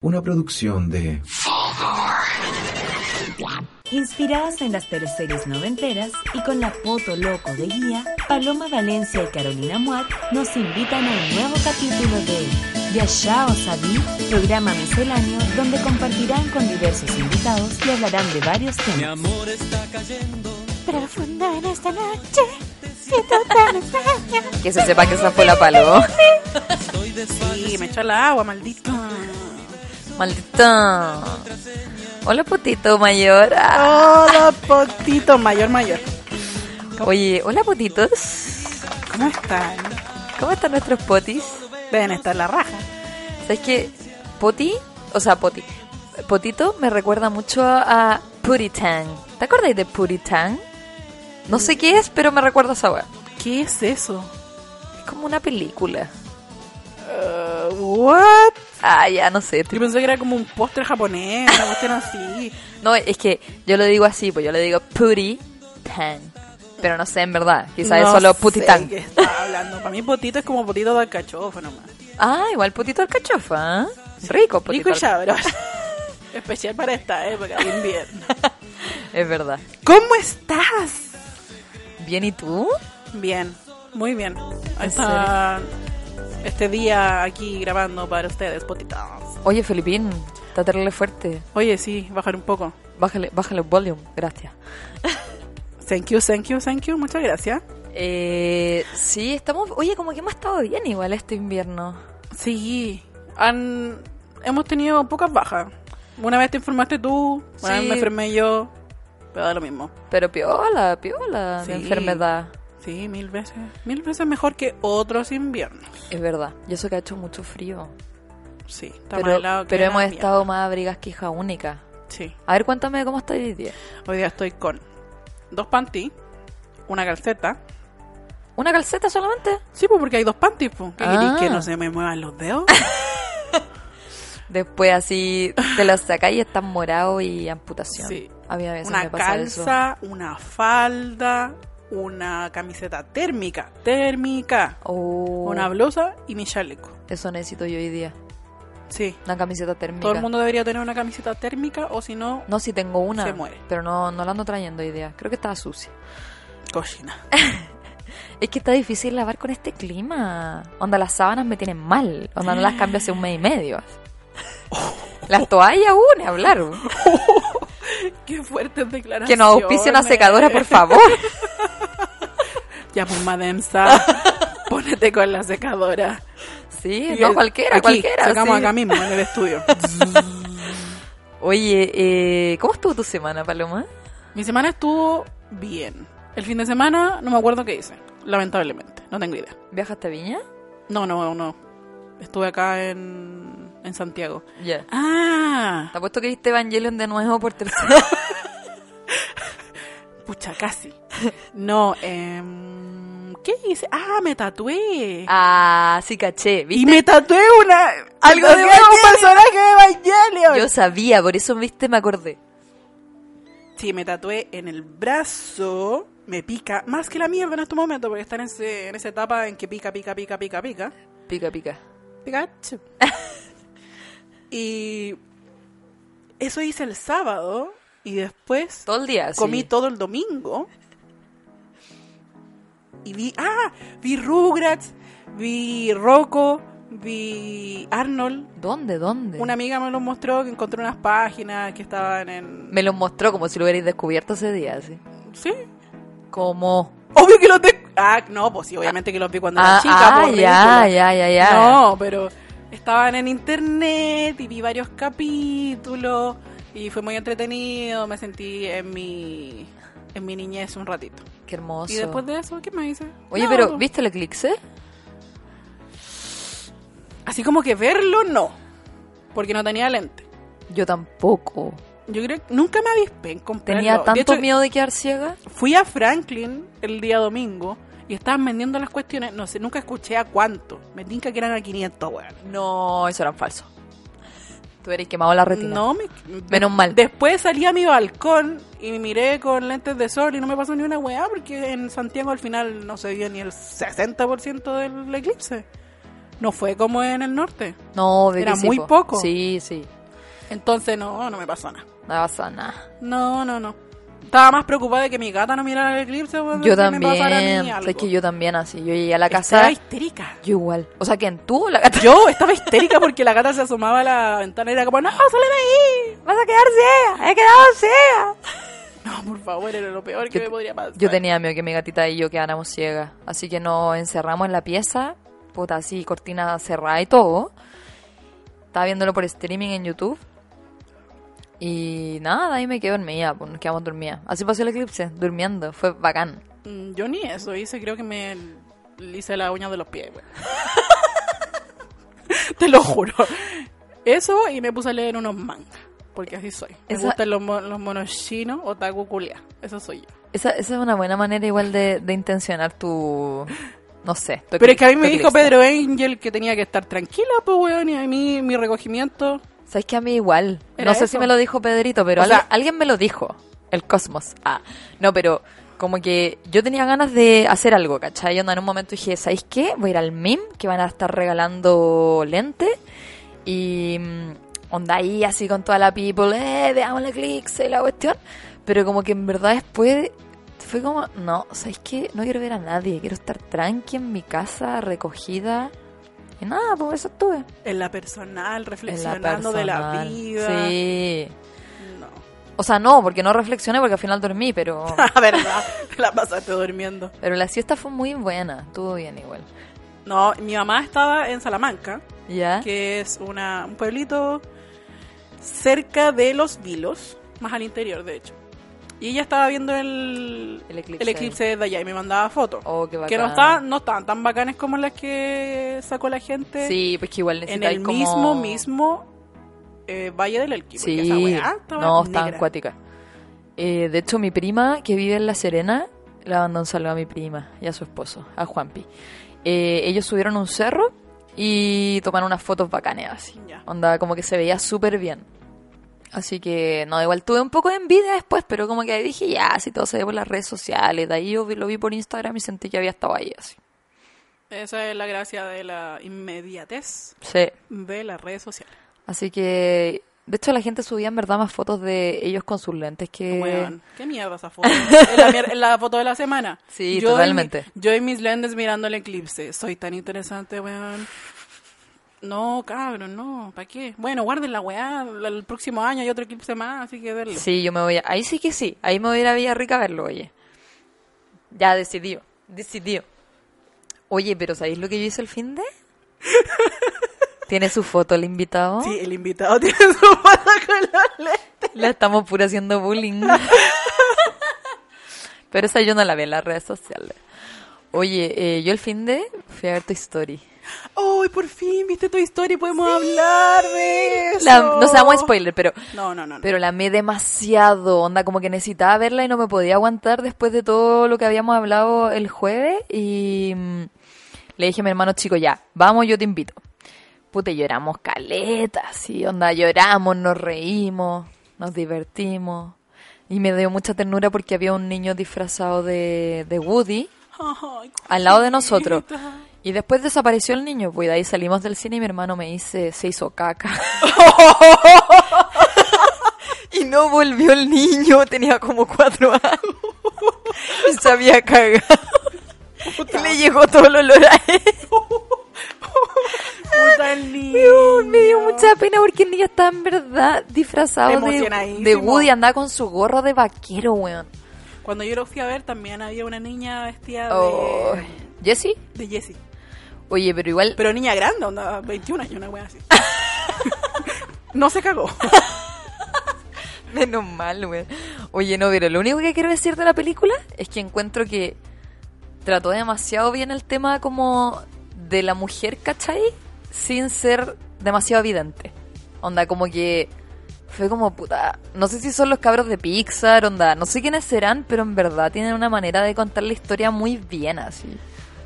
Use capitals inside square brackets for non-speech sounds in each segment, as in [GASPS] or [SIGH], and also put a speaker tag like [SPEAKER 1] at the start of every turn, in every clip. [SPEAKER 1] Una producción de
[SPEAKER 2] Inspiradas en las teleseries noventeras y con la foto loco de guía, Paloma Valencia y Carolina Muat nos invitan a un nuevo capítulo de Yashao Sabí, programa misceláneo donde compartirán con diversos invitados y hablarán de varios temas.
[SPEAKER 3] Profunda en esta noche, siento tan extraña.
[SPEAKER 4] Que se sepa que esa fue la paloma.
[SPEAKER 5] Sí, me echó el agua, maldito.
[SPEAKER 4] Maldito. Hola, putito mayor. Ah.
[SPEAKER 5] Hola, potito mayor, mayor.
[SPEAKER 4] Oye, hola, putitos.
[SPEAKER 5] ¿Cómo están?
[SPEAKER 4] ¿Cómo están nuestros potis?
[SPEAKER 5] Deben estar la raja.
[SPEAKER 4] ¿Sabes qué? Poti, o sea, poti. Potito me recuerda mucho a Puritan. ¿Te acordáis de Puritan? No sé qué es, pero me recuerda a esa weá.
[SPEAKER 5] ¿Qué es eso?
[SPEAKER 4] Es como una película.
[SPEAKER 5] Eh, what?
[SPEAKER 4] Ah, ya, no sé.
[SPEAKER 5] Yo pensé que era como un postre japonés, una cuestión así.
[SPEAKER 4] No, es que yo lo digo así, pues yo le digo Puritan. Pero no sé, en verdad. Quizás es
[SPEAKER 5] No
[SPEAKER 4] solo
[SPEAKER 5] sé
[SPEAKER 4] Putitan.
[SPEAKER 5] qué estaba hablando. Para mí potito es como potito de alcachofo nomás.
[SPEAKER 4] Ah, igual potito al cachofa. ¿eh? Rico, potito.
[SPEAKER 5] Rico y
[SPEAKER 4] al-
[SPEAKER 5] sabroso. [LAUGHS] Especial para esta época de invierno.
[SPEAKER 4] Es verdad.
[SPEAKER 5] ¿Cómo estás?
[SPEAKER 4] Bien, ¿y tú?
[SPEAKER 5] Bien, muy bien. Está este día aquí grabando para ustedes, potitos.
[SPEAKER 4] Oye, Felipín, tratarle fuerte.
[SPEAKER 5] Oye, sí, bajar un poco.
[SPEAKER 4] Bájale, bájale el volume, gracias.
[SPEAKER 5] Thank you, thank you, thank you. Muchas gracias.
[SPEAKER 4] Eh, sí, estamos... Oye, como que hemos estado bien igual este invierno.
[SPEAKER 5] Sí, han, hemos tenido pocas bajas. Una vez te informaste tú, una
[SPEAKER 4] Sí.
[SPEAKER 5] vez me enfermé yo, pero da lo mismo.
[SPEAKER 4] Pero piola, piola,
[SPEAKER 5] Sí.
[SPEAKER 4] de enfermedad.
[SPEAKER 5] Sí, mil veces. Mil veces mejor que otros inviernos.
[SPEAKER 4] Es verdad. Y eso que ha hecho mucho frío.
[SPEAKER 5] Sí, está más
[SPEAKER 4] Pero,
[SPEAKER 5] helado que
[SPEAKER 4] pero
[SPEAKER 5] la
[SPEAKER 4] hemos
[SPEAKER 5] mierda.
[SPEAKER 4] estado más abrigas que hija única.
[SPEAKER 5] Sí,
[SPEAKER 4] A ver, cuéntame cómo estás hoy día.
[SPEAKER 5] hoy día estoy con dos panty, una calceta.
[SPEAKER 4] ¿Una calceta solamente?
[SPEAKER 5] Sí, pues porque hay dos panties, pues. ¿Qué queréis,
[SPEAKER 4] Ah.
[SPEAKER 5] que no se me muevan los
[SPEAKER 4] [LAUGHS]
[SPEAKER 5] dedos?
[SPEAKER 4] Después así te lo sacáis y estás morado y amputación.
[SPEAKER 5] Sí.
[SPEAKER 4] A mí a veces
[SPEAKER 5] una
[SPEAKER 4] me pasa eso.
[SPEAKER 5] calza, una falda, una camiseta térmica, térmica,
[SPEAKER 4] Oh,
[SPEAKER 5] una blusa y mi chaleco.
[SPEAKER 4] eso necesito yo hoy día.
[SPEAKER 5] Sí.
[SPEAKER 4] Una camiseta térmica.
[SPEAKER 5] Todo el mundo debería tener una camiseta térmica o si no,
[SPEAKER 4] No, si tengo una.
[SPEAKER 5] Se muere.
[SPEAKER 4] Pero no, no la ando trayendo hoy día. Creo que estaba sucia.
[SPEAKER 5] cochina.
[SPEAKER 4] Es que está difícil lavar con este clima. Onda, las sábanas me tienen mal. Onda, no las cambio hace un mes y
[SPEAKER 5] [LAUGHS]
[SPEAKER 4] medio. Las toallas, uh, ni hablar.
[SPEAKER 5] [LAUGHS] Qué fuertes declaraciones.
[SPEAKER 4] Que nos auspicie una secadora, por favor.
[SPEAKER 5] [LAUGHS] Ya, pues, Madame
[SPEAKER 4] [LAUGHS]
[SPEAKER 5] Sa, ponete con la secadora.
[SPEAKER 4] Sí,
[SPEAKER 5] Y
[SPEAKER 4] no
[SPEAKER 5] el-
[SPEAKER 4] cualquiera,
[SPEAKER 5] aquí,
[SPEAKER 4] cualquiera.
[SPEAKER 5] Sacamos
[SPEAKER 4] sí.
[SPEAKER 5] acá mismo en
[SPEAKER 4] [LAUGHS]
[SPEAKER 5] el estudio.
[SPEAKER 4] Oye, eh, ¿cómo estuvo tu semana, Paloma?
[SPEAKER 5] Mi semana estuvo bien. El fin de semana no me acuerdo qué hice, lamentablemente. No tengo idea.
[SPEAKER 4] ¿Viajaste a Viña?
[SPEAKER 5] No, no, no. Estuve acá en, en Santiago.
[SPEAKER 4] Ya.
[SPEAKER 5] Ah,
[SPEAKER 4] Te apuesto que viste Evangelion de nuevo por tercera.
[SPEAKER 5] [LAUGHS] pucha, casi. No, em, ¿qué hice? Ah, me tatué.
[SPEAKER 4] ah, sí caché,
[SPEAKER 5] y
[SPEAKER 4] ¿viste?
[SPEAKER 5] me tatué una
[SPEAKER 4] Algo de
[SPEAKER 5] tatué a un personaje de Evangelion.
[SPEAKER 4] Yo sabía, por eso, viste, me acordé.
[SPEAKER 5] Sí, me tatué en el brazo. Me pica más que la mierda en este momento porque está en, ese, en esa etapa en que pica, pica, pica, pica, pica.
[SPEAKER 4] Pica, pica.
[SPEAKER 5] Pikachu. y eso hice el sábado y después
[SPEAKER 4] Todo el día, sí.
[SPEAKER 5] comí todo el domingo. Y vi, ah, vi Rugrats, vi Rocco, vi Arnold.
[SPEAKER 4] ¿Dónde, dónde?
[SPEAKER 5] Una amiga me lo mostró que encontró unas páginas que estaban en...
[SPEAKER 4] Me lo mostró como si lo hubierais descubierto ese día, sí.
[SPEAKER 5] Sí.
[SPEAKER 4] Como...
[SPEAKER 5] Obvio que los te... Ah, no, pues sí, obviamente que los vi cuando
[SPEAKER 4] Ah,
[SPEAKER 5] era chica.
[SPEAKER 4] ah, ya,
[SPEAKER 5] por ridícula.
[SPEAKER 4] ya, ya, ya.
[SPEAKER 5] No, pero estaban en internet y vi varios capítulos y fue muy entretenido, me sentí en mi en mi niñez un ratito.
[SPEAKER 4] Qué hermoso.
[SPEAKER 5] Y después de eso, ¿qué me hice?
[SPEAKER 4] Oye,
[SPEAKER 5] Nada,
[SPEAKER 4] pero
[SPEAKER 5] pues.
[SPEAKER 4] ¿viste el eclipse?
[SPEAKER 5] así como que verlo no, porque no tenía lente.
[SPEAKER 4] Yo tampoco.
[SPEAKER 5] Yo creo que nunca me avispé en comprarlo.
[SPEAKER 4] Tenía
[SPEAKER 5] De
[SPEAKER 4] tanto
[SPEAKER 5] hecho,
[SPEAKER 4] miedo de quedar ciega.
[SPEAKER 5] Fui a Franklin el día domingo y estaban vendiendo las cuestiones. No sé, nunca escuché a cuánto. Me tinca que eran a 500, weón.
[SPEAKER 4] No, eso era falso. Tú eres quemado la retina.
[SPEAKER 5] No, me-
[SPEAKER 4] Menos mal.
[SPEAKER 5] Después salí a mi balcón y me miré con lentes de sol y no me pasó ni una weá porque en Santiago al final no se vio ni el 60% del eclipse. No fue como en el norte.
[SPEAKER 4] No, de
[SPEAKER 5] Era
[SPEAKER 4] que sí,
[SPEAKER 5] muy
[SPEAKER 4] po.
[SPEAKER 5] poco.
[SPEAKER 4] Sí, sí.
[SPEAKER 5] Entonces no, no me pasó nada.
[SPEAKER 4] No pasa nada.
[SPEAKER 5] No, no, no. Estaba más preocupada de que mi gata no mirara el eclipse. weón,
[SPEAKER 4] Yo
[SPEAKER 5] que me pasara a mí
[SPEAKER 4] también.
[SPEAKER 5] algo.
[SPEAKER 4] Es que yo también así. Yo llegué a la casa.
[SPEAKER 5] Estaba histérica.
[SPEAKER 4] Yo igual. O sea, que en tú la gata.
[SPEAKER 5] Yo estaba histérica porque la gata se asomaba a la ventana y era como, no, sale de ahí.
[SPEAKER 4] Vas a quedar ciega. He quedado ciega.
[SPEAKER 5] No, por favor, era lo peor que
[SPEAKER 4] Yo-
[SPEAKER 5] me podría pasar.
[SPEAKER 4] [LAUGHS] Yo tenía miedo que mi gatita y yo quedáramos ciegas. Así que nos encerramos en la pieza, puta, así, cortina cerrada y todo. Estaba viéndolo por streaming en YouTube. Y nada, ahí me quedé dormida, pues nos quedamos dormidas. Así pasó el eclipse, durmiendo, fue bacán.
[SPEAKER 5] Mm, Yo ni eso hice, creo que me l- hice la uña de los pies, güey. [LAUGHS] Te lo juro. Eso y me puse a leer unos mangas, porque así soy. Me
[SPEAKER 4] Esa-
[SPEAKER 5] gustan los, mo- los monos chinos o taku culia. Eso soy yo.
[SPEAKER 4] Esa, esa es una buena manera igual de, de intencionar tu... no sé. tu
[SPEAKER 5] Pero es que a mí
[SPEAKER 4] eclipse,
[SPEAKER 5] me
[SPEAKER 4] tu
[SPEAKER 5] dijo
[SPEAKER 4] eclipse.
[SPEAKER 5] Pedro Angel que tenía que estar tranquila, pues, weón, y a mí mi recogimiento.
[SPEAKER 4] ¿Sabes que a mí igual?
[SPEAKER 5] Era
[SPEAKER 4] No sé
[SPEAKER 5] eso.
[SPEAKER 4] si me lo dijo Pedrito, pero
[SPEAKER 5] O
[SPEAKER 4] alguien,
[SPEAKER 5] sea-
[SPEAKER 4] alguien me lo dijo. El cosmos. Ah, no, pero como que yo tenía ganas de hacer algo, ¿cachai? Yo en un momento dije, ¿sabéis qué? Voy a ir al MIM, que van a estar regalando lentes. Y mm, onda ahí, así con toda la people, eh, veamos la clics y la cuestión. Pero como que en verdad después fue como, no, ¿sabéis qué? No quiero ver a nadie, quiero estar tranqui en mi casa, recogida. Y nada, pues eso estuve.
[SPEAKER 5] En la personal,
[SPEAKER 4] En la
[SPEAKER 5] reflexionando de la
[SPEAKER 4] personal.
[SPEAKER 5] vida.
[SPEAKER 4] Sí.
[SPEAKER 5] No. [LAUGHS]
[SPEAKER 4] O sea, no, porque no reflexioné porque al final dormí, pero, [LAUGHS]
[SPEAKER 5] La verdad, te la pasaste durmiendo.
[SPEAKER 4] pero la siesta fue muy buena, estuvo bien igual.
[SPEAKER 5] No, mi mamá estaba en Salamanca,
[SPEAKER 4] ¿Ya?
[SPEAKER 5] que es una, un pueblito cerca de Los Vilos, más al interior, de hecho. Y ella estaba viendo el,
[SPEAKER 4] El eclipse.
[SPEAKER 5] de allá y me mandaba fotos.
[SPEAKER 4] Oh, qué bacán.
[SPEAKER 5] que no estaban, no estaban tan bacanes como las que sacó la gente
[SPEAKER 4] Sí, pues que igual
[SPEAKER 5] en
[SPEAKER 4] necesitáis
[SPEAKER 5] el
[SPEAKER 4] como...
[SPEAKER 5] mismo, mismo eh, Valle del Elqui. porque
[SPEAKER 4] Sí,
[SPEAKER 5] esa weá estaba
[SPEAKER 4] no, estaban
[SPEAKER 5] negra.
[SPEAKER 4] acuáticas. Eh, de hecho, mi prima, que vive en La Serena, le mandó un saludo a mi prima y a su esposo, a Juanpi. Eh, ellos subieron a un cerro y tomaron unas fotos bacanes así.
[SPEAKER 5] Ya.
[SPEAKER 4] Onda, como que se veía súper bien. Así que, no, igual tuve un poco de envidia después, pero como que ahí dije, ya, si todo se ve por las redes sociales. De ahí yo vi- lo vi por Instagram y sentí que había estado ahí así.
[SPEAKER 5] Esa es la gracia de la inmediatez
[SPEAKER 4] Sí.
[SPEAKER 5] de las redes sociales.
[SPEAKER 4] Así que, de hecho, la gente subía en verdad más fotos de ellos con sus lentes que...
[SPEAKER 5] Weón, qué mierda
[SPEAKER 4] [LAUGHS]
[SPEAKER 5] esa foto. Es la, mier- es la foto de la semana.
[SPEAKER 4] Sí,
[SPEAKER 5] y mi-
[SPEAKER 4] totalmente.
[SPEAKER 5] yo y mis lentes mirando el eclipse. Soy tan interesante, weón. No, cabrón, no. ¿Para qué? Bueno, guarden la weá. la- El próximo año hay otro eclipse más, así que verlo.
[SPEAKER 4] Sí, yo me voy a... Ahí sí que sí. Ahí me voy a ir a Villarrica a verlo, oye. Ya decidió. Decidió. Oye, pero ¿sabéis lo que yo hice el fin de? ¿Tiene su foto el invitado?
[SPEAKER 5] Sí, el invitado [LAUGHS] tiene su foto con los lentes.
[SPEAKER 4] La estamos pura haciendo bullying. pero esa yo no la vi en las redes sociales. Oye, eh, yo el fin de fui a ver tu story.
[SPEAKER 5] ¡Ay, por fin! ¿Viste tu historia? Podemos hablar de eso.
[SPEAKER 4] La- no seamos spoiler, pero
[SPEAKER 5] No, no, no. no.
[SPEAKER 4] Pero la amé demasiado, onda, como que necesitaba verla y no me podía aguantar después de todo lo que habíamos hablado el jueves y mm, le dije a mi hermano chico, ya, vamos, yo te invito. Puta, y lloramos caletas, sí, onda, lloramos, nos reímos, nos divertimos y me dio mucha ternura porque había un niño disfrazado de, de Woody
[SPEAKER 5] Ay,
[SPEAKER 4] al lado de
[SPEAKER 5] [LAUGHS]
[SPEAKER 4] nosotros.
[SPEAKER 5] cosita.
[SPEAKER 4] Y después desapareció el niño, pues de ahí salimos del cine y mi hermano me dice, se hizo caca. [LAUGHS] y no volvió el niño, tenía como cuatro años. Y se había cagado. Y le llegó todo el olor a él.
[SPEAKER 5] Puta el
[SPEAKER 4] Weón, Me dio
[SPEAKER 5] niño.
[SPEAKER 4] mucha pena porque el niño estaba en verdad disfrazado de,
[SPEAKER 5] Emocionadísimo.
[SPEAKER 4] de Woody, andaba con su gorro de vaquero, weón.
[SPEAKER 5] Cuando yo lo fui a ver también había una niña vestida
[SPEAKER 4] Oh.
[SPEAKER 5] de,
[SPEAKER 4] Jessy,
[SPEAKER 5] de Jessie.
[SPEAKER 4] oye, pero igual
[SPEAKER 5] Pero niña grande, onda 21 años, una wea
[SPEAKER 4] [LAUGHS]
[SPEAKER 5] así. no se cagó.
[SPEAKER 4] [LAUGHS] Menos mal, güey. Oye, no, pero lo único que quiero decir de la película es que encuentro que trató demasiado bien el tema como de la mujer, ¿cachai? Sin ser demasiado evidente. Onda, como que Fue como puta. No sé si son los cabros de Pixar, onda. No sé quiénes serán, pero en verdad tienen una manera de contar la historia muy bien así.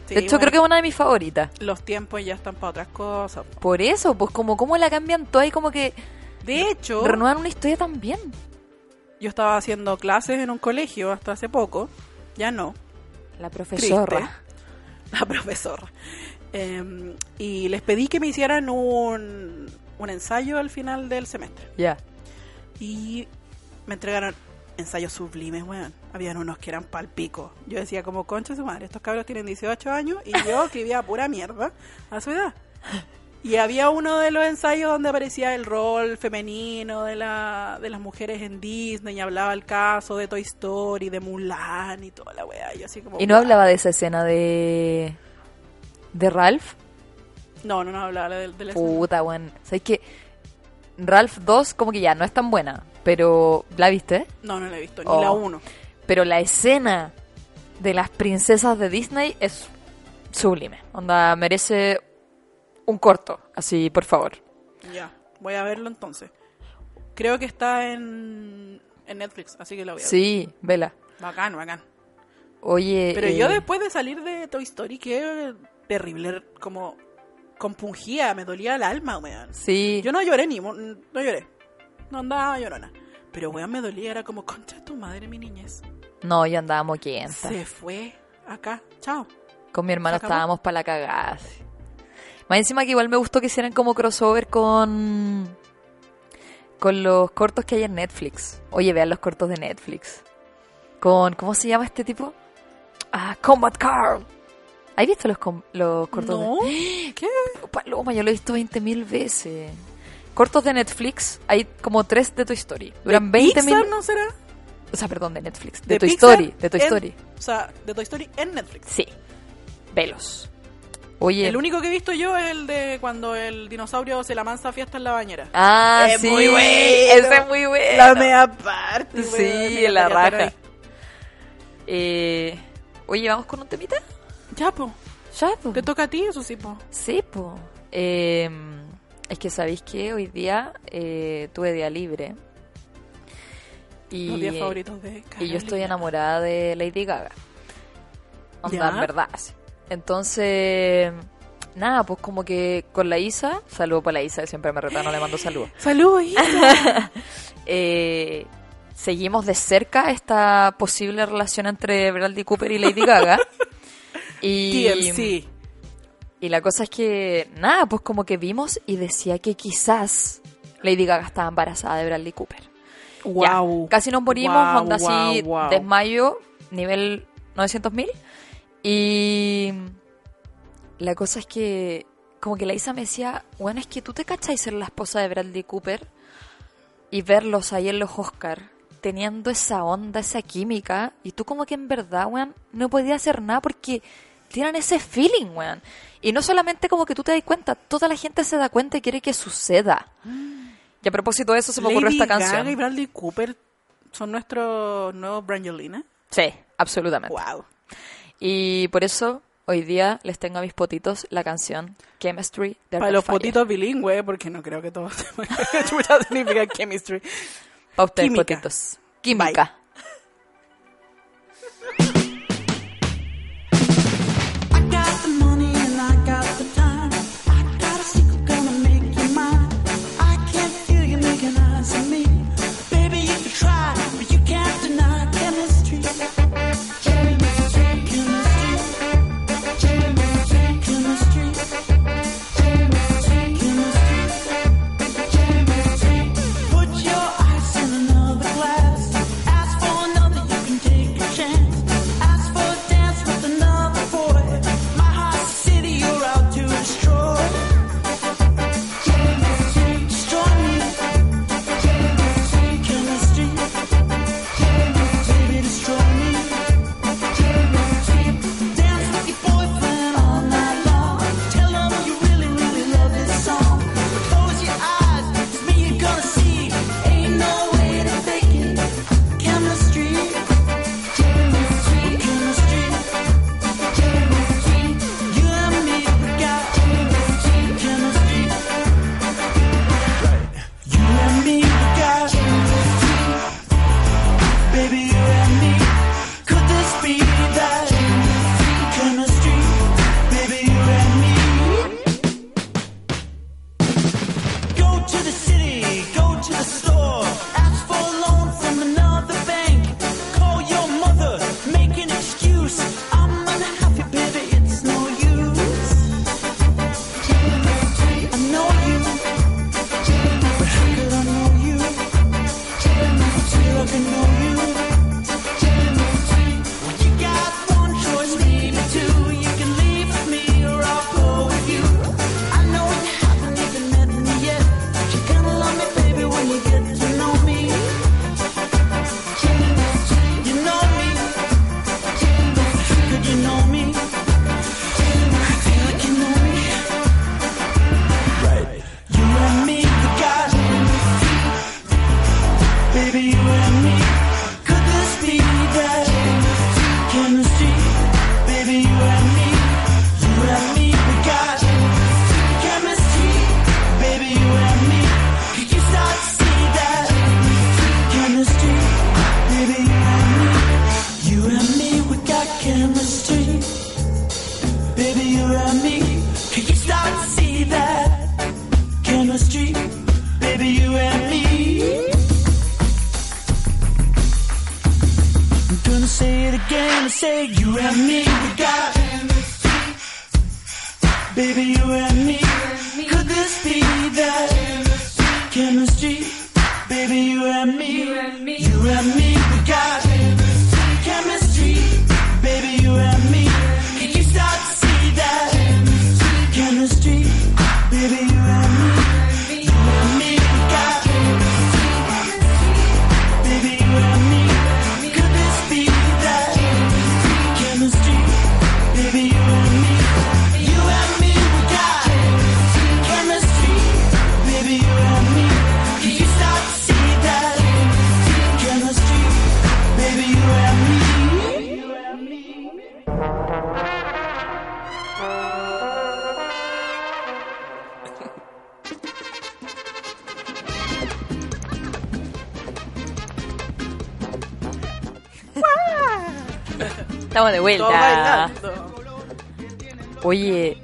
[SPEAKER 5] Sí,
[SPEAKER 4] de hecho,
[SPEAKER 5] bueno,
[SPEAKER 4] creo que es una de mis favoritas.
[SPEAKER 5] Los tiempos ya están para otras cosas.
[SPEAKER 4] Por eso, pues como cómo la cambian toda y como que
[SPEAKER 5] De hecho,
[SPEAKER 4] renuevan una historia tan bien.
[SPEAKER 5] yo estaba haciendo clases en un colegio hasta hace poco. Ya no.
[SPEAKER 4] La profesora.
[SPEAKER 5] [LAUGHS] la profesora. Eh, y les pedí que me hicieran un, un ensayo al final del semestre.
[SPEAKER 4] Ya.
[SPEAKER 5] Y me entregaron ensayos sublimes, weón. Habían unos que eran palpico. Yo decía como, concha su madre, estos cabros tienen 18 años y
[SPEAKER 4] [LAUGHS]
[SPEAKER 5] yo escribía pura mierda a su edad. Y había uno de los ensayos donde aparecía el rol femenino de, la, de las mujeres en Disney y hablaba el caso de Toy Story, de Mulan y toda la weá. Yo así como,
[SPEAKER 4] Y no
[SPEAKER 5] "Wow".
[SPEAKER 4] hablaba de esa escena de. de Ralph.
[SPEAKER 5] No, no, no hablaba del de,
[SPEAKER 4] Puta, weón. ¿Sabes que Ralph 2 como que ya no es tan buena, pero ¿la viste?
[SPEAKER 5] No, no la he visto,
[SPEAKER 4] Oh.
[SPEAKER 5] ni la uno.
[SPEAKER 4] Pero la escena de las princesas de Disney es sublime. Onda, merece un corto, así, por favor.
[SPEAKER 5] Ya, voy a verlo entonces. Creo que está en, en Netflix, así que la voy a
[SPEAKER 4] Sí, vela.
[SPEAKER 5] ver. Bacán, bacán.
[SPEAKER 4] Oye.
[SPEAKER 5] Pero
[SPEAKER 4] eh,
[SPEAKER 5] yo después de salir de Toy Story, qué terrible, como compungía, me dolía el alma, weón.
[SPEAKER 4] Sí.
[SPEAKER 5] Yo no lloré ni, mo- no lloré. No andaba llorona. Pero weón me dolía, era como, concha de tu madre, mi niñez.
[SPEAKER 4] No, yo andaba moquienta.
[SPEAKER 5] Se fue acá, chao.
[SPEAKER 4] Con mi hermano
[SPEAKER 5] ¿Se acabó?
[SPEAKER 4] estábamos para la cagada. sí. Más encima que igual me gustó que hicieran como crossover con. con los cortos que hay en Netflix. Oye, vean los cortos de Netflix. Con. ¿Cómo se llama este tipo? Ah, Combat Carl. ¿Has visto los, com- los cortos de
[SPEAKER 5] No,
[SPEAKER 4] [GASPS]
[SPEAKER 5] ¿qué?
[SPEAKER 4] Paloma, yo lo he visto 20.000 veces. Cortos de Netflix, hay como tres de Toy Story. Duran 20
[SPEAKER 5] ¿Pixar
[SPEAKER 4] mil.
[SPEAKER 5] no será?
[SPEAKER 4] O sea, perdón, de Netflix. De,
[SPEAKER 5] ¿De
[SPEAKER 4] Toy
[SPEAKER 5] Pixar
[SPEAKER 4] Story. De Toy
[SPEAKER 5] en-
[SPEAKER 4] Story.
[SPEAKER 5] O sea, de Toy Story en Netflix.
[SPEAKER 4] Sí. Velos. Oye.
[SPEAKER 5] El único que he visto yo es el de cuando el dinosaurio se la mansa a fiesta en la bañera.
[SPEAKER 4] Ah,
[SPEAKER 5] Es
[SPEAKER 4] sí.
[SPEAKER 5] muy bueno.
[SPEAKER 4] Ese es muy bueno.
[SPEAKER 5] La mea parte.
[SPEAKER 4] Sí,
[SPEAKER 5] weón, me
[SPEAKER 4] en la
[SPEAKER 5] encantaría
[SPEAKER 4] raja.
[SPEAKER 5] estar ahí.
[SPEAKER 4] Eh, oye, ¿vamos con un temita?
[SPEAKER 5] Ya, po.
[SPEAKER 4] Ya, po.
[SPEAKER 5] Te toca a ti, eso sí, po.
[SPEAKER 4] Sí, po. Eh, es que sabéis que hoy día eh, tuve día libre. Y, eh,
[SPEAKER 5] Los días favoritos de
[SPEAKER 4] y yo estoy
[SPEAKER 5] Carolina.
[SPEAKER 4] enamorada de Lady Gaga. Onda,
[SPEAKER 5] Ya.
[SPEAKER 4] en verdad. sí. Entonces, nada, pues como que con la Isa, saludo para la Isa, que siempre me reta, no le mando saludos.
[SPEAKER 5] Saludos, hija.
[SPEAKER 4] eh, seguimos de cerca esta posible relación entre Bradley Cooper y Lady Gaga. [LAUGHS] y,
[SPEAKER 5] TLC.
[SPEAKER 4] y la cosa es que, nada, pues como que vimos y decía que quizás Lady Gaga estaba embarazada de Bradley Cooper. Ya,
[SPEAKER 5] Wow.
[SPEAKER 4] casi nos morimos,
[SPEAKER 5] Guau,
[SPEAKER 4] onda así,
[SPEAKER 5] guau, guau.
[SPEAKER 4] desmayo, nivel 900.000. Y la cosa es que, como que la Isa me decía, bueno, es que tú te cachai ser la esposa de Bradley Cooper y verlos ahí en los Oscar teniendo esa onda, esa química, y tú como que en verdad, weón, no podías hacer nada porque tienen ese feeling, weón. Y no solamente como que tú te das cuenta, toda la gente se da cuenta y quiere que suceda. Y a propósito de eso se me ocurrió
[SPEAKER 5] Lady
[SPEAKER 4] esta canción.
[SPEAKER 5] Gaga y Bradley Cooper son nuestros nuevos Brangelina.
[SPEAKER 4] Sí, absolutamente.
[SPEAKER 5] Wow.
[SPEAKER 4] Y por eso hoy día les tengo a mis potitos la canción Chemistry de
[SPEAKER 5] Para
[SPEAKER 4] Arcade
[SPEAKER 5] los
[SPEAKER 4] Fire.
[SPEAKER 5] potitos bilingües, porque no creo que todos [LAUGHS] sepan que chucha significa chemistry.
[SPEAKER 4] Para ustedes,
[SPEAKER 5] Química.
[SPEAKER 4] potitos. Química.
[SPEAKER 6] I got the money and I got the time. I got a secret gonna make you mine. I can feel you making eyes at me. Baby, you can try, but you can't deny chemistry. Chemistry, chemistry, chemistry, chemistry, chemistry, chemistry, chemistry. Put your eyes in another glass. Ask play the game and say you and me, we got Baby, you and me, could this be that chemistry? Baby, you and me, you and me, we got chemistry. Baby, you and me, can you start to see that chemistry? Baby, you and me, you and me, we got Baby, you and me, could this be that chemistry? Baby, you and me, you and me, we got chemistry. Baby, you and me, can you start to see that chemistry? Baby, you and me.
[SPEAKER 4] Estamos de
[SPEAKER 5] Todo
[SPEAKER 4] vuelta.
[SPEAKER 5] bailando.
[SPEAKER 4] Oye,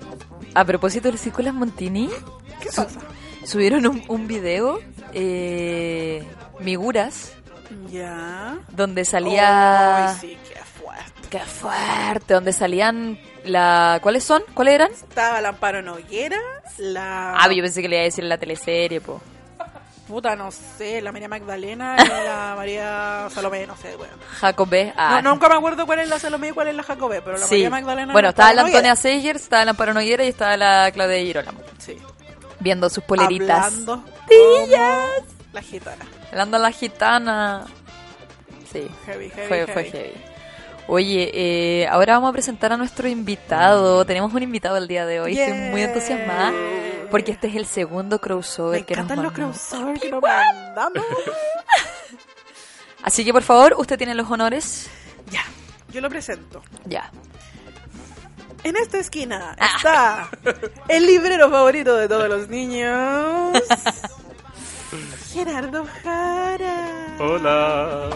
[SPEAKER 4] a propósito de las escuelas Montini,
[SPEAKER 5] ¿Qué pasa?
[SPEAKER 4] subieron un, un video, eh, Miguras,
[SPEAKER 5] Ya.
[SPEAKER 4] donde salía...
[SPEAKER 5] Ay, sí, qué fuerte.
[SPEAKER 4] ¡Qué fuerte! Donde salían la... ¿Cuáles son? ¿Cuáles eran?
[SPEAKER 5] Estaba el Amparo Noguera, la...
[SPEAKER 4] Ah, yo pensé que le iba a decir la teleserie, po.
[SPEAKER 5] Puta, no sé, la María Magdalena
[SPEAKER 4] [LAUGHS]
[SPEAKER 5] y la María Salomé, no sé, bueno.
[SPEAKER 4] Jacobé. Ah.
[SPEAKER 5] No, nunca me acuerdo cuál es la Salomé y cuál es la Jacobé, pero la
[SPEAKER 4] Sí.
[SPEAKER 5] María Magdalena...
[SPEAKER 4] bueno,
[SPEAKER 5] no
[SPEAKER 4] estaba la
[SPEAKER 5] Noguera.
[SPEAKER 4] Antonia Seger, estaba la Amparo Noguera y estaba la Claudia Girolamo.
[SPEAKER 5] Sí.
[SPEAKER 4] Viendo sus poleritas.
[SPEAKER 5] Hablando
[SPEAKER 4] Tillas.
[SPEAKER 5] como La gitana.
[SPEAKER 4] Hablando a la gitana. Sí.
[SPEAKER 5] Heavy, heavy,
[SPEAKER 4] fue, fue
[SPEAKER 5] heavy.
[SPEAKER 4] heavy. Oye, eh, ahora vamos a presentar a nuestro invitado. Tenemos un invitado el día de hoy. Estoy muy
[SPEAKER 5] Yeah.
[SPEAKER 4] entusiasmada porque este es el segundo crossover
[SPEAKER 5] Me
[SPEAKER 4] que nos
[SPEAKER 5] encantan los
[SPEAKER 4] mandó.
[SPEAKER 5] crossovers que
[SPEAKER 4] [LAUGHS]
[SPEAKER 5] nos mandamos.
[SPEAKER 4] Así que por favor, usted tiene los honores.
[SPEAKER 5] ya, yo lo presento.
[SPEAKER 4] Ya.
[SPEAKER 5] En esta esquina
[SPEAKER 4] Ah.
[SPEAKER 5] está el librero favorito de todos
[SPEAKER 4] [LAUGHS]
[SPEAKER 5] los niños, Gerardo Jara.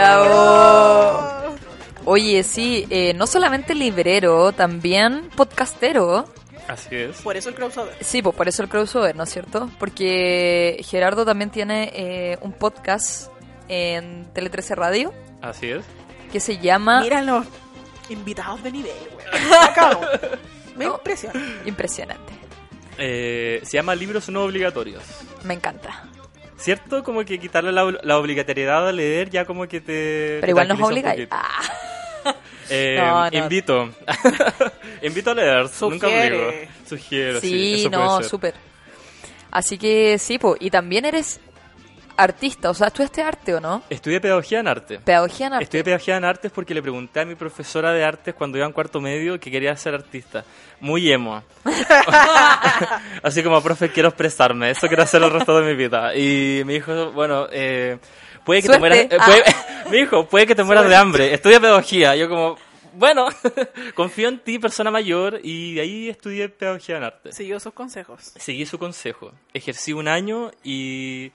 [SPEAKER 4] Bravo. Oye, sí, eh, no solamente librero, también podcastero.
[SPEAKER 7] Así es.
[SPEAKER 5] Por eso el crossover.
[SPEAKER 4] Sí, pues por eso el crossover, ¿no es cierto? Porque Gerardo también tiene eh, un podcast en Tele 13 Radio
[SPEAKER 7] Así es.
[SPEAKER 4] que se llama
[SPEAKER 5] Miran los invitados de nivel, [LAUGHS] güey. Me cago. Me
[SPEAKER 4] No.
[SPEAKER 5] impresiona.
[SPEAKER 4] Impresionante.
[SPEAKER 7] Eh, se llama Libros No Obligatorios.
[SPEAKER 4] Me encanta.
[SPEAKER 7] Eh, ¿Cierto? Como que quitarle la, la obligatoriedad a leer ya como que te...
[SPEAKER 4] Pero igual nos
[SPEAKER 7] obliga
[SPEAKER 4] obliga. Ah,
[SPEAKER 7] Eh,
[SPEAKER 4] No, no.
[SPEAKER 7] Invito. [LAUGHS] invito a leer. Nunca
[SPEAKER 5] Sugiere.
[SPEAKER 7] obligo. Sugiero. Sí,
[SPEAKER 4] sí,
[SPEAKER 7] eso puede
[SPEAKER 4] no,
[SPEAKER 7] ser.
[SPEAKER 4] súper. Así que sí, pues. Y también eres artista, o sea, estudiaste arte o no?
[SPEAKER 7] Estudié pedagogía en arte.
[SPEAKER 4] Pedagogía en arte.
[SPEAKER 7] Estudié pedagogía en artes porque le pregunté a mi profesora de artes cuando iba en cuarto medio que quería ser artista. Muy
[SPEAKER 4] [LAUGHS]
[SPEAKER 7] emo. Así como, profe, quiero expresarme, eso quiero hacer el resto de mi vida. Y me dijo, bueno, eh, puede que
[SPEAKER 4] Suerte. Ah.
[SPEAKER 7] te mueras... eh, [LAUGHS] puede- me dijo, puede que te mueras de hambre, estudia pedagogía. Yo como, bueno, [LAUGHS] confío en ti, persona mayor, y de ahí estudié pedagogía en artes.
[SPEAKER 5] Siguió esos consejos.
[SPEAKER 7] Seguí su consejo. Ejercí un año y,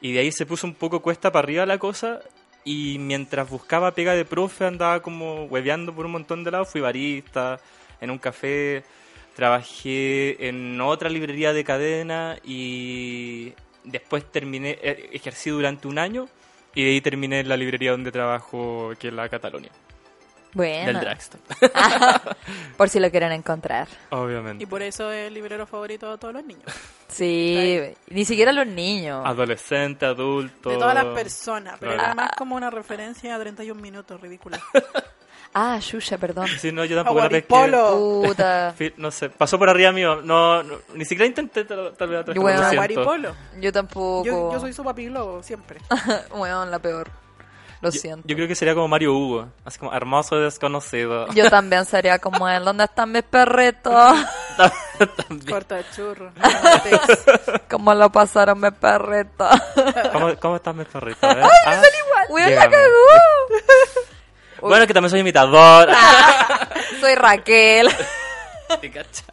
[SPEAKER 7] y de ahí se puso un poco cuesta para arriba la cosa. Y mientras buscaba pega de profe, andaba como hueveando por un montón de lados. Fui barista en un café, trabajé en otra librería de cadena y después terminé, eh, ejercí durante un año y de ahí terminé en la librería donde trabajo, que es la Catalonia, del
[SPEAKER 4] Bueno,
[SPEAKER 7] Dragstore.
[SPEAKER 4] [LAUGHS] por si lo quieren encontrar.
[SPEAKER 5] Y
[SPEAKER 7] Obviamente.
[SPEAKER 5] por eso es el librero favorito de todos los niños.
[SPEAKER 4] Sí, ni siquiera los niños.
[SPEAKER 7] Ah. Adolescente, adulto.
[SPEAKER 5] De todas las personas. Pero
[SPEAKER 7] Claro.
[SPEAKER 5] era más como una referencia a 31 minutos,
[SPEAKER 7] [LAUGHS]
[SPEAKER 5] ridícula.
[SPEAKER 4] Ah, Yuya, perdón.
[SPEAKER 7] Sí, no, yo
[SPEAKER 5] A
[SPEAKER 7] tampoco la pesqué.
[SPEAKER 5] Guaripolo.
[SPEAKER 4] Puta.
[SPEAKER 7] Fi- No sé, pasó por arriba mío. No, no, ni siquiera intenté tal, tal vez atrás.
[SPEAKER 4] Bueno.
[SPEAKER 7] lo
[SPEAKER 5] A
[SPEAKER 7] siento.
[SPEAKER 5] Guaripolo.
[SPEAKER 4] Yo tampoco.
[SPEAKER 5] Yo, yo soy su papi globo, siempre.
[SPEAKER 4] Weón, la peor. Lo
[SPEAKER 7] Yo,
[SPEAKER 4] siento.
[SPEAKER 7] yo creo que sería como Mario Hugo, así como
[SPEAKER 4] [LAUGHS]
[SPEAKER 7] hermoso desconocido.
[SPEAKER 4] Yo también sería como él. ¿Dónde están mis
[SPEAKER 7] [LAUGHS]
[SPEAKER 4] perritos?
[SPEAKER 5] Corta [LAUGHS] churro.
[SPEAKER 4] ¿Cómo lo pasaron mis perritos?
[SPEAKER 7] ¿Cómo, cómo estás,
[SPEAKER 4] [LAUGHS]
[SPEAKER 7] mi perrito? A ver, ah,
[SPEAKER 4] Weón, la
[SPEAKER 7] llégame.
[SPEAKER 4] cagó.
[SPEAKER 7] Bueno, que también soy imitador.
[SPEAKER 4] Ah. Soy Raquel.
[SPEAKER 7] [LAUGHS]
[SPEAKER 4] [LAUGHS]
[SPEAKER 7] ¿Te cachai?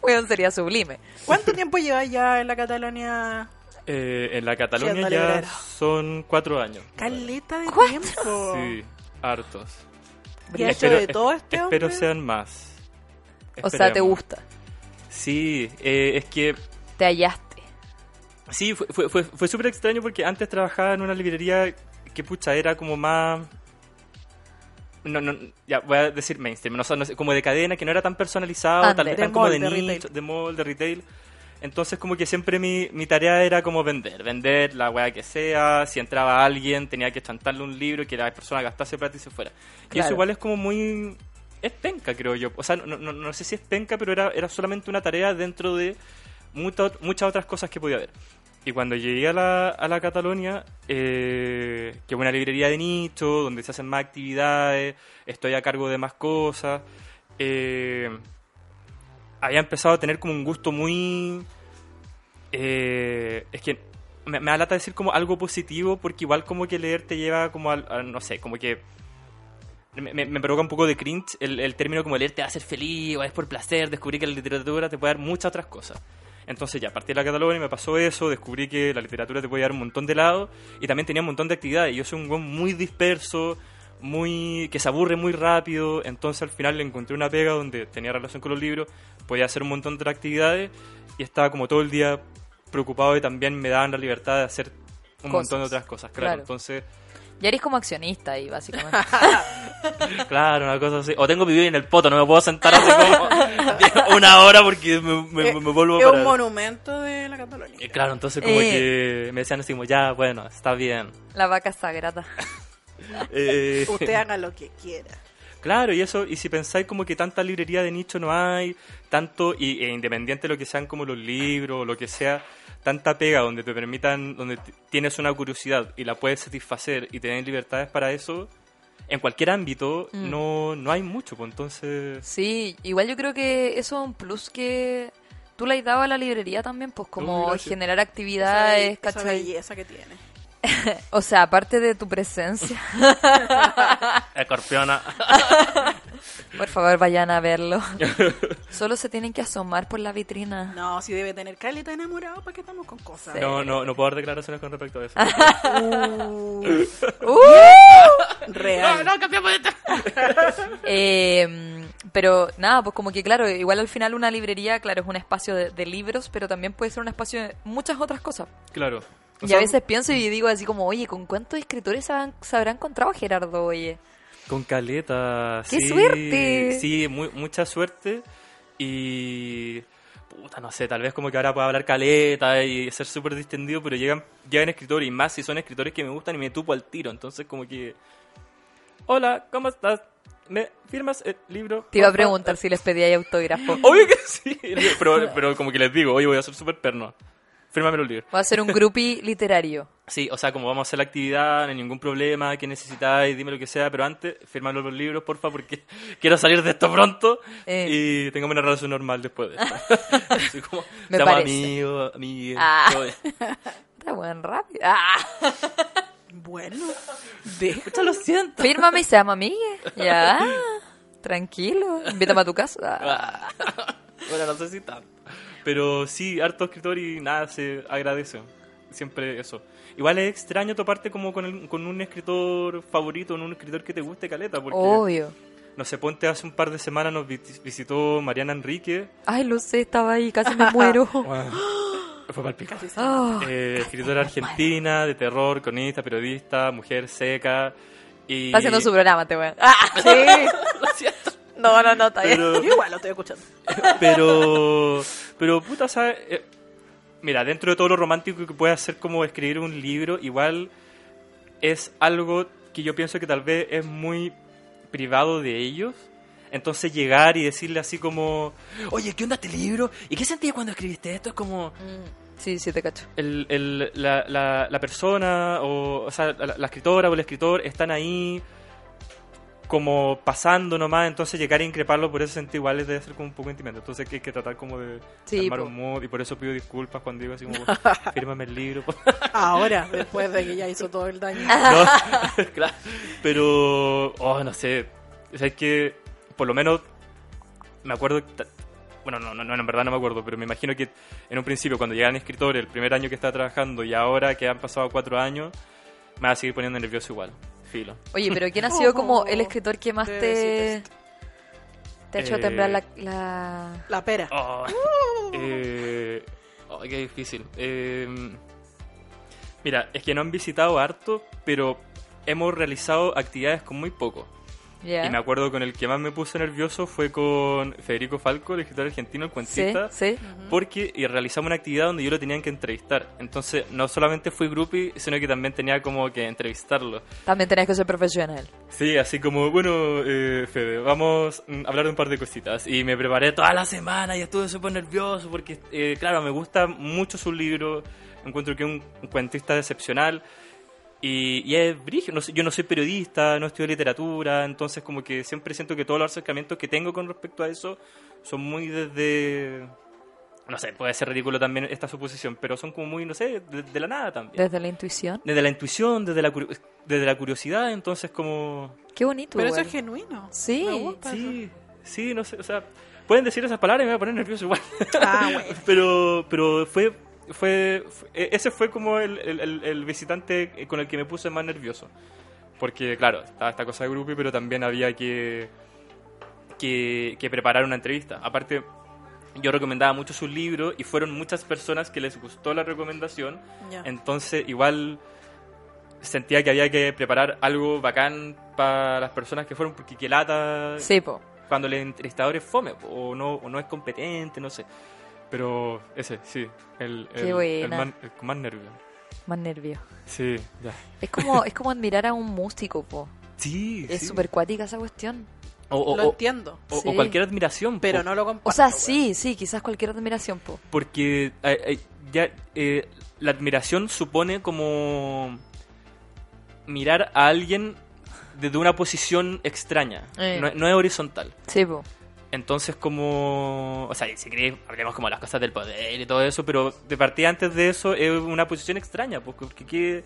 [SPEAKER 4] Weón, sería sublime.
[SPEAKER 5] ¿Cuánto tiempo llevas ya en la Cataluña?
[SPEAKER 7] Eh, en la
[SPEAKER 5] Siendo
[SPEAKER 7] Cataluña ya
[SPEAKER 5] librero.
[SPEAKER 7] son cuatro años.
[SPEAKER 5] Caleta de
[SPEAKER 4] ¿Cuánto? Oh.
[SPEAKER 5] tiempo.
[SPEAKER 7] Sí, hartos.
[SPEAKER 5] ¿Y ha hecho de todo este
[SPEAKER 7] espero
[SPEAKER 5] hombre?
[SPEAKER 7] sean más.
[SPEAKER 4] O sea, te
[SPEAKER 7] Esperemos.
[SPEAKER 4] gusta.
[SPEAKER 7] Sí, eh, es que
[SPEAKER 4] Te hallaste.
[SPEAKER 7] Sí, fue, fue, fue, fue súper extraño porque antes trabajaba en una librería que, pucha, era como más... no, no, ya voy a decir mainstream, no, sé, no sé, como de cadena, que no era tan personalizado,
[SPEAKER 4] Ándale.
[SPEAKER 7] tal vez
[SPEAKER 4] De
[SPEAKER 7] tan como
[SPEAKER 4] mall,
[SPEAKER 7] de,
[SPEAKER 4] de
[SPEAKER 7] nicho,
[SPEAKER 4] retail.
[SPEAKER 7] de mall, de retail. Entonces como que siempre mi, mi tarea era como vender, vender la weá que sea, si entraba alguien tenía que chantarle un libro, que la persona gastase plata y se fuera. Y
[SPEAKER 4] Claro.
[SPEAKER 7] eso igual es como muy... es penca, creo yo. O sea, no, no, no sé si es penca, pero era, era solamente una tarea dentro de mucha- muchas otras cosas que podía haber. Y cuando llegué a la, a la Catalonia, eh, que es una librería de nicho, donde se hacen más actividades, estoy a cargo de más cosas, eh, había empezado a tener como un gusto muy... eh, es que me, me da lata decir como algo positivo, porque igual como que leer te lleva como al... a- no sé, como que... Me, me- me provoca un poco de cringe el, el término como leer te hace feliz o es por placer, descubrí que la literatura te puede dar muchas otras cosas. Entonces ya, partí de la Cataluña y me pasó eso, descubrí que la literatura te puede dar un montón de lado y también tenía un montón de actividades. Yo soy un buen muy disperso, muy que se aburre muy rápido, entonces al final le encontré una pega donde tenía relación con los libros, podía hacer un montón de actividades y estaba como todo el día preocupado y también me daban la libertad de hacer
[SPEAKER 4] Cosas.
[SPEAKER 7] un montón de otras cosas,
[SPEAKER 4] Claro.
[SPEAKER 7] claro. Entonces
[SPEAKER 4] Ya eres como accionista ahí,
[SPEAKER 5] [LAUGHS]
[SPEAKER 4] básicamente.
[SPEAKER 7] Claro, una cosa así. O tengo vivir en el poto, no me puedo sentar hace como [LAUGHS] una hora porque me, me- me- me vuelvo
[SPEAKER 5] Eh, Es
[SPEAKER 7] para...
[SPEAKER 5] un monumento de la Cataluña.
[SPEAKER 7] Eh, Claro, entonces como
[SPEAKER 4] Eh.
[SPEAKER 7] que me decían así como, ya, bueno, está bien.
[SPEAKER 4] La vaca sagrada.
[SPEAKER 7] Eh,
[SPEAKER 5] [LAUGHS] Usted haga lo que quiera.
[SPEAKER 7] Claro, y eso, y si pensáis como que tanta librería de nicho no hay, tanto, y, e independiente de lo que sean como los libros o lo que sea, tanta pega donde te permitan, donde t- tienes una curiosidad y la puedes satisfacer y tener libertades para eso, en cualquier ámbito
[SPEAKER 4] Mm.
[SPEAKER 7] no, no hay mucho, pues entonces...
[SPEAKER 4] Sí, igual yo creo que eso es un plus que tú le has dado a la librería también, pues
[SPEAKER 7] Uy,
[SPEAKER 4] como
[SPEAKER 7] gracias.
[SPEAKER 4] generar
[SPEAKER 5] Esa,
[SPEAKER 4] actividades,
[SPEAKER 5] esa
[SPEAKER 4] ¿cachai?
[SPEAKER 5] belleza que tiene.
[SPEAKER 4] O sea, aparte de tu presencia,
[SPEAKER 7] Escorpiona.
[SPEAKER 4] por favor vayan a
[SPEAKER 7] [LAUGHS]
[SPEAKER 4] verlo. Solo se tienen que asomar por la vitrina.
[SPEAKER 5] No, si debe tener caleta enamorado, ¿para qué estamos con cosas?
[SPEAKER 7] No, no, no puedo dar declaraciones con
[SPEAKER 4] [LAUGHS]
[SPEAKER 7] respecto a eso.
[SPEAKER 5] Uh,
[SPEAKER 4] ¡Uh!
[SPEAKER 5] real.
[SPEAKER 4] Eh, pero nada, pues como que claro, igual al final una librería, claro, es un espacio de, de libros, pero también puede ser un espacio de muchas otras cosas.
[SPEAKER 7] Claro. O
[SPEAKER 4] Y
[SPEAKER 7] sea,
[SPEAKER 4] a veces pienso y digo así como, oye, ¿con cuántos escritores se habrán- se habrá encontrado Gerardo, oye?
[SPEAKER 7] Con caleta.
[SPEAKER 4] ¡Qué
[SPEAKER 7] sí,
[SPEAKER 4] suerte!
[SPEAKER 7] Sí, mu- mucha suerte. Y. Puta, no sé, tal vez como que ahora pueda hablar caleta y ser súper distendido, pero llegan, llegan escritores y más si son escritores que me gustan y me tupo al tiro. Entonces, como que. Hola, ¿cómo estás? ¿Me firmas el libro?
[SPEAKER 4] Te iba a
[SPEAKER 7] Porfa?"
[SPEAKER 4] preguntar si les pedía autógrafo.
[SPEAKER 7] Obvio que sí, [LAUGHS] pero, pero como que les digo, oye, voy a ser súper perno. Fírmame los libros.
[SPEAKER 4] Va a ser un groupie literario.
[SPEAKER 7] Sí, o sea, como vamos a hacer la actividad, no hay ningún problema, que necesitáis, dime lo que sea, pero antes, firman los libros, porfa, porque [LAUGHS] quiero salir de esto pronto
[SPEAKER 4] Eh.
[SPEAKER 7] y tengamos una relación normal después
[SPEAKER 4] [LAUGHS]
[SPEAKER 7] de esto. [LAUGHS] Así como,
[SPEAKER 4] Me
[SPEAKER 7] seamos
[SPEAKER 4] parece.
[SPEAKER 7] amigos, amigues,
[SPEAKER 4] Ah.
[SPEAKER 7] todo bien. [LAUGHS]
[SPEAKER 4] Está buen rápido. ¡Ah!
[SPEAKER 5] Bueno,
[SPEAKER 7] Pucha, lo siento.
[SPEAKER 4] Fírmame y seamos amigas.
[SPEAKER 7] [LAUGHS]
[SPEAKER 4] Ya. Tranquilo. Invítame a tu casa. Ah.
[SPEAKER 7] Ah. Bueno, no sé si tanto. Pero sí, harto escritor y nada, se agradece. Siempre eso. Igual es extraño toparte como con, el- con un escritor favorito, con un escritor que te guste caleta, porque...
[SPEAKER 4] Obvio.
[SPEAKER 7] No sé, ponte hace un par de semanas nos vi- visitó Mariana Enrique,
[SPEAKER 4] Ay, lo sé, estaba ahí, casi [LAUGHS] me muero. [GASPS]
[SPEAKER 7] fue pa'l pico.
[SPEAKER 4] Ah.
[SPEAKER 7] Eh, escritora argentina, de terror, cronista, periodista, mujer seca. Y...
[SPEAKER 4] Está haciendo su programa, te voy a... Ah, [LAUGHS] sí. Lo siento. No, no, no, está bien.
[SPEAKER 7] Pero,
[SPEAKER 5] yo igual lo estoy escuchando.
[SPEAKER 4] [LAUGHS]
[SPEAKER 7] pero, pero, puta, ¿sabes? Eh, mira, dentro de todo lo romántico que puede hacer como escribir un libro, igual es algo que yo pienso que tal vez es muy privado de ellos. Entonces llegar y decirle así como, oye, ¿qué onda este libro? ¿Y qué sentías cuando escribiste esto? Es como,
[SPEAKER 4] Sí, sí, te cacho.
[SPEAKER 7] el, el- la, la, la persona o, o sea, la, la escritora o el escritor están ahí como pasando nomás, entonces llegar a increparlo por ese sentido igual debe ser como un poco intimidante. Entonces hay que tratar como de
[SPEAKER 4] Sí,
[SPEAKER 7] armar
[SPEAKER 4] po.
[SPEAKER 7] un mood y por eso pido disculpas cuando digo
[SPEAKER 4] [LAUGHS]
[SPEAKER 7] así como, fírmame el libro. po".
[SPEAKER 5] Ahora, después de que ya hizo todo el daño.
[SPEAKER 7] [LAUGHS] No, claro. Pero, oh, no sé. O sea, es que, por lo menos, me acuerdo. ta- Bueno, no, no, no, en verdad no me acuerdo, pero me imagino que en un principio, cuando llegan escritores, el primer año que estaba trabajando y ahora que han pasado cuatro años, me va a seguir poniendo nervioso igual. Filo.
[SPEAKER 4] Oye, pero ¿quién ha sido como
[SPEAKER 5] Oh,
[SPEAKER 4] el escritor que más te... Te ha hecho
[SPEAKER 7] Eh.
[SPEAKER 4] temblar la... la-
[SPEAKER 5] La pera.
[SPEAKER 7] Oh, eh, oh, qué difícil. Eh, mira, es que no han visitado harto, pero hemos realizado actividades con muy poco.
[SPEAKER 4] Ya.
[SPEAKER 7] Y me acuerdo con el que más me puse nervioso fue con Federico Falco, el escritor argentino, el
[SPEAKER 4] Sí,
[SPEAKER 7] cuentista.
[SPEAKER 4] sí.
[SPEAKER 7] Porque y realizamos una actividad donde yo lo tenían que entrevistar. Entonces, no solamente fui groupie, sino que también tenía como que entrevistarlo.
[SPEAKER 4] También tenés que ser profesional.
[SPEAKER 7] Sí, así como, bueno, eh, Fede, vamos mm, a hablar de un par de cositas. Y me preparé toda la semana y estuve súper nervioso porque, eh, claro, me gusta mucho su libro. Encuentro que es un, un cuentista excepcional. Y, y es brígido. No sé- yo no soy periodista, no estudio literatura, entonces como que siempre siento que todos los acercamientos que tengo con respecto a eso son muy desde... No sé, puede ser ridículo también esta suposición, pero son como muy, no sé, de, de la nada también.
[SPEAKER 4] Desde la intuición.
[SPEAKER 7] Desde la intuición, desde la, curio- desde la curiosidad, entonces como...
[SPEAKER 4] Qué bonito.
[SPEAKER 5] Pero eso
[SPEAKER 4] igual.
[SPEAKER 5] es genuino.
[SPEAKER 4] Sí.
[SPEAKER 5] Me gusta
[SPEAKER 7] Sí, sí, no sé, o sea, pueden decir esas palabras y me voy a poner nervioso igual. [LAUGHS]
[SPEAKER 5] Ah, bueno.
[SPEAKER 7] pero, pero fue, fue, fue- e- ese fue como el, el- el- el visitante con el que me puse más nervioso. Porque, claro, estaba esta cosa de grupo, pero también había que, que, que preparar una entrevista. Aparte, yo recomendaba mucho sus libros y fueron muchas personas que les gustó la recomendación.
[SPEAKER 5] eso. Ya.
[SPEAKER 7] Entonces, igual sentía que había que preparar algo bacán para las personas que fueron, porque qué lata
[SPEAKER 4] Sí, po.
[SPEAKER 7] cuando el entrevistador es fome po, o no, o no es competente, no sé. Pero ese, sí, el,
[SPEAKER 4] Qué
[SPEAKER 7] el, el,
[SPEAKER 4] buena.
[SPEAKER 7] man- el con más nervio.
[SPEAKER 4] Más nervio.
[SPEAKER 7] Sí, ya.
[SPEAKER 4] Es como, es como admirar a un músico, po.
[SPEAKER 7] Sí,
[SPEAKER 4] Es
[SPEAKER 7] sí.
[SPEAKER 4] súper cuática esa cuestión.
[SPEAKER 7] O, o-
[SPEAKER 5] Lo
[SPEAKER 7] o-
[SPEAKER 5] entiendo,
[SPEAKER 7] o- o
[SPEAKER 4] sí.
[SPEAKER 7] cualquier admiración.
[SPEAKER 5] pero
[SPEAKER 7] po,
[SPEAKER 5] no lo comparto.
[SPEAKER 4] O sea,
[SPEAKER 5] weón.
[SPEAKER 4] sí, sí, quizás cualquier admiración, po.
[SPEAKER 7] Porque eh, eh, ya eh, la admiración supone como mirar a alguien desde una posición extraña,
[SPEAKER 4] Eh.
[SPEAKER 7] no, no es horizontal.
[SPEAKER 4] Sí, po.
[SPEAKER 7] Entonces, como. O sea, si queréis, hablemos como de las cosas del poder y todo eso, pero de partida antes de eso es una posición extraña, porque, porque que.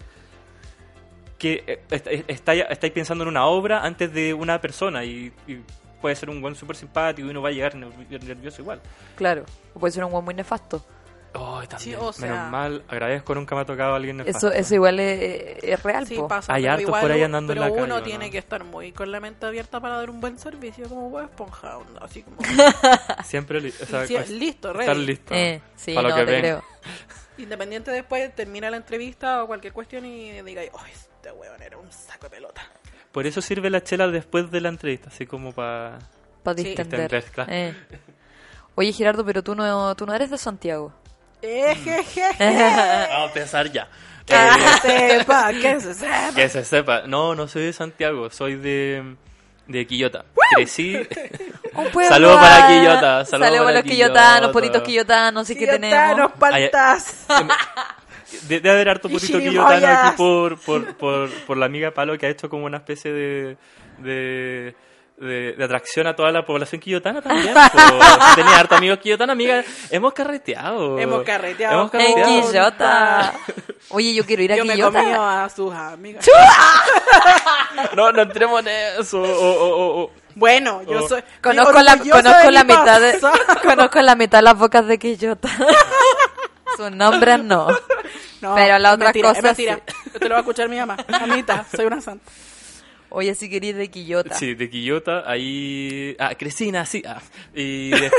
[SPEAKER 7] que eh, est- est- estáis estáis pensando en una obra antes de una persona y, y puede ser un buen súper simpático y uno va a llegar nerv- nervioso igual.
[SPEAKER 4] Claro. O puede ser un buen muy nefasto.
[SPEAKER 7] Oh, también.
[SPEAKER 5] Sí, o sea-
[SPEAKER 7] Menos mal, agradezco nunca me ha tocado a alguien nefasto.
[SPEAKER 4] Eso, eso igual es, es real,
[SPEAKER 5] Sí,
[SPEAKER 4] po.
[SPEAKER 5] pasa.
[SPEAKER 7] Hay
[SPEAKER 5] pero
[SPEAKER 7] hartos
[SPEAKER 5] igual
[SPEAKER 7] por ahí
[SPEAKER 5] u-
[SPEAKER 7] andando en
[SPEAKER 5] pero
[SPEAKER 7] la calle,
[SPEAKER 5] uno
[SPEAKER 7] ¿o no?
[SPEAKER 5] tiene que estar muy con la mente abierta para dar un buen servicio como huevo esponja. onda, Así como,
[SPEAKER 7] Siempre li- o sea,
[SPEAKER 5] Sí,
[SPEAKER 7] pues,
[SPEAKER 5] listo, ready.
[SPEAKER 7] estar listo.
[SPEAKER 4] Eh, sí,
[SPEAKER 7] para
[SPEAKER 4] no,
[SPEAKER 7] lo que
[SPEAKER 4] te
[SPEAKER 7] ven.
[SPEAKER 4] creo.
[SPEAKER 5] independiente después, termina la entrevista o cualquier cuestión y diga, oh, este huevón era un saco de pelota.
[SPEAKER 7] Por eso sirve la chela después de la entrevista, así como para.
[SPEAKER 4] Para
[SPEAKER 5] Sí.
[SPEAKER 4] distender.
[SPEAKER 7] Distender, claro.
[SPEAKER 4] Eh. Oye, Gerardo, pero tú no, tú no eres de Santiago.
[SPEAKER 5] Eh,
[SPEAKER 4] [LAUGHS]
[SPEAKER 5] Ejeje.
[SPEAKER 7] Vamos a empezar ya.
[SPEAKER 5] Ah, Que sepa, que se sepa.
[SPEAKER 7] Que se sepa. No, no soy de Santiago, soy de, de Quillota. Crecí. [LAUGHS]
[SPEAKER 4] Un pueblo
[SPEAKER 7] Saludos para
[SPEAKER 4] a-
[SPEAKER 7] Quillota, saludos
[SPEAKER 4] Saludos para
[SPEAKER 7] para
[SPEAKER 4] los quillotanos,
[SPEAKER 7] Quillota.
[SPEAKER 4] poditos quillotanos, sí que tenemos.
[SPEAKER 5] Quillotanos, paltas.
[SPEAKER 7] de, de haber
[SPEAKER 5] [LAUGHS]
[SPEAKER 7] harto putito
[SPEAKER 5] Quillimoyas.
[SPEAKER 7] quillotano aquí por, por, por, por la amiga Palo que ha hecho como una especie de. de de, de atracción a toda la población
[SPEAKER 5] [LAUGHS]
[SPEAKER 7] quillotana también. po. Tenía harto amigos quillotanos, amiga. Hemos carreteado.
[SPEAKER 5] Hemos carreteado.
[SPEAKER 7] Hemos
[SPEAKER 4] En
[SPEAKER 7] carreteado.
[SPEAKER 5] Quillo-
[SPEAKER 4] Quillota. Oye, yo quiero ir a
[SPEAKER 5] Yo me
[SPEAKER 4] Quillota.
[SPEAKER 5] comí a sus amigas.
[SPEAKER 7] No, no entremos en eso. o- o- o- o-
[SPEAKER 5] Bueno, yo
[SPEAKER 7] Oh.
[SPEAKER 5] soy.
[SPEAKER 4] Conozco la,
[SPEAKER 5] orgullosa
[SPEAKER 4] conozco
[SPEAKER 5] de
[SPEAKER 4] la
[SPEAKER 5] mi
[SPEAKER 4] mitad de,
[SPEAKER 5] pasado.
[SPEAKER 4] conozco la mitad de las bocas de
[SPEAKER 5] [LAUGHS]
[SPEAKER 4] Quillota. Sus nombres [LAUGHS] no.
[SPEAKER 5] No,
[SPEAKER 4] Pero la
[SPEAKER 5] es
[SPEAKER 4] otra
[SPEAKER 5] mentira, es
[SPEAKER 4] cosa
[SPEAKER 5] mentira. Te lo va a escuchar
[SPEAKER 4] [LAUGHS]
[SPEAKER 5] mi mamá. Amita, soy una santa.
[SPEAKER 4] Oye, si querés de Quillota.
[SPEAKER 7] Sí, de Quillota, ahí... Ah, crecí, nací. Ah, y, des-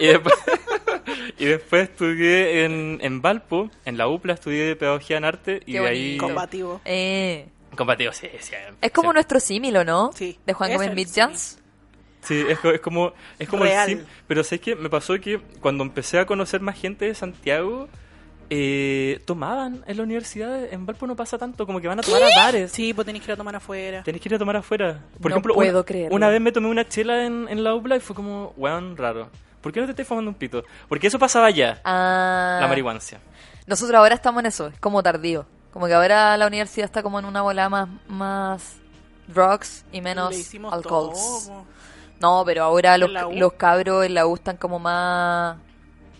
[SPEAKER 7] y después, [LAUGHS] y después estudié en, en Valpo, en la UPLA, estudié Pedagogía en Arte y
[SPEAKER 4] Qué
[SPEAKER 7] de ahí...
[SPEAKER 4] bonito.
[SPEAKER 5] Combativo.
[SPEAKER 4] Eh,
[SPEAKER 7] Combatido, sí, sí. eh,
[SPEAKER 4] es como
[SPEAKER 7] sí.
[SPEAKER 4] nuestro símil, ¿o no?
[SPEAKER 5] Sí.
[SPEAKER 4] De Juan
[SPEAKER 5] Es
[SPEAKER 4] Gómez
[SPEAKER 5] el
[SPEAKER 4] Mitjans.
[SPEAKER 7] Sí, es, co- es como, es como
[SPEAKER 5] Real.
[SPEAKER 7] el sim. Pero sé que me pasó que cuando empecé a conocer más gente de Santiago, eh, tomaban en la universidad. En Valpo no pasa tanto, como que van a tomar a bares.
[SPEAKER 5] Sí, pues tenés que ir a tomar afuera.
[SPEAKER 7] Tenés que ir a tomar afuera. Por
[SPEAKER 4] No
[SPEAKER 7] ejemplo,
[SPEAKER 4] puedo
[SPEAKER 7] una,
[SPEAKER 4] creerlo.
[SPEAKER 7] una vez me tomé una chela en, en la UBLA y fue como, weón, raro. ¿Por qué no te estás fumando un pito? Porque eso pasaba allá,
[SPEAKER 4] Ah.
[SPEAKER 7] la marihuancia.
[SPEAKER 4] Nosotros ahora estamos en eso, es como tardío. Como que ahora la universidad está como en una bola más, más drugs y menos
[SPEAKER 5] Le hicimos
[SPEAKER 4] alcohols.
[SPEAKER 5] todo.
[SPEAKER 4] No, pero ahora los,
[SPEAKER 5] la U.
[SPEAKER 4] los cabros en la U están como más...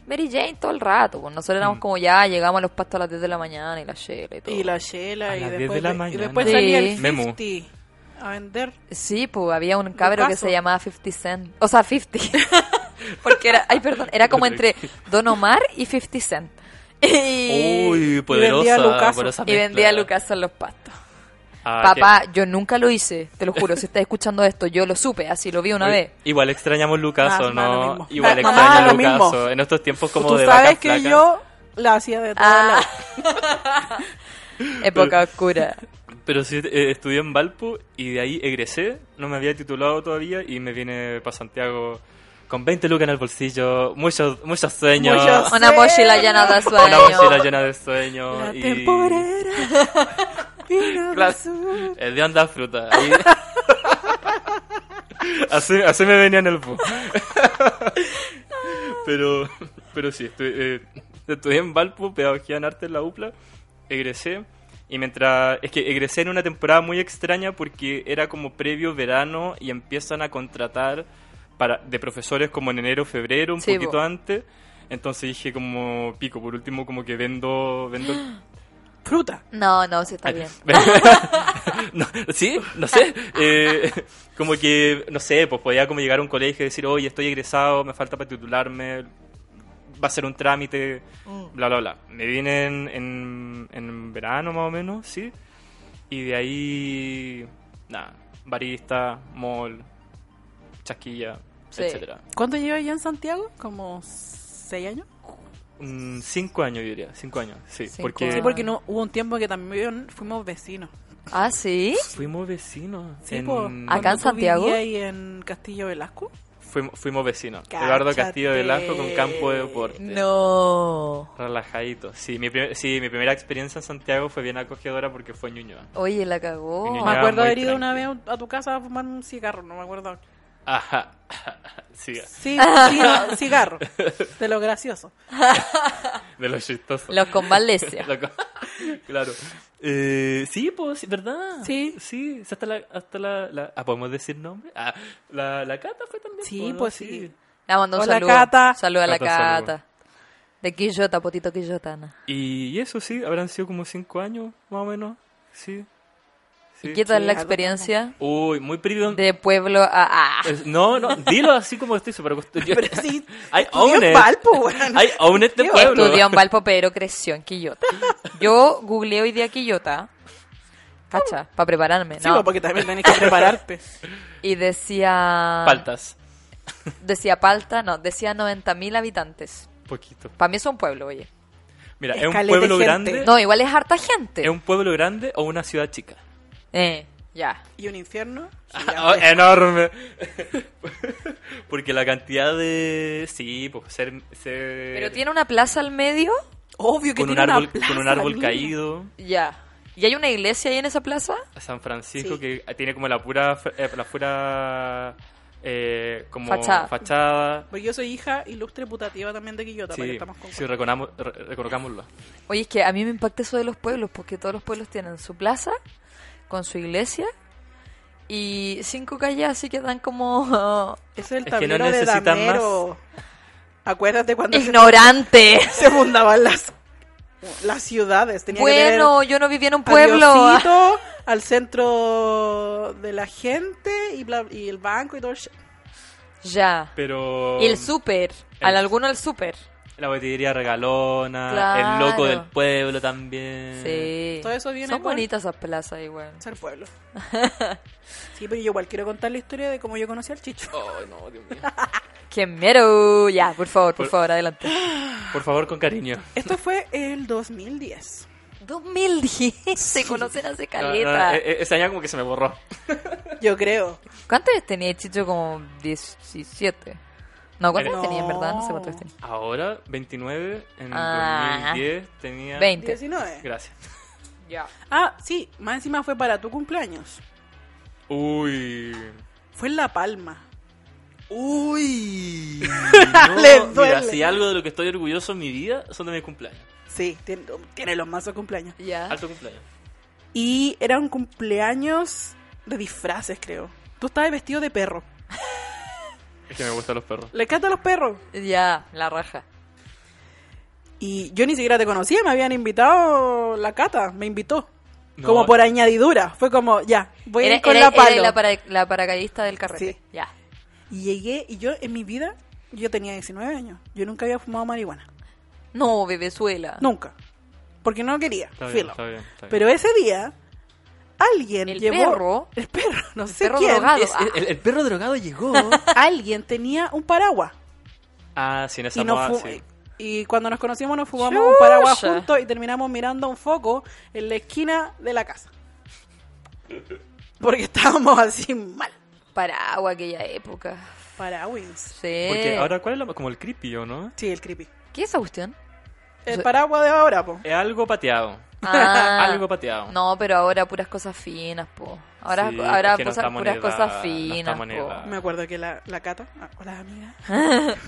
[SPEAKER 4] Mary Jane todo el rato. pues. Nosotros
[SPEAKER 7] Mm.
[SPEAKER 4] éramos como ya, llegamos a los pastos a las 10 de la mañana y la chela y todo.
[SPEAKER 5] Y la chela
[SPEAKER 7] A
[SPEAKER 5] y
[SPEAKER 7] las 10
[SPEAKER 5] después,
[SPEAKER 7] de la
[SPEAKER 5] y
[SPEAKER 7] mañana.
[SPEAKER 5] después
[SPEAKER 4] Sí.
[SPEAKER 5] salía el 50
[SPEAKER 7] Memo.
[SPEAKER 5] a vender.
[SPEAKER 4] Sí, pues había un cabro que
[SPEAKER 5] vaso.
[SPEAKER 4] se llamaba 50 Cent. O sea,
[SPEAKER 5] [LAUGHS]
[SPEAKER 4] 50. Porque era, ay, perdón, era como
[SPEAKER 7] [LAUGHS]
[SPEAKER 4] entre Don Omar y 50 Cent. [LAUGHS] Y,
[SPEAKER 7] Uy,
[SPEAKER 5] vendía
[SPEAKER 7] poderosa,
[SPEAKER 5] Lucaso.
[SPEAKER 7] poderosa
[SPEAKER 4] y vendía a
[SPEAKER 7] mezcla.
[SPEAKER 4] Lucas en los pastos.
[SPEAKER 7] Ah,
[SPEAKER 4] Papá, yo nunca lo hice, te lo juro. Si estás escuchando esto, yo lo supe, así lo vi
[SPEAKER 7] que-
[SPEAKER 4] una vez.
[SPEAKER 7] Igual extrañamos Lucaso,
[SPEAKER 5] Ah, lo
[SPEAKER 7] ¿no?
[SPEAKER 5] mismo.
[SPEAKER 7] Igual
[SPEAKER 5] Ah,
[SPEAKER 7] extrañamos
[SPEAKER 5] lo mismo.
[SPEAKER 7] Lucaso. En estos tiempos como
[SPEAKER 5] Tú
[SPEAKER 7] de
[SPEAKER 5] sabes
[SPEAKER 7] vacas
[SPEAKER 5] que
[SPEAKER 4] [LAUGHS]
[SPEAKER 7] flacas.
[SPEAKER 5] yo la hacía de todo
[SPEAKER 4] Ah. Época oscura.
[SPEAKER 7] Pero sí eh, estudié en Valpo y de ahí egresé, no me había titulado todavía y me vine para Santiago con 20 lucas en el bolsillo, muchos, muchos sueños.
[SPEAKER 5] Muchos
[SPEAKER 4] Una mochila llena de
[SPEAKER 7] Una
[SPEAKER 4] sueños.
[SPEAKER 7] mochila llena de sueños.
[SPEAKER 5] La
[SPEAKER 7] y- [LAUGHS]
[SPEAKER 5] temporera. vino de
[SPEAKER 7] Claro.
[SPEAKER 5] sur.
[SPEAKER 7] El de anda fruta. ahí. [LAUGHS] así, así me venía en el bus. [LAUGHS] pero, pero sí, estu- eh, estudié en Valpo, pedagogía en arte en la UPLA, egresé. Y mientras. Es que egresé en una temporada muy extraña porque era como previo verano y empiezan a contratar para, de profesores como en enero, febrero, un
[SPEAKER 4] Sí,
[SPEAKER 7] poquito
[SPEAKER 4] bo.
[SPEAKER 7] antes. Entonces dije como pico, por último como que vendo, vendo
[SPEAKER 5] Fruta.
[SPEAKER 4] No, no, sí está
[SPEAKER 7] [LAUGHS]
[SPEAKER 4] bien.
[SPEAKER 7] No, sí, no sé. Eh, como que, no sé, pues podía como llegar a un colegio y decir, oye, estoy egresado, me falta para titularme, va a ser un trámite,
[SPEAKER 4] Mm.
[SPEAKER 7] bla, bla, bla. Me vine en, en, en verano más o menos, sí. Y de ahí, nada, barista, mall, chasquilla,
[SPEAKER 4] Sí.
[SPEAKER 7] etcétera.
[SPEAKER 5] ¿Cuánto lleva ya en Santiago? ¿Como seis años?
[SPEAKER 7] Mm, cinco años, yo diría, cinco años, sí.
[SPEAKER 4] Cinco
[SPEAKER 7] porque
[SPEAKER 4] años.
[SPEAKER 5] Sí, porque no, hubo un tiempo que también fuimos vecinos.
[SPEAKER 4] Ah, sí.
[SPEAKER 7] fuimos vecinos.
[SPEAKER 5] Sí,
[SPEAKER 7] en-
[SPEAKER 5] po,
[SPEAKER 4] Acá en
[SPEAKER 5] cuando tú
[SPEAKER 4] Santiago.
[SPEAKER 5] vivías ahí en Castillo Velasco.
[SPEAKER 7] Fuimos, fuimos vecinos. Eduardo Castillo de Velasco con Campo de Deporte.
[SPEAKER 4] No.
[SPEAKER 7] Relajadito. Sí mi, prim- sí, mi primera experiencia en Santiago fue bien acogedora porque fue en Ñuñoa.
[SPEAKER 4] Oye, la cagó.
[SPEAKER 7] Niña.
[SPEAKER 5] me
[SPEAKER 7] Ya,
[SPEAKER 5] acuerdo
[SPEAKER 7] muy
[SPEAKER 5] haber ido una
[SPEAKER 7] tranqui.
[SPEAKER 5] vez a tu casa a fumar un cigarro, no me acuerdo.
[SPEAKER 7] Ajá. [LAUGHS] Siga.
[SPEAKER 4] [LAUGHS]
[SPEAKER 5] Sí, sí, no, cigarro. De lo
[SPEAKER 7] [LAUGHS]
[SPEAKER 5] gracioso.
[SPEAKER 7] De los chistosos.
[SPEAKER 4] Los convalescias.
[SPEAKER 7] [LAUGHS] Lo co- claro. Eh, sí, pues, sí, ¿verdad?
[SPEAKER 5] Sí.
[SPEAKER 7] Sí, sí, hasta la... Hasta la, la- ah, ¿podemos decir nombre? Ah, la, la Cata fue también.
[SPEAKER 5] Sí,
[SPEAKER 7] po, ¿no?
[SPEAKER 5] pues, sí.
[SPEAKER 4] La mando un
[SPEAKER 5] Hola,
[SPEAKER 4] saludo.
[SPEAKER 5] Cata.
[SPEAKER 4] Saludo a la
[SPEAKER 7] Cata, saludo.
[SPEAKER 4] Cata. De Quillota, potito Quillotana.
[SPEAKER 7] Y eso sí, habrán sido como cinco años, más o menos. Sí. Sí.
[SPEAKER 4] ¿Y qué tal
[SPEAKER 5] sí,
[SPEAKER 4] la
[SPEAKER 5] algo
[SPEAKER 4] experiencia
[SPEAKER 7] Uy, muy privilegiado.
[SPEAKER 4] de pueblo a... ah,
[SPEAKER 7] No, no, dilo así como estoy súper acostumbrado.
[SPEAKER 5] [LAUGHS] Pero
[SPEAKER 7] [LAUGHS]
[SPEAKER 5] sí,
[SPEAKER 7] I
[SPEAKER 5] estudió
[SPEAKER 7] own
[SPEAKER 5] en
[SPEAKER 7] it.
[SPEAKER 5] Valpo, weón.
[SPEAKER 7] I own it [LAUGHS] de pueblo.
[SPEAKER 4] Estudió en Valpo, pero creció en Quillota. Yo googleé hoy día Quillota. Cacha, para prepararme.
[SPEAKER 5] Sí, pues,
[SPEAKER 4] No.
[SPEAKER 5] porque también
[SPEAKER 7] [LAUGHS]
[SPEAKER 5] tenés que prepararte.
[SPEAKER 4] Y decía...
[SPEAKER 7] Faltas.
[SPEAKER 4] Decía Palta, no, decía 90.000 habitantes.
[SPEAKER 7] Poquito.
[SPEAKER 4] Para mí es un pueblo, oye.
[SPEAKER 7] Mira,
[SPEAKER 5] Es
[SPEAKER 7] es un
[SPEAKER 5] caleta de
[SPEAKER 7] pueblo
[SPEAKER 5] gente.
[SPEAKER 7] grande.
[SPEAKER 4] No, igual es harta gente.
[SPEAKER 7] ¿Es un pueblo grande o una ciudad chica?
[SPEAKER 4] Eh, ya.
[SPEAKER 5] Y un infierno.
[SPEAKER 7] [LAUGHS] Oh,
[SPEAKER 5] pues.
[SPEAKER 7] enorme. Porque la cantidad de. Sí, pues ser. ser-
[SPEAKER 4] Pero tiene una plaza al medio,
[SPEAKER 5] Obvio que
[SPEAKER 7] con un
[SPEAKER 5] tiene una
[SPEAKER 7] árbol,
[SPEAKER 5] plaza,
[SPEAKER 7] con un árbol
[SPEAKER 5] mira.
[SPEAKER 7] caído.
[SPEAKER 4] ya. ¿Y hay una iglesia ahí en esa plaza?
[SPEAKER 7] San Francisco
[SPEAKER 5] Sí.
[SPEAKER 7] que tiene como la pura. fr- eh, la pura. eh, como
[SPEAKER 4] Fachada.
[SPEAKER 7] fachada.
[SPEAKER 5] Porque yo soy hija ilustre putativa también de Quillota, para que
[SPEAKER 7] Sí,
[SPEAKER 5] estamos con
[SPEAKER 7] sí reconamo- re- reconozcámoslo.
[SPEAKER 4] Oye, es que a mí me impacta eso de los pueblos, porque todos los pueblos tienen su plaza, con su iglesia, y cinco calles así que dan como...
[SPEAKER 5] Ese es el
[SPEAKER 7] Es que [LAUGHS] no
[SPEAKER 5] tablero de
[SPEAKER 7] necesitan
[SPEAKER 5] Damero. Acuérdate cuando se-
[SPEAKER 4] ¡Ignorante!
[SPEAKER 5] se fundaban las, las ciudades. Tenía
[SPEAKER 4] Bueno,
[SPEAKER 5] que
[SPEAKER 4] yo no vivía en un
[SPEAKER 5] tener a
[SPEAKER 4] pueblo.
[SPEAKER 5] Diosito, al centro de la gente y, bla- y el banco y todo. el sh-
[SPEAKER 4] Ah, Ya.
[SPEAKER 7] Pero.
[SPEAKER 4] Y el súper. Al alguno el súper.
[SPEAKER 7] La botillería regalona. El
[SPEAKER 4] Claro.
[SPEAKER 7] loco del pueblo también.
[SPEAKER 4] Sí.
[SPEAKER 5] todo eso viene
[SPEAKER 4] Son
[SPEAKER 5] con-
[SPEAKER 4] bonitas esas plazas igual.
[SPEAKER 5] Es
[SPEAKER 4] [LAUGHS]
[SPEAKER 5] el pueblo. Sí, pero yo igual quiero contar la historia de cómo yo conocí al Chicho.
[SPEAKER 7] Ay, no, Dios mío.
[SPEAKER 4] ¡Qué mero! Ya, por favor, por favor, adelante.
[SPEAKER 7] Por favor, con cariño.
[SPEAKER 5] Esto fue el 2010.
[SPEAKER 4] 2010, se conocen hace
[SPEAKER 7] No, no,
[SPEAKER 4] caleta.
[SPEAKER 7] e- e- ese año como que se me borró.
[SPEAKER 5] Yo creo.
[SPEAKER 4] ¿Cuántos años tenía Chicho? Como 17. No, ¿cuántos años tenía en verdad? No sé cuántos años tenía.
[SPEAKER 7] Ahora, 29, en
[SPEAKER 4] Ah.
[SPEAKER 7] 2010 tenía...
[SPEAKER 4] 20.
[SPEAKER 5] 19.
[SPEAKER 7] Gracias.
[SPEAKER 4] Ya.
[SPEAKER 5] Ah, sí, más encima fue para tu cumpleaños.
[SPEAKER 4] [LAUGHS]
[SPEAKER 7] Uy.
[SPEAKER 5] Fue en La Palma.
[SPEAKER 7] Uy.
[SPEAKER 4] Ah,
[SPEAKER 5] Le duele.
[SPEAKER 7] mira, si algo de lo que estoy orgulloso en mi vida son de mis cumpleaños.
[SPEAKER 5] Sí, tiene, tiene los mazos cumpleaños.
[SPEAKER 4] Ya.
[SPEAKER 7] Alto cumpleaños.
[SPEAKER 5] Y era un cumpleaños de disfraces, creo. Tú estabas vestido de perro.
[SPEAKER 7] Es que me gustan los perros.
[SPEAKER 5] Le encantan los perros.
[SPEAKER 4] Ya, la raja.
[SPEAKER 5] Y yo ni siquiera te conocía, me habían invitado la cata, me invitó.
[SPEAKER 7] No.
[SPEAKER 5] Como por añadidura. Fue como, ya, voy a ir
[SPEAKER 4] Era,
[SPEAKER 5] con
[SPEAKER 4] era-
[SPEAKER 5] la palo.
[SPEAKER 4] era la, para- la paracaidista del carrete.
[SPEAKER 5] Sí.
[SPEAKER 4] Ya.
[SPEAKER 5] Y llegué, y yo en mi vida, yo tenía 19 años. Yo nunca había fumado marihuana.
[SPEAKER 4] No, Venezuela.
[SPEAKER 5] Nunca. Porque no quería.
[SPEAKER 7] Está bien,
[SPEAKER 5] filo.
[SPEAKER 7] está bien, está bien.
[SPEAKER 5] Pero ese día, alguien
[SPEAKER 4] El
[SPEAKER 5] llevó.
[SPEAKER 4] perro.
[SPEAKER 5] El perro, no sé
[SPEAKER 4] Perro
[SPEAKER 5] quién.
[SPEAKER 4] drogado.
[SPEAKER 7] Es-
[SPEAKER 4] Ah,
[SPEAKER 7] el, el perro drogado llegó.
[SPEAKER 5] Alguien tenía un paraguas.
[SPEAKER 7] ah, sí, en esa
[SPEAKER 5] y, nos
[SPEAKER 7] moda,
[SPEAKER 5] fu-
[SPEAKER 7] sí.
[SPEAKER 5] y cuando nos conocimos nos fumamos un paraguas
[SPEAKER 4] Chucha.
[SPEAKER 5] juntos y terminamos mirando un foco en la esquina de la casa. Porque estábamos así mal.
[SPEAKER 4] Paraguas aquella época.
[SPEAKER 5] Para Wings.
[SPEAKER 4] Sí.
[SPEAKER 7] Porque ahora, ¿cuál es la- como el creepy o no?
[SPEAKER 5] Sí, el creepy.
[SPEAKER 4] ¿Qué es esa cuestión?
[SPEAKER 5] El
[SPEAKER 4] Sí.
[SPEAKER 5] paraguas de ahora, po.
[SPEAKER 7] Es algo pateado.
[SPEAKER 4] Ah.
[SPEAKER 7] [LAUGHS] algo pateado.
[SPEAKER 4] No, pero ahora puras cosas finas, po. Ahora,
[SPEAKER 7] Sí,
[SPEAKER 4] ahora
[SPEAKER 7] es que no
[SPEAKER 4] cosas-
[SPEAKER 7] estamos en
[SPEAKER 4] puras
[SPEAKER 7] edad,
[SPEAKER 4] cosas
[SPEAKER 7] no
[SPEAKER 4] finas,
[SPEAKER 7] estamos en
[SPEAKER 4] po.
[SPEAKER 7] edad.
[SPEAKER 5] Me acuerdo que la, la Cata, ah, hola [LAUGHS] amiga,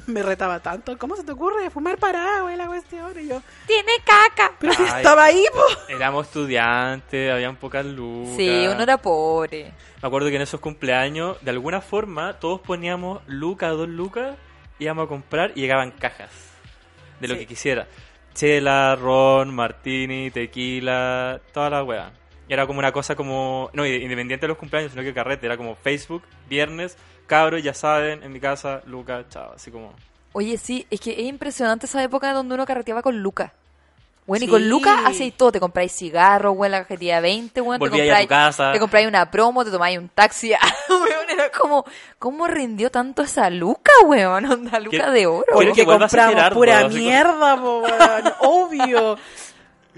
[SPEAKER 5] me retaba tanto. ¿Cómo se te ocurre fumar paraguas y la cuestión? Y yo,
[SPEAKER 3] Tiene caca.
[SPEAKER 5] pero si
[SPEAKER 7] Ay.
[SPEAKER 5] estaba ahí, po.
[SPEAKER 7] Éramos estudiantes, habían pocas luces.
[SPEAKER 4] Sí, uno era pobre.
[SPEAKER 7] Me acuerdo que en esos cumpleaños, de alguna forma, todos poníamos lucas, dos lucas, íbamos a comprar y llegaban cajas de lo
[SPEAKER 5] Sí.
[SPEAKER 7] que quisiera. Chela, ron, martini, tequila, toda la weá. Y era como una cosa como, no, inde- independiente de los cumpleaños, sino que carrete, era como Facebook, viernes, cabros, ya saben, en mi casa, lucas, chao, así como...
[SPEAKER 4] Oye, sí, es que es impresionante esa época donde uno carreteaba con Luca. Bueno, y
[SPEAKER 5] Sí.
[SPEAKER 4] con Luca hacéis todo. Te compráis cigarros, weón, la cajetilla de 20, weón. Te
[SPEAKER 7] Volví ahí a
[SPEAKER 4] compráis,
[SPEAKER 7] tu casa.
[SPEAKER 4] Te compráis una promo, te tomáis un taxi. [LAUGHS] Ah, weón, era como, ¿cómo rindió tanto esa Luca, weón? Onda Luca
[SPEAKER 7] Quiero-
[SPEAKER 4] de oro.
[SPEAKER 7] quiero que
[SPEAKER 5] Porque
[SPEAKER 7] vuelvas a
[SPEAKER 5] compramos
[SPEAKER 7] Gerardo,
[SPEAKER 5] pura
[SPEAKER 7] así como-
[SPEAKER 5] mierda, po, [LAUGHS] weón. obvio.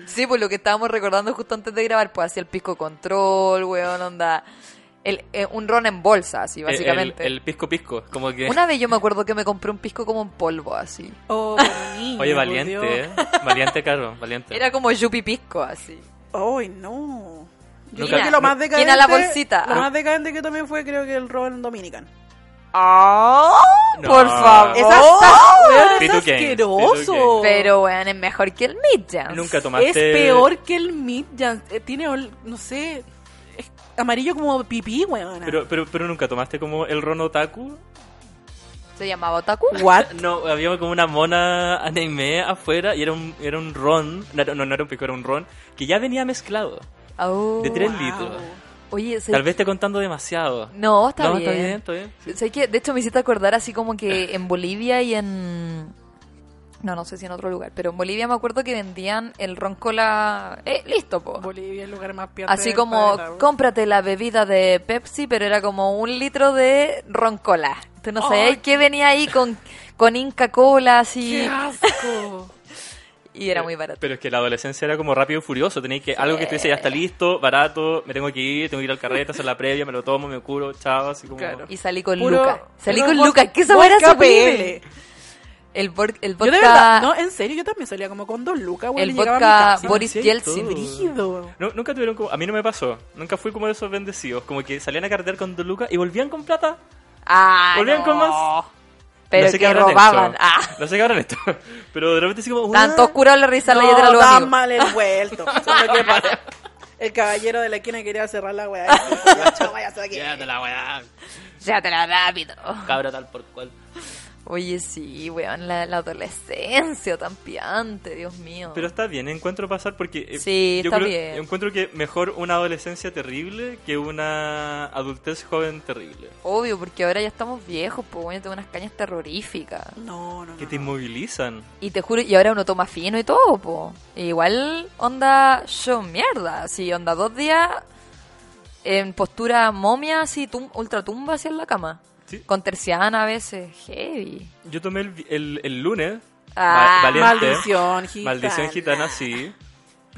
[SPEAKER 4] Sí, pues lo que estábamos recordando justo antes de grabar, pues hacía el pisco control, weón, onda. El, eh, un ron en bolsa, así,
[SPEAKER 7] el- el-
[SPEAKER 4] básicamente.
[SPEAKER 7] El, pisco pisco, como que...
[SPEAKER 4] Una vez yo me acuerdo que me compré un pisco como en polvo, así.
[SPEAKER 5] Oh, pero
[SPEAKER 4] [LAUGHS]
[SPEAKER 5] niña,
[SPEAKER 7] Oye,
[SPEAKER 5] por
[SPEAKER 7] valiente,
[SPEAKER 5] Dios.
[SPEAKER 7] ¿eh? Valiente, Carlos, valiente.
[SPEAKER 4] Era como yupi pisco, así.
[SPEAKER 5] Ay, no. Yo
[SPEAKER 7] Nunca-
[SPEAKER 5] creo que lo más
[SPEAKER 4] Llena la
[SPEAKER 5] decadente.
[SPEAKER 4] bolsita.
[SPEAKER 5] Lo
[SPEAKER 4] Ah.
[SPEAKER 5] más decadente que tomé fue, creo que el Ron Dominican.
[SPEAKER 4] ¡Ah!
[SPEAKER 7] No.
[SPEAKER 4] Por favor.
[SPEAKER 5] Esa weón, es
[SPEAKER 7] Pitu Gang,
[SPEAKER 5] asqueroso.
[SPEAKER 4] Ah. ¡Oh! Pero, weón, es mejor que el Mid Jams.
[SPEAKER 7] Ah. Nunca tomaste...
[SPEAKER 5] es peor que el Mid Jan. Eh, Tiene, ol- no sé, es amarillo como pipí, weón.
[SPEAKER 7] Pero, pero, pero nunca tomaste como el ron otaku.
[SPEAKER 4] Se llamaba Otaku.
[SPEAKER 5] What?
[SPEAKER 7] No, había como una mona anime afuera y era un, era un ron. No, no, no era un pico, era un ron que ya venía mezclado.
[SPEAKER 4] Oh.
[SPEAKER 7] De tres
[SPEAKER 5] Wow.
[SPEAKER 7] litros.
[SPEAKER 4] Oye, se-
[SPEAKER 7] Tal vez esté contando demasiado.
[SPEAKER 4] No, está bien.
[SPEAKER 7] está bien, está bien. Sí.
[SPEAKER 4] Sé que, de hecho, me hiciste acordar así como que en Bolivia y en. No, no sé si en otro lugar, pero en Bolivia me acuerdo que vendían el ron cola. Eh, listo, po.
[SPEAKER 5] Bolivia es el lugar más pierde
[SPEAKER 4] Así
[SPEAKER 5] del
[SPEAKER 4] como,
[SPEAKER 5] planeta, weón.
[SPEAKER 4] cómprate la bebida de Pepsi, pero era como un litro de ron cola. Tú no sabías qué venía ahí con, con Inca Cola, así.
[SPEAKER 5] ¡Qué asco!
[SPEAKER 4] Y era muy barato.
[SPEAKER 7] Pero es que la adolescencia era como rápido y furioso. Tenéis que algo que estuviese ya
[SPEAKER 4] Eh.
[SPEAKER 7] está listo, barato, me tengo que ir, tengo que ir al carrete, hacer la previa, me lo tomo, me curo, chao, así como.
[SPEAKER 5] Claro.
[SPEAKER 4] Y salí [LAUGHS] con
[SPEAKER 5] Puro-
[SPEAKER 4] Luca. Salí
[SPEAKER 5] puro
[SPEAKER 4] con
[SPEAKER 5] vod-
[SPEAKER 4] Luca. ¿Qué sabor
[SPEAKER 5] vodka
[SPEAKER 4] era
[SPEAKER 5] PL.
[SPEAKER 4] El, vor- el
[SPEAKER 5] Yo de verdad, no,
[SPEAKER 4] vodka,
[SPEAKER 5] en serio, yo también salía como con dos lucas, güey.
[SPEAKER 4] el
[SPEAKER 5] y llegaba a mi
[SPEAKER 4] vodka
[SPEAKER 5] casa.
[SPEAKER 4] Boris
[SPEAKER 7] sí,
[SPEAKER 4] Yeltsin.
[SPEAKER 7] todo.
[SPEAKER 5] Brígido.
[SPEAKER 7] No, nunca tuvieron como. A mí no me pasó. Nunca fui como de esos bendecidos. Como que salían a carretear con dos lucas y volvían con plata.
[SPEAKER 4] Ah,
[SPEAKER 7] Volvían
[SPEAKER 4] no.
[SPEAKER 7] con más.
[SPEAKER 4] Pero
[SPEAKER 7] no sé qué
[SPEAKER 4] que
[SPEAKER 7] habrán
[SPEAKER 4] robaban.
[SPEAKER 7] hecho.
[SPEAKER 4] Ah,
[SPEAKER 7] No sé qué habrán hecho. [LAUGHS] Pero de repente sí como. "Uah".
[SPEAKER 4] tanto oscuro le risa la
[SPEAKER 5] No,
[SPEAKER 4] letra a los
[SPEAKER 5] tan
[SPEAKER 4] amigos.
[SPEAKER 5] mal el
[SPEAKER 4] [LAUGHS]
[SPEAKER 5] vuelto. Eso es lo que pasa. El caballero de la esquina quería cerrar la
[SPEAKER 4] [LAUGHS]
[SPEAKER 5] weá. y dijo, "Ya, chao, váyase de aquí".
[SPEAKER 7] Llévatela, weá.
[SPEAKER 4] Llévatela rápido.
[SPEAKER 7] Cabra tal por cual.
[SPEAKER 4] Oye, sí, weón, la, la adolescencia tan piante, Dios mío.
[SPEAKER 7] Pero está bien, encuentro pasar porque. eh,
[SPEAKER 4] Sí,
[SPEAKER 7] yo
[SPEAKER 4] está
[SPEAKER 7] creo-
[SPEAKER 4] bien.
[SPEAKER 7] Encuentro que mejor una adolescencia terrible que una adultez joven terrible.
[SPEAKER 4] Obvio, porque ahora ya estamos viejos, pues bueno, tengo unas cañas terroríficas.
[SPEAKER 5] No, no,
[SPEAKER 7] Que
[SPEAKER 5] no.
[SPEAKER 7] te inmovilizan.
[SPEAKER 4] Y te juro, y ahora uno toma fino y todo, po. E Igual onda yo mierda, así onda dos días en postura momia, así tum- ultratumba así en la cama.
[SPEAKER 7] Sí.
[SPEAKER 4] Con terciana a veces, heavy.
[SPEAKER 7] Yo tomé el, vi- el- el lunes.
[SPEAKER 4] Ah,
[SPEAKER 7] va- valiente.
[SPEAKER 5] Maldición, gitana.
[SPEAKER 7] Maldición gitana, sí.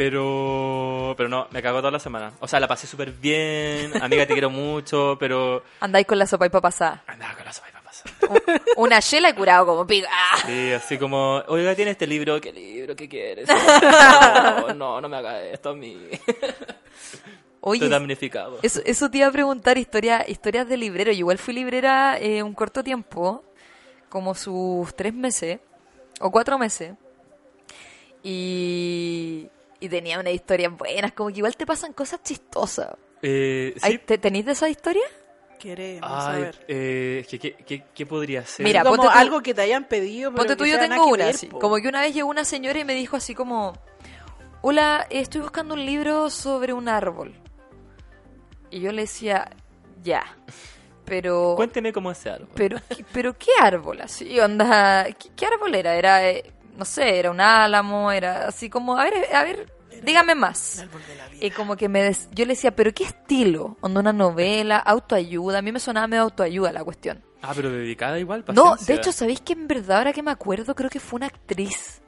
[SPEAKER 7] Pero. Pero no, me cago toda la semana. O sea, la pasé súper bien. Amiga, te quiero mucho, pero.
[SPEAKER 4] Andáis con la sopa y pa' pasar.
[SPEAKER 7] Andaba con la sopa y papas.
[SPEAKER 4] [LAUGHS] Una yela y curado como pica. Ah.
[SPEAKER 7] Sí, así como, oiga, tiene este libro, ¿qué libro? ¿Qué
[SPEAKER 4] [LAUGHS]
[SPEAKER 7] quieres? No, no, no me hagas esto a mí.
[SPEAKER 4] Oye,
[SPEAKER 7] Estoy damnificado.
[SPEAKER 4] eso, eso te iba a preguntar, historia, historias de librero. Yo igual fui librera eh, un corto tiempo, como sus tres meses o cuatro meses. Y, y tenía unas historias buenas, como que igual te pasan cosas chistosas.
[SPEAKER 7] Eh,
[SPEAKER 4] Ay,
[SPEAKER 7] sí.
[SPEAKER 4] ¿te, ¿Tenéis de esas historias?
[SPEAKER 5] Queremos
[SPEAKER 7] Ay,
[SPEAKER 5] saber.
[SPEAKER 7] eh, es que, ¿qué, qué, qué podría ser?
[SPEAKER 4] Mira,
[SPEAKER 5] como
[SPEAKER 4] ponte tú-
[SPEAKER 5] algo que te hayan pedido. Pero
[SPEAKER 4] Ponte tú,
[SPEAKER 5] que
[SPEAKER 4] yo
[SPEAKER 5] sea nada
[SPEAKER 4] tengo
[SPEAKER 5] que
[SPEAKER 4] una.
[SPEAKER 5] ver,
[SPEAKER 4] así.
[SPEAKER 5] po.
[SPEAKER 4] Como que una vez llegó una señora y me dijo así como, hola, eh, estoy buscando un libro sobre un árbol. Y yo le decía, ya, pero...
[SPEAKER 7] Cuénteme cómo es ese árbol.
[SPEAKER 4] Pero, ¿qué- pero ¿qué árbol así? Onda, ¿qué, qué árbol era? Era, eh, no sé, era un álamo, era así como, a ver, eh, a ver, dígame más. Y como que me des- yo le decía, pero ¿qué estilo? Onda, una novela, autoayuda, a mí me sonaba medio autoayuda la cuestión.
[SPEAKER 7] Ah, pero dedicada igual,
[SPEAKER 4] No,
[SPEAKER 7] paciencia.
[SPEAKER 4] de hecho, ¿sabéis que en verdad ahora que me acuerdo creo que fue una actriz?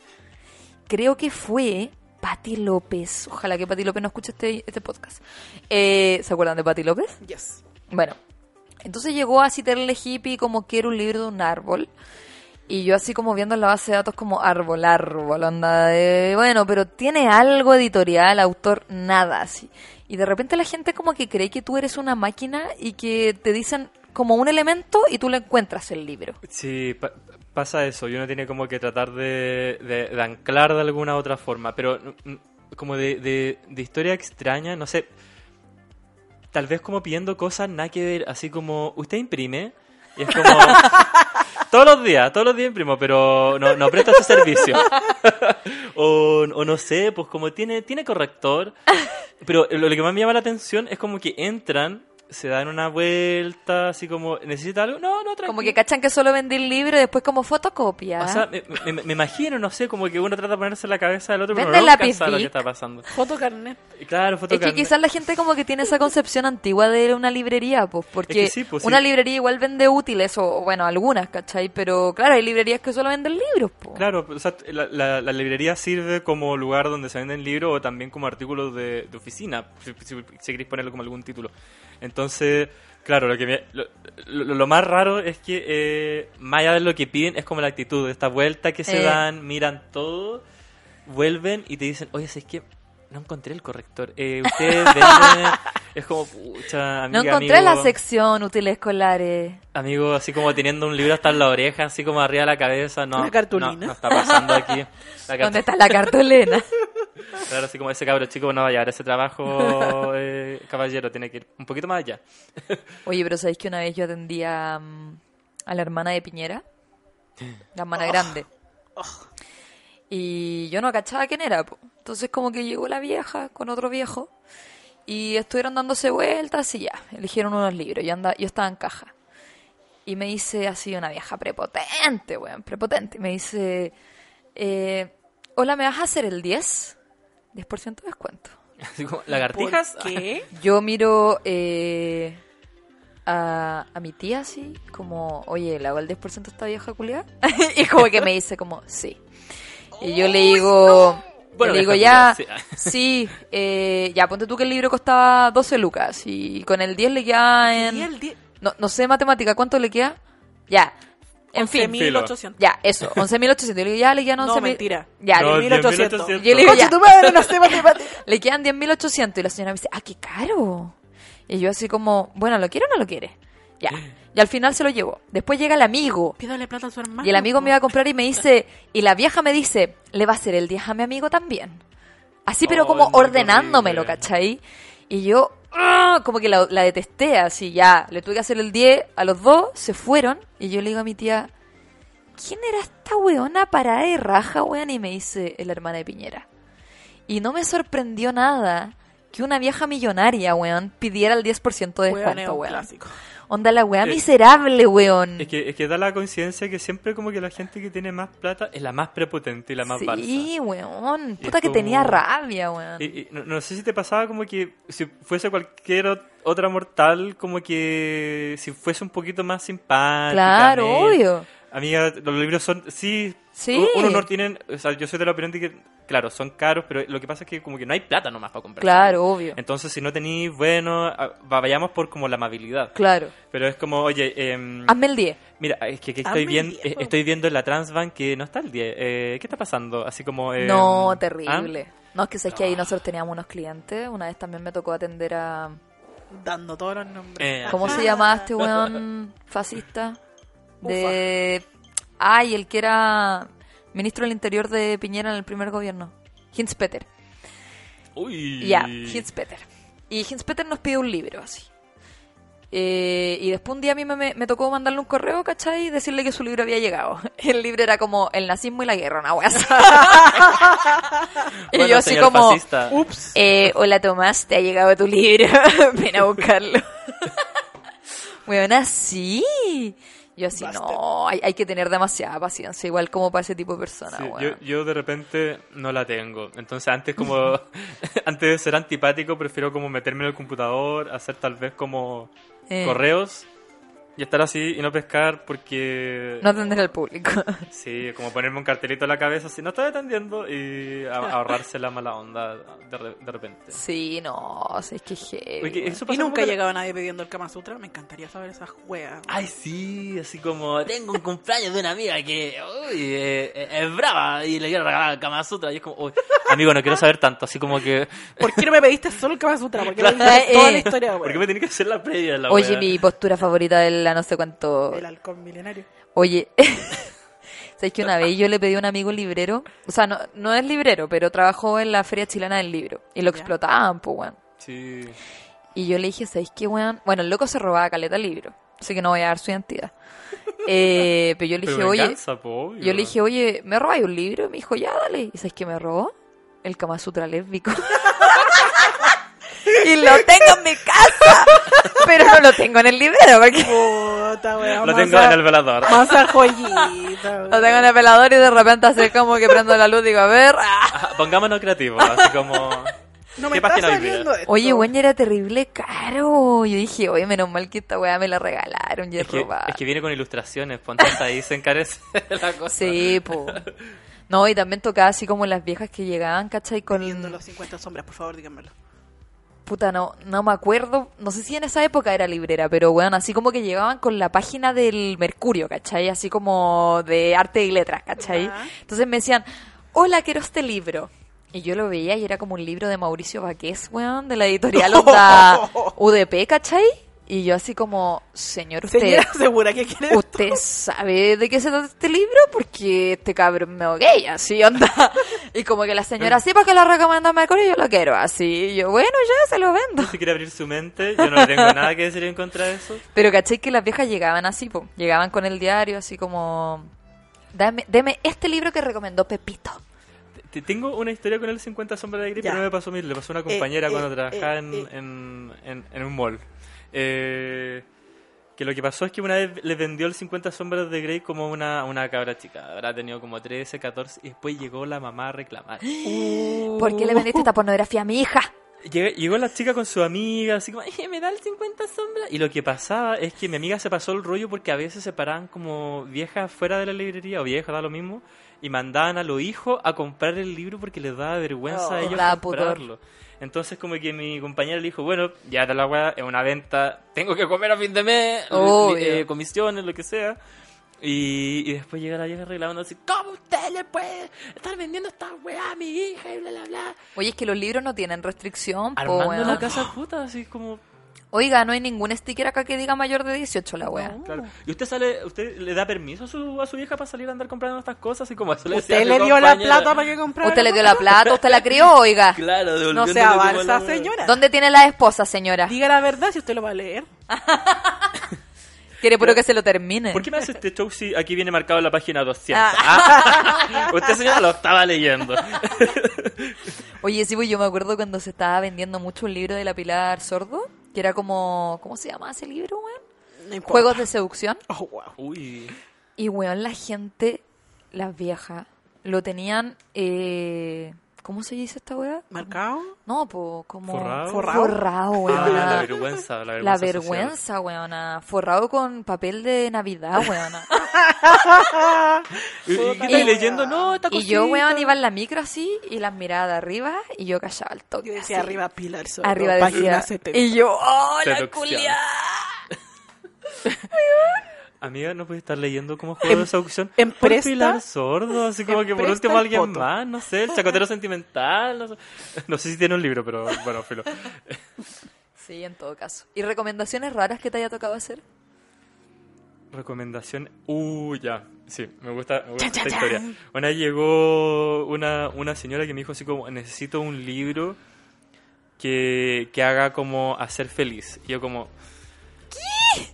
[SPEAKER 4] Creo que fue Pati López. Ojalá que Pati López no escuche este, este podcast. Eh, ¿Se acuerdan de Pati López?
[SPEAKER 5] Yes.
[SPEAKER 4] Bueno, entonces llegó a citarle hippie como quiero un libro de un árbol. Y yo así como viendo en la base de datos como árbol, árbol, onda de, bueno, pero tiene algo editorial, autor, nada así. Y de repente la gente como que cree que tú eres una máquina y que te dicen como un elemento y tú le encuentras el libro.
[SPEAKER 7] Sí, pa- pasa eso. Y uno tiene como que tratar de, de- de anclar de alguna otra forma. Pero mm, como de, de- de historia extraña, no sé. Tal vez como pidiendo cosas nada que ver. Así como, usted imprime. Y es
[SPEAKER 4] [LAUGHS]
[SPEAKER 7] como... todos los días, todos los días imprimo, pero no, no presta su servicio. [LAUGHS] o, o no sé, pues como tiene, tiene corrector. Pero lo lo que más me llama la atención es como que entran... Se dan una vuelta, así como, ¿necesita algo? No, no,
[SPEAKER 4] Como
[SPEAKER 7] tranquilo.
[SPEAKER 4] que cachan que solo vendí el libro y después como fotocopia.
[SPEAKER 7] O sea, me, me- me imagino, no sé, como que uno trata de ponerse en la cabeza del otro, pero
[SPEAKER 4] Vende
[SPEAKER 7] no
[SPEAKER 4] lápiz
[SPEAKER 7] alcanza lo que
[SPEAKER 4] Bic.
[SPEAKER 7] está pasando.
[SPEAKER 5] Foto carnet.
[SPEAKER 7] Y Claro,
[SPEAKER 4] es que
[SPEAKER 7] fotocarnet.
[SPEAKER 4] quizás la gente como que tiene esa concepción antigua de una librería, pues, porque
[SPEAKER 7] Es que sí, pues, sí.
[SPEAKER 4] una librería igual vende útiles, o bueno, algunas, ¿cachai? Pero claro, hay librerías que solo venden libros, pues.
[SPEAKER 7] Claro, o sea, la, la- la librería sirve como lugar donde se venden libros o también como artículos de, de oficina, si, si- si queréis ponerlo como algún título. Entonces, claro, lo que me- lo, lo- lo más raro es que, eh, más allá de lo que piden, es como la actitud, esta vuelta que se
[SPEAKER 4] Eh.
[SPEAKER 7] dan, miran todo, vuelven y te dicen, oye, si es que no encontré el corrector, eh,
[SPEAKER 4] [LAUGHS]
[SPEAKER 7] usted vende... Es como, pucha,
[SPEAKER 4] No
[SPEAKER 7] amiga,
[SPEAKER 4] encontré
[SPEAKER 7] amigo.
[SPEAKER 4] la sección útiles escolares.
[SPEAKER 7] Amigo, así como teniendo un libro hasta en la oreja, así como arriba de la cabeza, no.
[SPEAKER 5] La cartulina.
[SPEAKER 7] No, no está pasando aquí.
[SPEAKER 4] [LAUGHS]
[SPEAKER 7] La cartu-
[SPEAKER 4] ¿Dónde está la
[SPEAKER 7] [LAUGHS]
[SPEAKER 4] cartolena?
[SPEAKER 7] Claro, así como ese cabro chico no va a llevar
[SPEAKER 4] [LAUGHS]
[SPEAKER 7] ese trabajo, eh, caballero, tiene que ir un poquito más allá. [LAUGHS]
[SPEAKER 4] Oye, pero ¿sabéis que una vez yo atendía mm, a la hermana de Piñera? La hermana grande. Y yo no cachaba quién era. po. Entonces como que llegó la vieja con otro viejo y estuvieron dándose vueltas y ya, eligieron unos libros. Yo, anda, yo estaba en caja. Y me dice así una vieja prepotente, weón, prepotente. Me dice, eh, hola, ¿me vas a hacer el 10? 10% de descuento.
[SPEAKER 7] Así como, ¿lagartijas?
[SPEAKER 5] ¿Por qué?
[SPEAKER 4] Yo miro eh, a, a mi tía así, como, oye, ¿le hago el 10% a esta vieja culiada? [LAUGHS] y como que me dice como, sí. Y yo le digo,
[SPEAKER 7] Bueno,
[SPEAKER 4] le digo, ya,
[SPEAKER 7] vieja culiá,
[SPEAKER 4] sí, eh, ya, ponte tú que el libro costaba 12 lucas y con el 10 le queda en...
[SPEAKER 5] Y el di-
[SPEAKER 4] No, no sé matemática, ¿cuánto le queda? Ya, en fin.
[SPEAKER 5] 11.800.
[SPEAKER 4] Ya, eso, 11.800. Yo le digo, ya, le quedan 11.000.
[SPEAKER 5] No, mentira.
[SPEAKER 4] Ya,
[SPEAKER 7] No,
[SPEAKER 4] le,
[SPEAKER 5] 1800.
[SPEAKER 7] 10.800.
[SPEAKER 4] yo le digo, ya.
[SPEAKER 5] Conche tu madre, no sé matemáticas.
[SPEAKER 4] [LAUGHS] Le quedan 10.800 y la señora me dice, ah, qué caro. Y yo así como, bueno, ¿lo quiere o no lo quiere? Ya. Y al final se lo llevo. Después llega el amigo.
[SPEAKER 5] Pídale plata a su hermano.
[SPEAKER 4] Y el amigo
[SPEAKER 5] po.
[SPEAKER 4] me va a comprar y me dice, y la vieja me dice, le va a hacer el 10 a mi amigo también. Así, pero
[SPEAKER 7] Oh,
[SPEAKER 4] como
[SPEAKER 7] no, qué
[SPEAKER 4] ordenándomelo,
[SPEAKER 7] horrible.
[SPEAKER 4] ¿cachai? Y yo, ¡ah! como que la, la detesté, así ya. Le tuve que hacer el 10 a los dos, se fueron. Y yo le digo a mi tía, ¿quién era esta weona parada de raja, weón? Y me dice, la hermana de Piñera. Y no me sorprendió nada que una vieja millonaria, weón, pidiera el 10% de
[SPEAKER 5] Weón, es
[SPEAKER 4] descuento,
[SPEAKER 5] un
[SPEAKER 4] weón.
[SPEAKER 5] clásico.
[SPEAKER 4] Onda la weá
[SPEAKER 7] Eh,
[SPEAKER 4] miserable, weón.
[SPEAKER 7] Es que, es que da la coincidencia que siempre como que la gente que tiene más plata es la más prepotente y la más balsa.
[SPEAKER 4] Sí, weón.
[SPEAKER 7] Y
[SPEAKER 4] Puta
[SPEAKER 7] es
[SPEAKER 4] que tenía
[SPEAKER 7] como-
[SPEAKER 4] rabia, weón.
[SPEAKER 7] Y- y no, no sé si te pasaba como que si fuese cualquier ot- otra mortal, como que si fuese un poquito más simpática.
[SPEAKER 4] Claro,
[SPEAKER 7] nerd.
[SPEAKER 4] obvio.
[SPEAKER 7] Amiga, los libros son, sí,
[SPEAKER 4] Sí.
[SPEAKER 7] u- unos no tienen, o sea, yo soy de la opinión de que, claro, son caros, pero lo que pasa es que como que no hay plata nomás para comprar.
[SPEAKER 4] Claro, obvio.
[SPEAKER 7] Entonces, si no tenéis, bueno, ah, vayamos por como la amabilidad.
[SPEAKER 4] Claro.
[SPEAKER 7] Pero es como, oye, em,
[SPEAKER 4] Hazme el 10.
[SPEAKER 7] mira, es que, que
[SPEAKER 5] hazme
[SPEAKER 7] estoy,
[SPEAKER 5] el
[SPEAKER 7] viendo,
[SPEAKER 5] diez, po.
[SPEAKER 7] estoy viendo en la Transbank que no está el 10. Eh, ¿Qué está pasando? Así como... em,
[SPEAKER 4] no,
[SPEAKER 7] ¿ah?
[SPEAKER 4] terrible. No, es que sabes que ahí nosotros teníamos unos clientes. Una vez también me tocó atender a.
[SPEAKER 5] Dando todos los nombres.
[SPEAKER 7] Eh,
[SPEAKER 4] ¿Cómo se llamaba este weón fascista? De. Ay, el que era ministro del interior de Piñera en el primer gobierno. Hinspeter.
[SPEAKER 7] Uy.
[SPEAKER 4] Ya, Hinspeter. Y Hinspeter nos pidió un libro así. Eh, y después un día a mí me, me- me tocó mandarle un correo, ¿cachai? Y decirle que su libro había llegado. [LAUGHS] El libro era como El nazismo y la guerra, una wea
[SPEAKER 7] [LAUGHS]
[SPEAKER 4] así. Y
[SPEAKER 7] Bueno,
[SPEAKER 4] yo así
[SPEAKER 7] señor
[SPEAKER 4] como,
[SPEAKER 7] fascista.
[SPEAKER 5] Ups.
[SPEAKER 4] eh, hola Tomás, te ha llegado tu libro, [LAUGHS] ven a
[SPEAKER 7] [LAUGHS]
[SPEAKER 4] buscarlo. Weón, así. Yo así, no, hay, hay que tener demasiada paciencia, igual como para ese tipo de personas,
[SPEAKER 7] Sí,
[SPEAKER 4] weón.
[SPEAKER 7] yo, yo de repente no la tengo. Entonces antes como [LAUGHS] antes de ser antipático prefiero como meterme en el computador, hacer tal vez como
[SPEAKER 4] Eh.
[SPEAKER 7] correos Y estar así y no pescar porque...
[SPEAKER 4] No atender al público. [LAUGHS]
[SPEAKER 7] Sí, como ponerme un cartelito en la cabeza si no estás atendiendo y a- ahorrarse la mala onda de, re- de repente.
[SPEAKER 4] Sí, no, sí, es que es heavy,
[SPEAKER 7] Oye, eso
[SPEAKER 5] Y
[SPEAKER 7] pasa
[SPEAKER 5] nunca ha
[SPEAKER 7] como-
[SPEAKER 5] llegado nadie pidiendo el Kama Sutra. Me encantaría saber esas juegas.
[SPEAKER 7] Ay, sí, así como tengo un cumpleaños de una amiga que uy, eh, eh, es brava y le quiero regalar el Kama Sutra. Y es como, uy, amigo, no quiero saber tanto, así como que.
[SPEAKER 5] ¿Por qué no me pediste solo el Kama Sutra? ¿Por
[SPEAKER 4] [LAUGHS]
[SPEAKER 5] qué me
[SPEAKER 4] Claro.
[SPEAKER 5] pediste toda la
[SPEAKER 4] Eh,
[SPEAKER 5] historia
[SPEAKER 7] [LAUGHS]
[SPEAKER 5] de la
[SPEAKER 7] ¿Por qué
[SPEAKER 5] wea?
[SPEAKER 7] me tiene que hacer la previa? de La
[SPEAKER 4] Oye,
[SPEAKER 7] wea?
[SPEAKER 4] mi postura favorita de la no sé cuánto.
[SPEAKER 5] El halcón milenario.
[SPEAKER 4] Oye, [LAUGHS] ¿sabes que una vez yo le pedí a un amigo librero? O sea, no, no es librero, pero trabajó en la Feria Chilena del Libro. Y lo
[SPEAKER 5] Ya.
[SPEAKER 4] explotaban, pues, weón.
[SPEAKER 7] Sí.
[SPEAKER 4] Y yo le dije, ¿sabéis qué, weón? Bueno, el loco se robaba caleta de libro, así que no voy a dar su identidad.
[SPEAKER 7] [LAUGHS]
[SPEAKER 4] Eh, pero yo le
[SPEAKER 7] Pero
[SPEAKER 4] dije, oye,
[SPEAKER 7] venganza, po, obvio.
[SPEAKER 4] yo le dije, oye, ¿me robáis un libro? Y me dijo, ya, dale. ¿Y sabéis qué me robó? El Kama Sutra lésbico. [LAUGHS] y lo tengo en mi casa, pero no lo tengo en el librero, porque
[SPEAKER 5] Puta, wea.
[SPEAKER 7] Lo
[SPEAKER 5] más
[SPEAKER 7] tengo
[SPEAKER 5] a-
[SPEAKER 7] en el velador.
[SPEAKER 5] Más a joyita, [LAUGHS] wea.
[SPEAKER 4] lo tengo en el pelador y de repente hace como que prendo la luz y digo, a
[SPEAKER 7] [LAUGHS]
[SPEAKER 4] ver. ah.
[SPEAKER 7] Ajá,
[SPEAKER 4] [LAUGHS]
[SPEAKER 7] Pongámonos creativos, así como.
[SPEAKER 5] No me
[SPEAKER 7] ¿Qué
[SPEAKER 5] está
[SPEAKER 7] página hoy día?
[SPEAKER 5] saliendo esto.
[SPEAKER 4] Ah, Oye, weón, y era terrible caro. Yo dije, oye, menos mal que esta weá me la regalaron y es
[SPEAKER 7] Es que,
[SPEAKER 4] robada.
[SPEAKER 7] es que viene con ilustraciones, ponte hasta ahí, se encarece [LAUGHS] la cosa.
[SPEAKER 4] Sí, po. No, y también tocaba así como las viejas que llegaban, ¿cachai? Con...
[SPEAKER 5] Viendo los 50 sombras, por favor, díganmelo.
[SPEAKER 4] Puta, no, no me acuerdo. No sé si en esa época era librera, pero bueno, así como que llegaban con la página del Mercurio, ¿cachai? Así como de arte y letras, ¿cachai?
[SPEAKER 5] Ya.
[SPEAKER 4] Entonces me decían, hola, quiero este libro. Y yo lo veía y era como un libro de Mauricio Baqués, weón, de la editorial Onda UDP, ¿cachai? Y yo así como, señor, usted...
[SPEAKER 5] Señora, ¿segura que quiere?
[SPEAKER 4] ¿Usted sabe de qué se trata este libro? Porque este cabrón me gay, así onda. Y como que la señora, sí, porque lo recomienda Mercurio y yo lo quiero, así. Y yo, bueno, ya se lo vendo.
[SPEAKER 7] Si quiere abrir su mente, yo no le tengo nada que decir en contra de eso.
[SPEAKER 4] Pero caché que las viejas llegaban así, po. llegaban con el diario, así como, dame, deme este libro que recomendó Pepito.
[SPEAKER 7] Te- Tengo una historia con el 50 sombras de Grey,
[SPEAKER 5] Ya.
[SPEAKER 7] pero no me pasó a mí, le pasó a una compañera
[SPEAKER 5] eh,
[SPEAKER 7] cuando
[SPEAKER 5] eh,
[SPEAKER 7] trabajaba
[SPEAKER 5] eh,
[SPEAKER 7] en,
[SPEAKER 5] eh.
[SPEAKER 7] en- en- en un mall. Eh, que lo que pasó es que una vez le vendió el 50 sombras de Grey como una, una cabra chica. Habrá tenido como 13, 14 y después llegó la mamá
[SPEAKER 5] [GASPS]
[SPEAKER 7] a reclamar.
[SPEAKER 4] ¿Por qué le vendiste esta pornografía a mi hija?
[SPEAKER 7] Llega- Llegó la chica con su amiga, así como, "Eh, me da el 50 sombras. Y lo que pasaba es que mi amiga se pasó el rollo porque a veces se paraban como viejas fuera de la librería, o viejas, da lo mismo, y mandaban a los hijos a comprar el libro porque les daba vergüenza
[SPEAKER 4] Oh,
[SPEAKER 7] a ellos
[SPEAKER 4] da pudor.
[SPEAKER 7] comprarlo. Entonces como que mi compañera le dijo, bueno, ya te la weá, es una venta, tengo que comer a fin de mes, li-
[SPEAKER 4] Obvio.
[SPEAKER 7] eh, comisiones, lo que sea. Y, y después llega la vieja reclamando así, ¿cómo usted le puede estar vendiendo esta weá a mi hija? Y bla, bla, bla.
[SPEAKER 4] Oye, es que los libros no tienen restricción, po,
[SPEAKER 5] Ah,
[SPEAKER 7] Armando
[SPEAKER 4] weón.
[SPEAKER 7] la casa puta, así como...
[SPEAKER 4] Oiga, no hay ningún sticker acá que diga mayor de 18 la wea.
[SPEAKER 7] [GASPS] Claro. ¿Y usted sale, usted le da permiso a su, a su vieja para salir a andar comprando estas cosas? Y como eso le decía a
[SPEAKER 5] ¿Usted
[SPEAKER 7] mi
[SPEAKER 5] le dio la
[SPEAKER 7] compañera.
[SPEAKER 5] plata para que comprara?
[SPEAKER 4] Usted le dio la plata, usted la crió, oiga.
[SPEAKER 7] Claro,
[SPEAKER 5] No
[SPEAKER 7] devolviéndole
[SPEAKER 5] sea
[SPEAKER 7] como la-
[SPEAKER 5] balsa, señora.
[SPEAKER 4] ¿Dónde tiene la esposa, señora?
[SPEAKER 5] Diga la verdad si usted lo va a leer.
[SPEAKER 4] Quiere puro que se lo termine. Ah.
[SPEAKER 7] ¿Por qué me hace este show si aquí viene marcado en la página 200?
[SPEAKER 4] [LAUGHS]
[SPEAKER 7] Ah. [LAUGHS] usted, señora, lo estaba [LAUGHS] leyendo.
[SPEAKER 4] Oye, sí, pues yo me acuerdo cuando se estaba vendiendo mucho un libro de la Pilar Sordo, que era como, ¿cómo se llamaba ese libro, weón?
[SPEAKER 5] No importa.
[SPEAKER 4] Juegos de seducción.
[SPEAKER 5] Oh, wow.
[SPEAKER 7] Uy.
[SPEAKER 4] Y, weón, la gente, las viejas, lo tenían, eh, ¿cómo se dice esta weá?
[SPEAKER 5] ¿Marcado?
[SPEAKER 4] No, pues como...
[SPEAKER 7] ¿Forrado?
[SPEAKER 5] Forrado.
[SPEAKER 4] weona.
[SPEAKER 7] Ah, la vergüenza, la vergüenza.
[SPEAKER 4] La
[SPEAKER 7] social.
[SPEAKER 4] vergüenza, weona. Forrado con papel de Navidad,
[SPEAKER 7] [LAUGHS]
[SPEAKER 4] weona.
[SPEAKER 7] Y, y- y estáis leyendo, no, esta
[SPEAKER 4] y
[SPEAKER 7] cosita.
[SPEAKER 4] yo, weón, iba en la micro así y las miraba de arriba y yo callaba el toque.
[SPEAKER 5] Yo decía
[SPEAKER 4] así.
[SPEAKER 5] arriba Pilar Sordo,
[SPEAKER 4] Arriba
[SPEAKER 5] página
[SPEAKER 4] decía.
[SPEAKER 5] 70.
[SPEAKER 4] Y yo, ¡oh, la
[SPEAKER 7] Seducción.
[SPEAKER 4] culia!
[SPEAKER 7] Amiga, no puede estar leyendo como juego de seducción.
[SPEAKER 5] en
[SPEAKER 7] Por
[SPEAKER 5] presta-
[SPEAKER 7] Pilar sordo, así como que por
[SPEAKER 5] presta
[SPEAKER 7] último
[SPEAKER 5] Em- el
[SPEAKER 7] alguien
[SPEAKER 5] poto.
[SPEAKER 7] más, no sé, el chacotero sentimental. No sé. no sé si tiene un libro, pero bueno, filo.
[SPEAKER 4] Sí, en todo caso. ¿Y recomendaciones raras que te haya tocado hacer?
[SPEAKER 7] Recomendación. Uh, ya. Sí, me gusta, me gusta esta historia. Una vez llegó una, una señora que me dijo así como, necesito un libro que, que haga como hacer feliz. Y yo como... ¿Qué?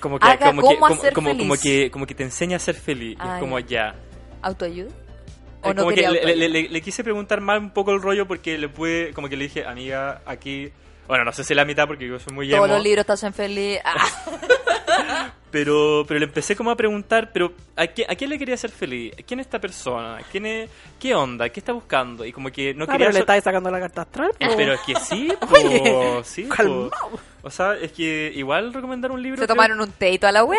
[SPEAKER 7] Como que,
[SPEAKER 4] ¿Ah? Haga
[SPEAKER 7] como, que,
[SPEAKER 4] cómo
[SPEAKER 7] como,
[SPEAKER 4] hacer
[SPEAKER 7] como- como
[SPEAKER 4] feliz.
[SPEAKER 7] que, como que te enseña a ser feliz. Y
[SPEAKER 4] Ah,
[SPEAKER 7] es como
[SPEAKER 4] ya.
[SPEAKER 7] ya.
[SPEAKER 4] ¿Autoayuda?
[SPEAKER 7] Eh,
[SPEAKER 4] ¿O no
[SPEAKER 7] como que
[SPEAKER 4] quería
[SPEAKER 7] le, le-
[SPEAKER 4] autoayuda?
[SPEAKER 7] le- le quise preguntar mal un poco el rollo porque le pude, como que le dije, amiga, aquí, bueno, no sé si la mitad porque yo soy muy
[SPEAKER 4] Todos
[SPEAKER 7] emo,
[SPEAKER 4] los libros están en feliz. Ah,
[SPEAKER 7] Pero, pero le empecé como a preguntar, pero ¿a, qué- a quién le quería hacer feliz? ¿Quién es esta persona? ¿Quién es, ¿Qué onda? ¿Qué está buscando? Y como que no
[SPEAKER 5] No,
[SPEAKER 7] quería...
[SPEAKER 5] Ah, pero le
[SPEAKER 7] so-
[SPEAKER 5] estáis sacando la carta astral.
[SPEAKER 7] Eh,
[SPEAKER 5] po.
[SPEAKER 7] pero es que sí,
[SPEAKER 5] Oye,
[SPEAKER 7] po, sí, po.
[SPEAKER 5] calmao.
[SPEAKER 7] O sea, es que igual recomendar un libro...
[SPEAKER 4] Se
[SPEAKER 7] creo-
[SPEAKER 4] tomaron un té y toda la weá.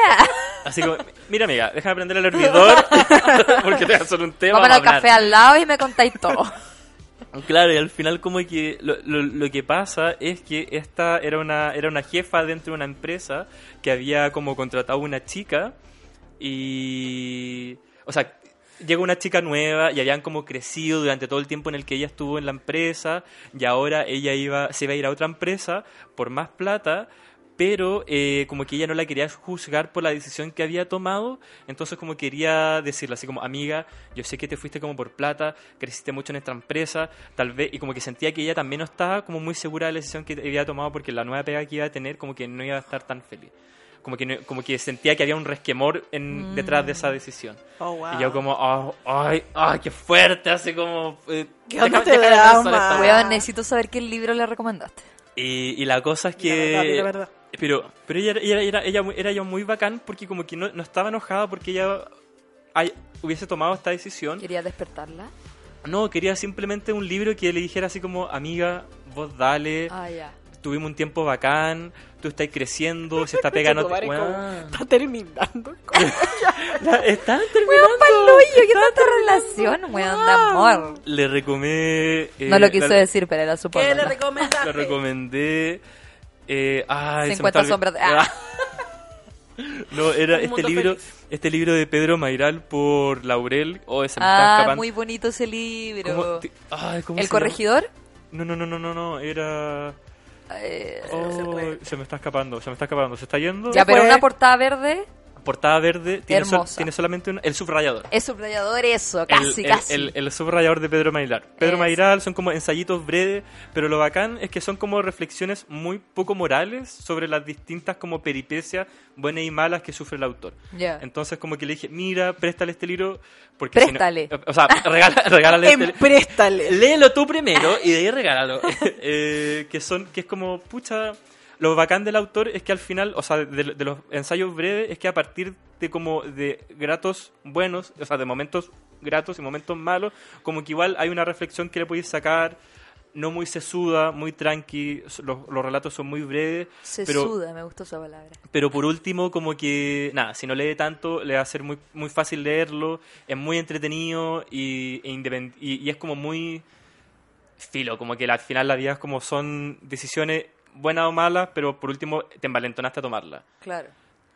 [SPEAKER 7] Así como, mira amiga, deja de prender el hervidor [LAUGHS] porque te va a hacer un tema.
[SPEAKER 4] Vamos al
[SPEAKER 7] a hablar".
[SPEAKER 4] café al lado y me contáis todo.
[SPEAKER 7] Claro, y al final como que lo, lo- lo que pasa es que esta era una, era una jefa dentro de una empresa que había como contratado una chica y... O sea, llega una chica nueva y habían como crecido durante todo el tiempo en el que ella estuvo en la empresa y ahora ella iba, se iba a ir a otra empresa por más plata. Pero eh, como que ella no la quería juzgar por la decisión que había tomado, entonces como quería decirle así como, amiga, yo sé que te fuiste como por plata, creciste mucho en esta empresa, tal vez, y como que sentía que ella también no estaba como muy segura de la decisión que había tomado porque la nueva pega que iba a tener como que no iba a estar tan feliz. Como que, no- como que sentía que había un resquemor
[SPEAKER 5] Mm.
[SPEAKER 7] en, detrás de esa decisión.
[SPEAKER 5] Oh, wow.
[SPEAKER 7] Y yo como, "Oh, ay, ay, qué fuerte, así como... eh,
[SPEAKER 5] ¿Qué onda
[SPEAKER 7] déjame-
[SPEAKER 5] te
[SPEAKER 7] déjame
[SPEAKER 5] drama?
[SPEAKER 7] pensar esta wea".
[SPEAKER 4] Weón, necesito saber qué libro le recomendaste.
[SPEAKER 7] Y, y la cosa es que...
[SPEAKER 5] La verdad, la verdad.
[SPEAKER 7] Pero, pero ella, ella, era- ella, mu- era ya muy bacán porque como que no, no estaba enojada porque ella ay, hubiese tomado esta decisión.
[SPEAKER 4] Quería despertarla.
[SPEAKER 7] No, quería simplemente un libro que le dijera así como, amiga, vos dale,
[SPEAKER 4] Ah, ya.
[SPEAKER 7] tuvimos un tiempo bacán, tú estás creciendo,
[SPEAKER 5] [LAUGHS]
[SPEAKER 7] se está pegando...
[SPEAKER 5] Tu madre como,
[SPEAKER 7] Weón.
[SPEAKER 5] Está terminando.
[SPEAKER 7] La- Están
[SPEAKER 4] Weón,
[SPEAKER 7] terminando.
[SPEAKER 4] palollo, ¿qué tanta relación, weón, de amor?
[SPEAKER 7] Le recomendé... eh,
[SPEAKER 4] No lo quiso
[SPEAKER 7] la-
[SPEAKER 4] decir, pero era su
[SPEAKER 5] ¿Qué le
[SPEAKER 4] polola.
[SPEAKER 7] Le
[SPEAKER 5] recomendaste?
[SPEAKER 7] recomendé... Eh, ay, se me
[SPEAKER 4] 50
[SPEAKER 7] está olvi-
[SPEAKER 4] sombras de- ah.
[SPEAKER 7] [LAUGHS] No, era
[SPEAKER 5] Un
[SPEAKER 7] este
[SPEAKER 5] mundo
[SPEAKER 7] libro, este libro de Pedro Mairal por Laurel. Oh, se me está
[SPEAKER 4] Ah,
[SPEAKER 7] escapando.
[SPEAKER 4] muy bonito ese libro.
[SPEAKER 7] ¿Cómo te- ay, ¿cómo
[SPEAKER 4] ¿El Eh,
[SPEAKER 7] se llama?
[SPEAKER 4] corregidor?
[SPEAKER 7] No, no, no, no, no, no, era... Oh, se me está escapando, se me está escapando, se está yendo.
[SPEAKER 4] Ya, pero
[SPEAKER 5] fue.
[SPEAKER 4] una portada verde
[SPEAKER 7] Portada verde tiene, sol-
[SPEAKER 4] Hermosa.
[SPEAKER 7] tiene solamente un, el subrayador.
[SPEAKER 4] es subrayador, eso, casi,
[SPEAKER 7] el, el-
[SPEAKER 4] casi.
[SPEAKER 7] El, el subrayador de Pedro Mailar. Pedro
[SPEAKER 4] Es.
[SPEAKER 7] Mailar son como ensayitos breves, pero lo bacán es que son como reflexiones muy poco morales sobre las distintas como peripecias buenas y malas que sufre el autor.
[SPEAKER 4] Ya.
[SPEAKER 7] Entonces como que le dije, mira, préstale este libro. Porque si no- eh,
[SPEAKER 4] Préstale.
[SPEAKER 7] o sea, [LAUGHS] regala- regálale este li-
[SPEAKER 5] Empréstale.
[SPEAKER 7] Léelo tú primero y de ahí regálalo. [LAUGHS] Eh, que son, que es como, pucha. Lo bacán del autor es que al final, o sea, de, de los ensayos breves, es que a partir de como de gratos buenos, o sea, de momentos gratos y momentos malos, como que igual hay una reflexión que le podéis sacar, no muy sesuda, muy tranqui, los, los relatos son muy breves.
[SPEAKER 4] Se
[SPEAKER 7] pero,
[SPEAKER 4] suda, me gustó esa palabra.
[SPEAKER 7] pero por último, como que, nada, si no lee tanto, le va a ser muy, muy fácil leerlo, es muy entretenido y, e independ- y, y es como muy filo, como que al final las vidas como son decisiones buenas o malas, pero por último te envalentonaste a tomarla.
[SPEAKER 4] Claro.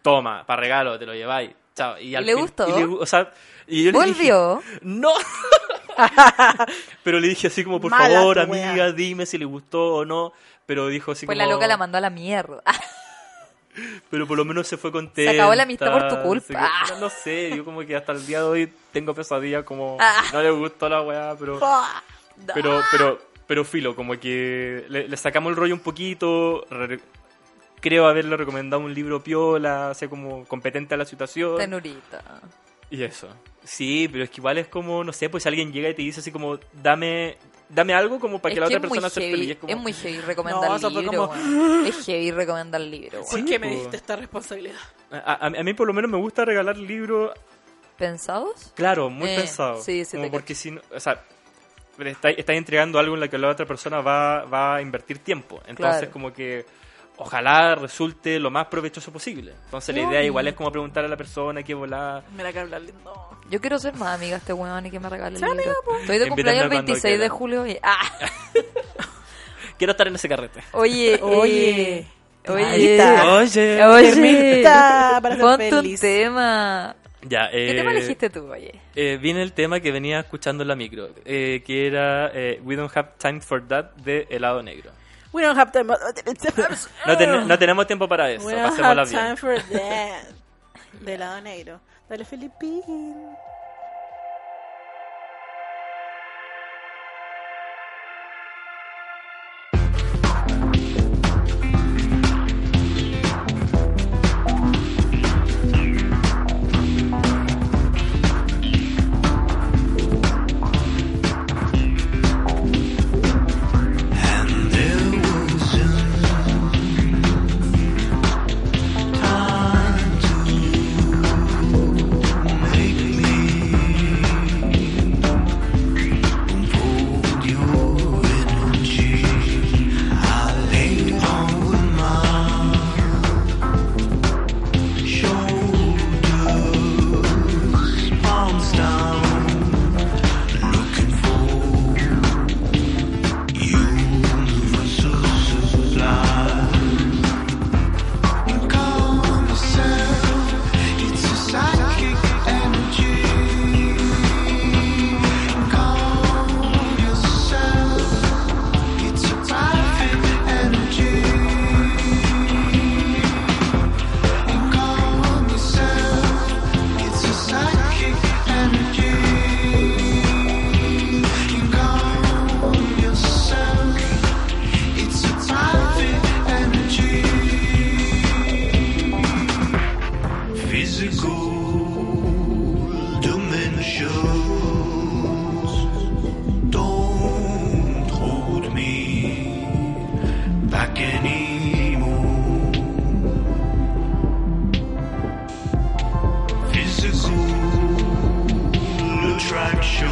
[SPEAKER 7] Toma, para regalo, te lo lleváis. Chao. Y al
[SPEAKER 4] ¿Le
[SPEAKER 7] fin-
[SPEAKER 4] gustó?
[SPEAKER 7] y le gu- o sea, y yo le dije,
[SPEAKER 4] Volvió.
[SPEAKER 7] [LAUGHS] no. pero le dije así como, por
[SPEAKER 5] Mala
[SPEAKER 7] favor,
[SPEAKER 5] tu wea".
[SPEAKER 7] amiga, dime si le gustó o no. Pero dijo así
[SPEAKER 4] Pues la
[SPEAKER 7] como...
[SPEAKER 4] loca la mandó a la mierda. Ah,
[SPEAKER 7] Pero por lo menos se fue contenta.
[SPEAKER 4] acabó la amistad por tu culpa.
[SPEAKER 7] Se quedó- no, no sé, yo como que hasta el día de hoy tengo pesadillas como
[SPEAKER 4] Ah.
[SPEAKER 7] no le gustó la weá, pero pero pero pero filo, como que le, le sacamos el rollo un poquito. re- creo haberle recomendado un libro piola, sea como competente a la situación
[SPEAKER 4] Tenurita.
[SPEAKER 7] y eso. Sí, pero es que igual es como no sé, pues alguien llega y te dice así como dame dame algo como para que la
[SPEAKER 4] es
[SPEAKER 7] otra
[SPEAKER 4] que es muy
[SPEAKER 7] persona se
[SPEAKER 4] heavy,
[SPEAKER 7] feliz. Es como,
[SPEAKER 4] es muy heavy recomendar
[SPEAKER 5] No, eso fue
[SPEAKER 4] libro,
[SPEAKER 5] como-
[SPEAKER 7] [LAUGHS]
[SPEAKER 4] weón. Es heavy recomendar libro, weón.
[SPEAKER 5] ¿Por qué me
[SPEAKER 7] po.
[SPEAKER 5] diste esta responsabilidad?
[SPEAKER 7] a, a- a mí por lo menos me gusta regalar libros
[SPEAKER 4] ¿Pensados?
[SPEAKER 7] Claro, muy
[SPEAKER 4] Eh,
[SPEAKER 7] pensado.
[SPEAKER 4] sí, sí,
[SPEAKER 7] Como
[SPEAKER 4] te
[SPEAKER 7] porque si no, o sea, pero estáis estáis entregando algo en la que la otra persona va, va a invertir tiempo. Entonces,
[SPEAKER 4] Claro.
[SPEAKER 7] como que ojalá resulte lo más provechoso posible. Entonces, la idea igual es como preguntar a la persona qué volá.
[SPEAKER 5] Mira que hablarle. No.
[SPEAKER 4] Yo quiero ser más amiga de este weón y que me regale el
[SPEAKER 5] Sea
[SPEAKER 4] libro.
[SPEAKER 5] amiga,
[SPEAKER 4] Estoy de
[SPEAKER 7] Invítame
[SPEAKER 4] cumpleaños el
[SPEAKER 7] cuando
[SPEAKER 4] 26 de
[SPEAKER 7] quieras.
[SPEAKER 4] julio y... ¡Ah!
[SPEAKER 7] Quiero estar en ese carrete.
[SPEAKER 4] [LAUGHS] Oye,
[SPEAKER 5] Oye.
[SPEAKER 4] eh, oye,
[SPEAKER 5] Clarita.
[SPEAKER 7] Oye.
[SPEAKER 4] oye,
[SPEAKER 5] Permita para ser
[SPEAKER 4] ponte un
[SPEAKER 5] feliz.
[SPEAKER 4] tema.
[SPEAKER 7] Ya, eh,
[SPEAKER 4] ¿Qué tema elegiste tú, oye?
[SPEAKER 7] eh, viene el tema que venía escuchando en la micro, eh, que era eh, We Don't Have Time for That de Helado Negro.
[SPEAKER 5] We don't have time.
[SPEAKER 4] [LAUGHS]
[SPEAKER 7] No, ten- no tenemos tiempo para eso,
[SPEAKER 5] We don't
[SPEAKER 7] pasémosla
[SPEAKER 5] have time
[SPEAKER 7] bien.
[SPEAKER 5] for that. [LAUGHS] De lado negro. Dale, Filipín.
[SPEAKER 6] Time to
[SPEAKER 8] back anymore. Physical attractions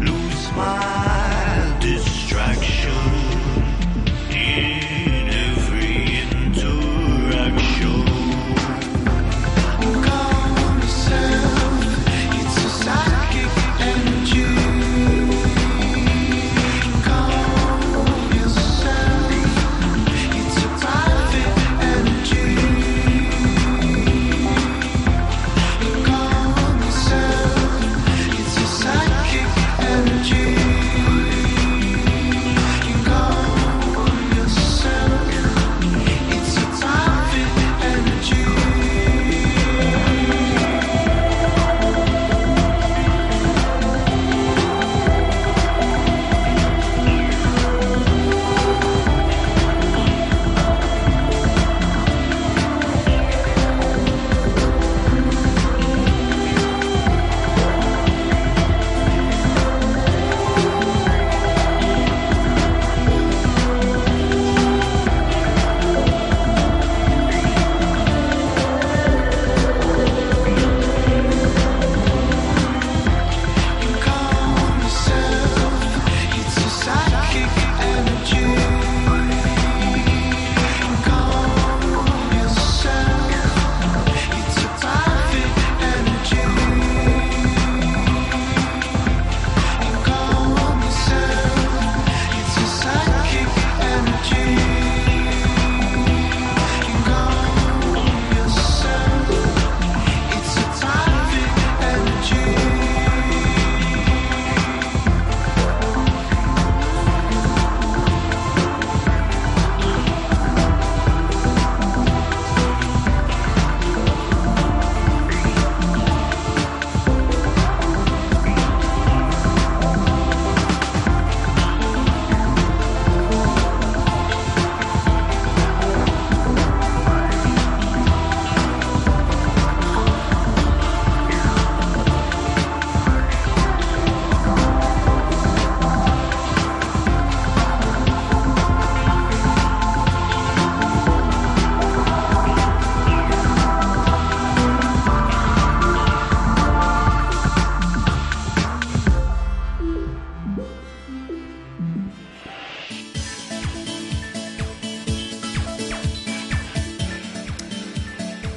[SPEAKER 8] lose my distraction in every interaction. Calm yourself, it's a psychic energy. Calm yourself, it's a private energy. Calm yourself, it's a psychic energy. Calm yourself, it's a private energy.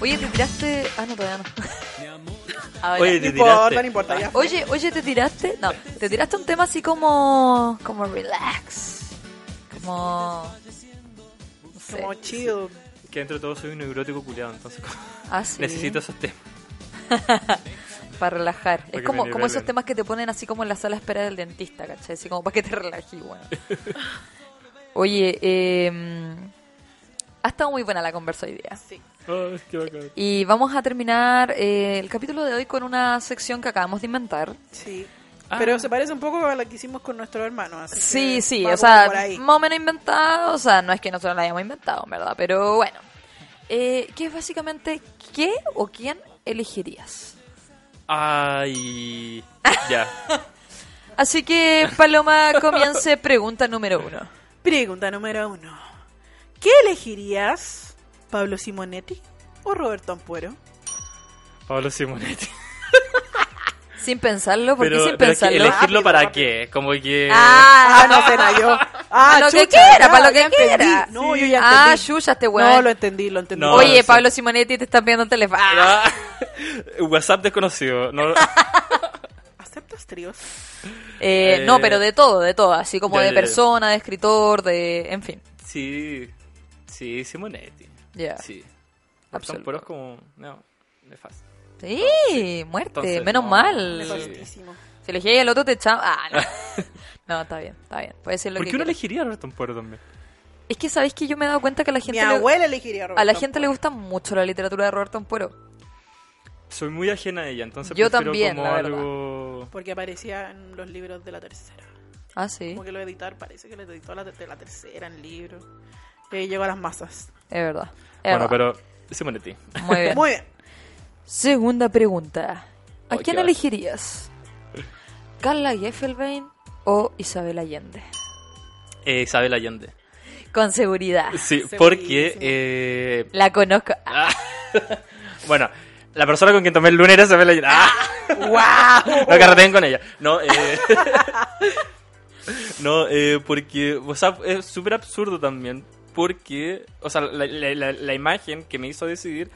[SPEAKER 4] Oye, te tiraste. Ah, no, todavía no.
[SPEAKER 7] [LAUGHS]
[SPEAKER 4] Ahora.
[SPEAKER 7] Oye, te No importa, tiraste.
[SPEAKER 5] no importa, ya fue.
[SPEAKER 4] Oye, oye, te tiraste. No, te tiraste un tema así como. Como relax. Como. No sé.
[SPEAKER 5] Como chill.
[SPEAKER 7] Que dentro de todo soy un neurótico culiado, entonces [LAUGHS]
[SPEAKER 4] Ah, sí.
[SPEAKER 7] necesito esos temas.
[SPEAKER 4] Para relajar.
[SPEAKER 7] Para
[SPEAKER 4] es
[SPEAKER 7] que
[SPEAKER 4] como,
[SPEAKER 7] me
[SPEAKER 4] como esos
[SPEAKER 7] nivelen.
[SPEAKER 4] temas que te ponen así como en la sala de espera del dentista, ¿cachai? Así como para que te relajes,
[SPEAKER 7] [LAUGHS]
[SPEAKER 4] bueno. Oye, eh, ha estado muy buena la conversa hoy día.
[SPEAKER 7] Ay, qué bacán.
[SPEAKER 4] Y vamos a terminar eh, el capítulo de hoy con una sección que acabamos de inventar.
[SPEAKER 5] Sí. Pero se parece un poco a la que hicimos con nuestro hermano. Así
[SPEAKER 4] Ah. Sí,
[SPEAKER 5] que
[SPEAKER 4] sí,
[SPEAKER 5] va
[SPEAKER 4] o
[SPEAKER 5] como
[SPEAKER 4] sea,
[SPEAKER 5] por ahí.
[SPEAKER 4] más o menos inventado, o sea, no es que nosotros la hayamos inventado, en verdad, pero bueno. Eh, que es básicamente qué o quién elegirías.
[SPEAKER 7] Ay. Ya.
[SPEAKER 4] Así
[SPEAKER 5] [LAUGHS]
[SPEAKER 4] que, Paloma, comience pregunta número uno.
[SPEAKER 5] Pregunta número uno. ¿Qué elegirías, Pablo Simonetti o Roberto Ampuero?
[SPEAKER 7] [LAUGHS] Pablo [LAUGHS] Simonetti.
[SPEAKER 4] Sin pensarlo, porque
[SPEAKER 7] Pero,
[SPEAKER 4] sin
[SPEAKER 7] pero es que
[SPEAKER 4] pensarlo.
[SPEAKER 7] elegirlo para qué? Como que.
[SPEAKER 4] Ah,
[SPEAKER 5] no
[SPEAKER 4] [LAUGHS]
[SPEAKER 5] sé, na, yo. Ah,
[SPEAKER 4] para lo que
[SPEAKER 5] chucha,
[SPEAKER 4] quiera,
[SPEAKER 5] ya,
[SPEAKER 4] para lo que
[SPEAKER 5] ya entendí.
[SPEAKER 4] quiera.
[SPEAKER 5] No, yo ya
[SPEAKER 4] Ah,
[SPEAKER 5] entendí.
[SPEAKER 4] chucha, este
[SPEAKER 5] No,
[SPEAKER 4] weón.
[SPEAKER 5] lo entendí, lo entendí.
[SPEAKER 7] No,
[SPEAKER 4] Oye,
[SPEAKER 7] sí.
[SPEAKER 4] Pablo Simonetti, te están viendo el teléfono. Ah,
[SPEAKER 7] [LAUGHS] WhatsApp desconocido. No, [LAUGHS]
[SPEAKER 5] ¿Aceptas tríos?
[SPEAKER 4] eh,
[SPEAKER 7] Eh,
[SPEAKER 4] no, pero de todo, de todo. Así como
[SPEAKER 7] ya,
[SPEAKER 4] de
[SPEAKER 7] ya, ya.
[SPEAKER 4] persona, de escritor, de. En fin.
[SPEAKER 7] sí. Sí, Simonetti.
[SPEAKER 4] Ya.
[SPEAKER 7] Sí.
[SPEAKER 4] Absoluto.
[SPEAKER 7] Son puros como. No, es fácil.
[SPEAKER 4] Sí, muerte,
[SPEAKER 7] Ah, Entonces,
[SPEAKER 4] menos
[SPEAKER 7] no.
[SPEAKER 4] mal.
[SPEAKER 7] Nefastísimo.
[SPEAKER 4] Si elegía el otro, te echaba. Ah,
[SPEAKER 7] [LAUGHS]
[SPEAKER 4] no. no, está bien, está bien. Puede ser lo
[SPEAKER 7] ¿Por
[SPEAKER 4] que
[SPEAKER 7] qué uno
[SPEAKER 4] quieras.
[SPEAKER 7] elegiría a Roberto Ampuero también?
[SPEAKER 4] Es que sabéis que yo me he dado cuenta que a la gente.
[SPEAKER 5] Mi abuela elegiría a Roberto
[SPEAKER 4] la gente le gusta mucho la literatura de Roberto Ampuero.
[SPEAKER 7] Soy muy ajena a ella, entonces
[SPEAKER 4] Yo
[SPEAKER 7] prefiero
[SPEAKER 4] también,
[SPEAKER 7] como
[SPEAKER 4] la verdad.
[SPEAKER 7] algo.
[SPEAKER 5] Porque aparecía en los libros de la tercera.
[SPEAKER 4] Ah, sí,
[SPEAKER 5] Como que lo editar parece que lo editó la, de la tercera en libro. Que llegó a las masas.
[SPEAKER 4] es verdad. es verdad.
[SPEAKER 7] Bueno, pero. Simonetti.
[SPEAKER 4] Muy bien.
[SPEAKER 5] [LAUGHS] Muy bien.
[SPEAKER 4] Segunda pregunta. ¿A quién
[SPEAKER 7] Ay, qué asco.
[SPEAKER 4] elegirías? ¿Carla Geffelbein o Isabel Allende?
[SPEAKER 7] Eh, Isabel Allende.
[SPEAKER 4] Con
[SPEAKER 7] [LAUGHS]
[SPEAKER 4] seguridad.
[SPEAKER 7] Sí, porque... eh,
[SPEAKER 4] La conozco.
[SPEAKER 7] ah, bueno, la persona con quien tomé el lunes era Isabel Allende. [LAUGHS] ¡Ah! No carreteen con ella. No, eh, [LAUGHS] no eh, porque... O sea, es súper absurdo también. Porque... O sea, la, la- la- la imagen que me hizo decidir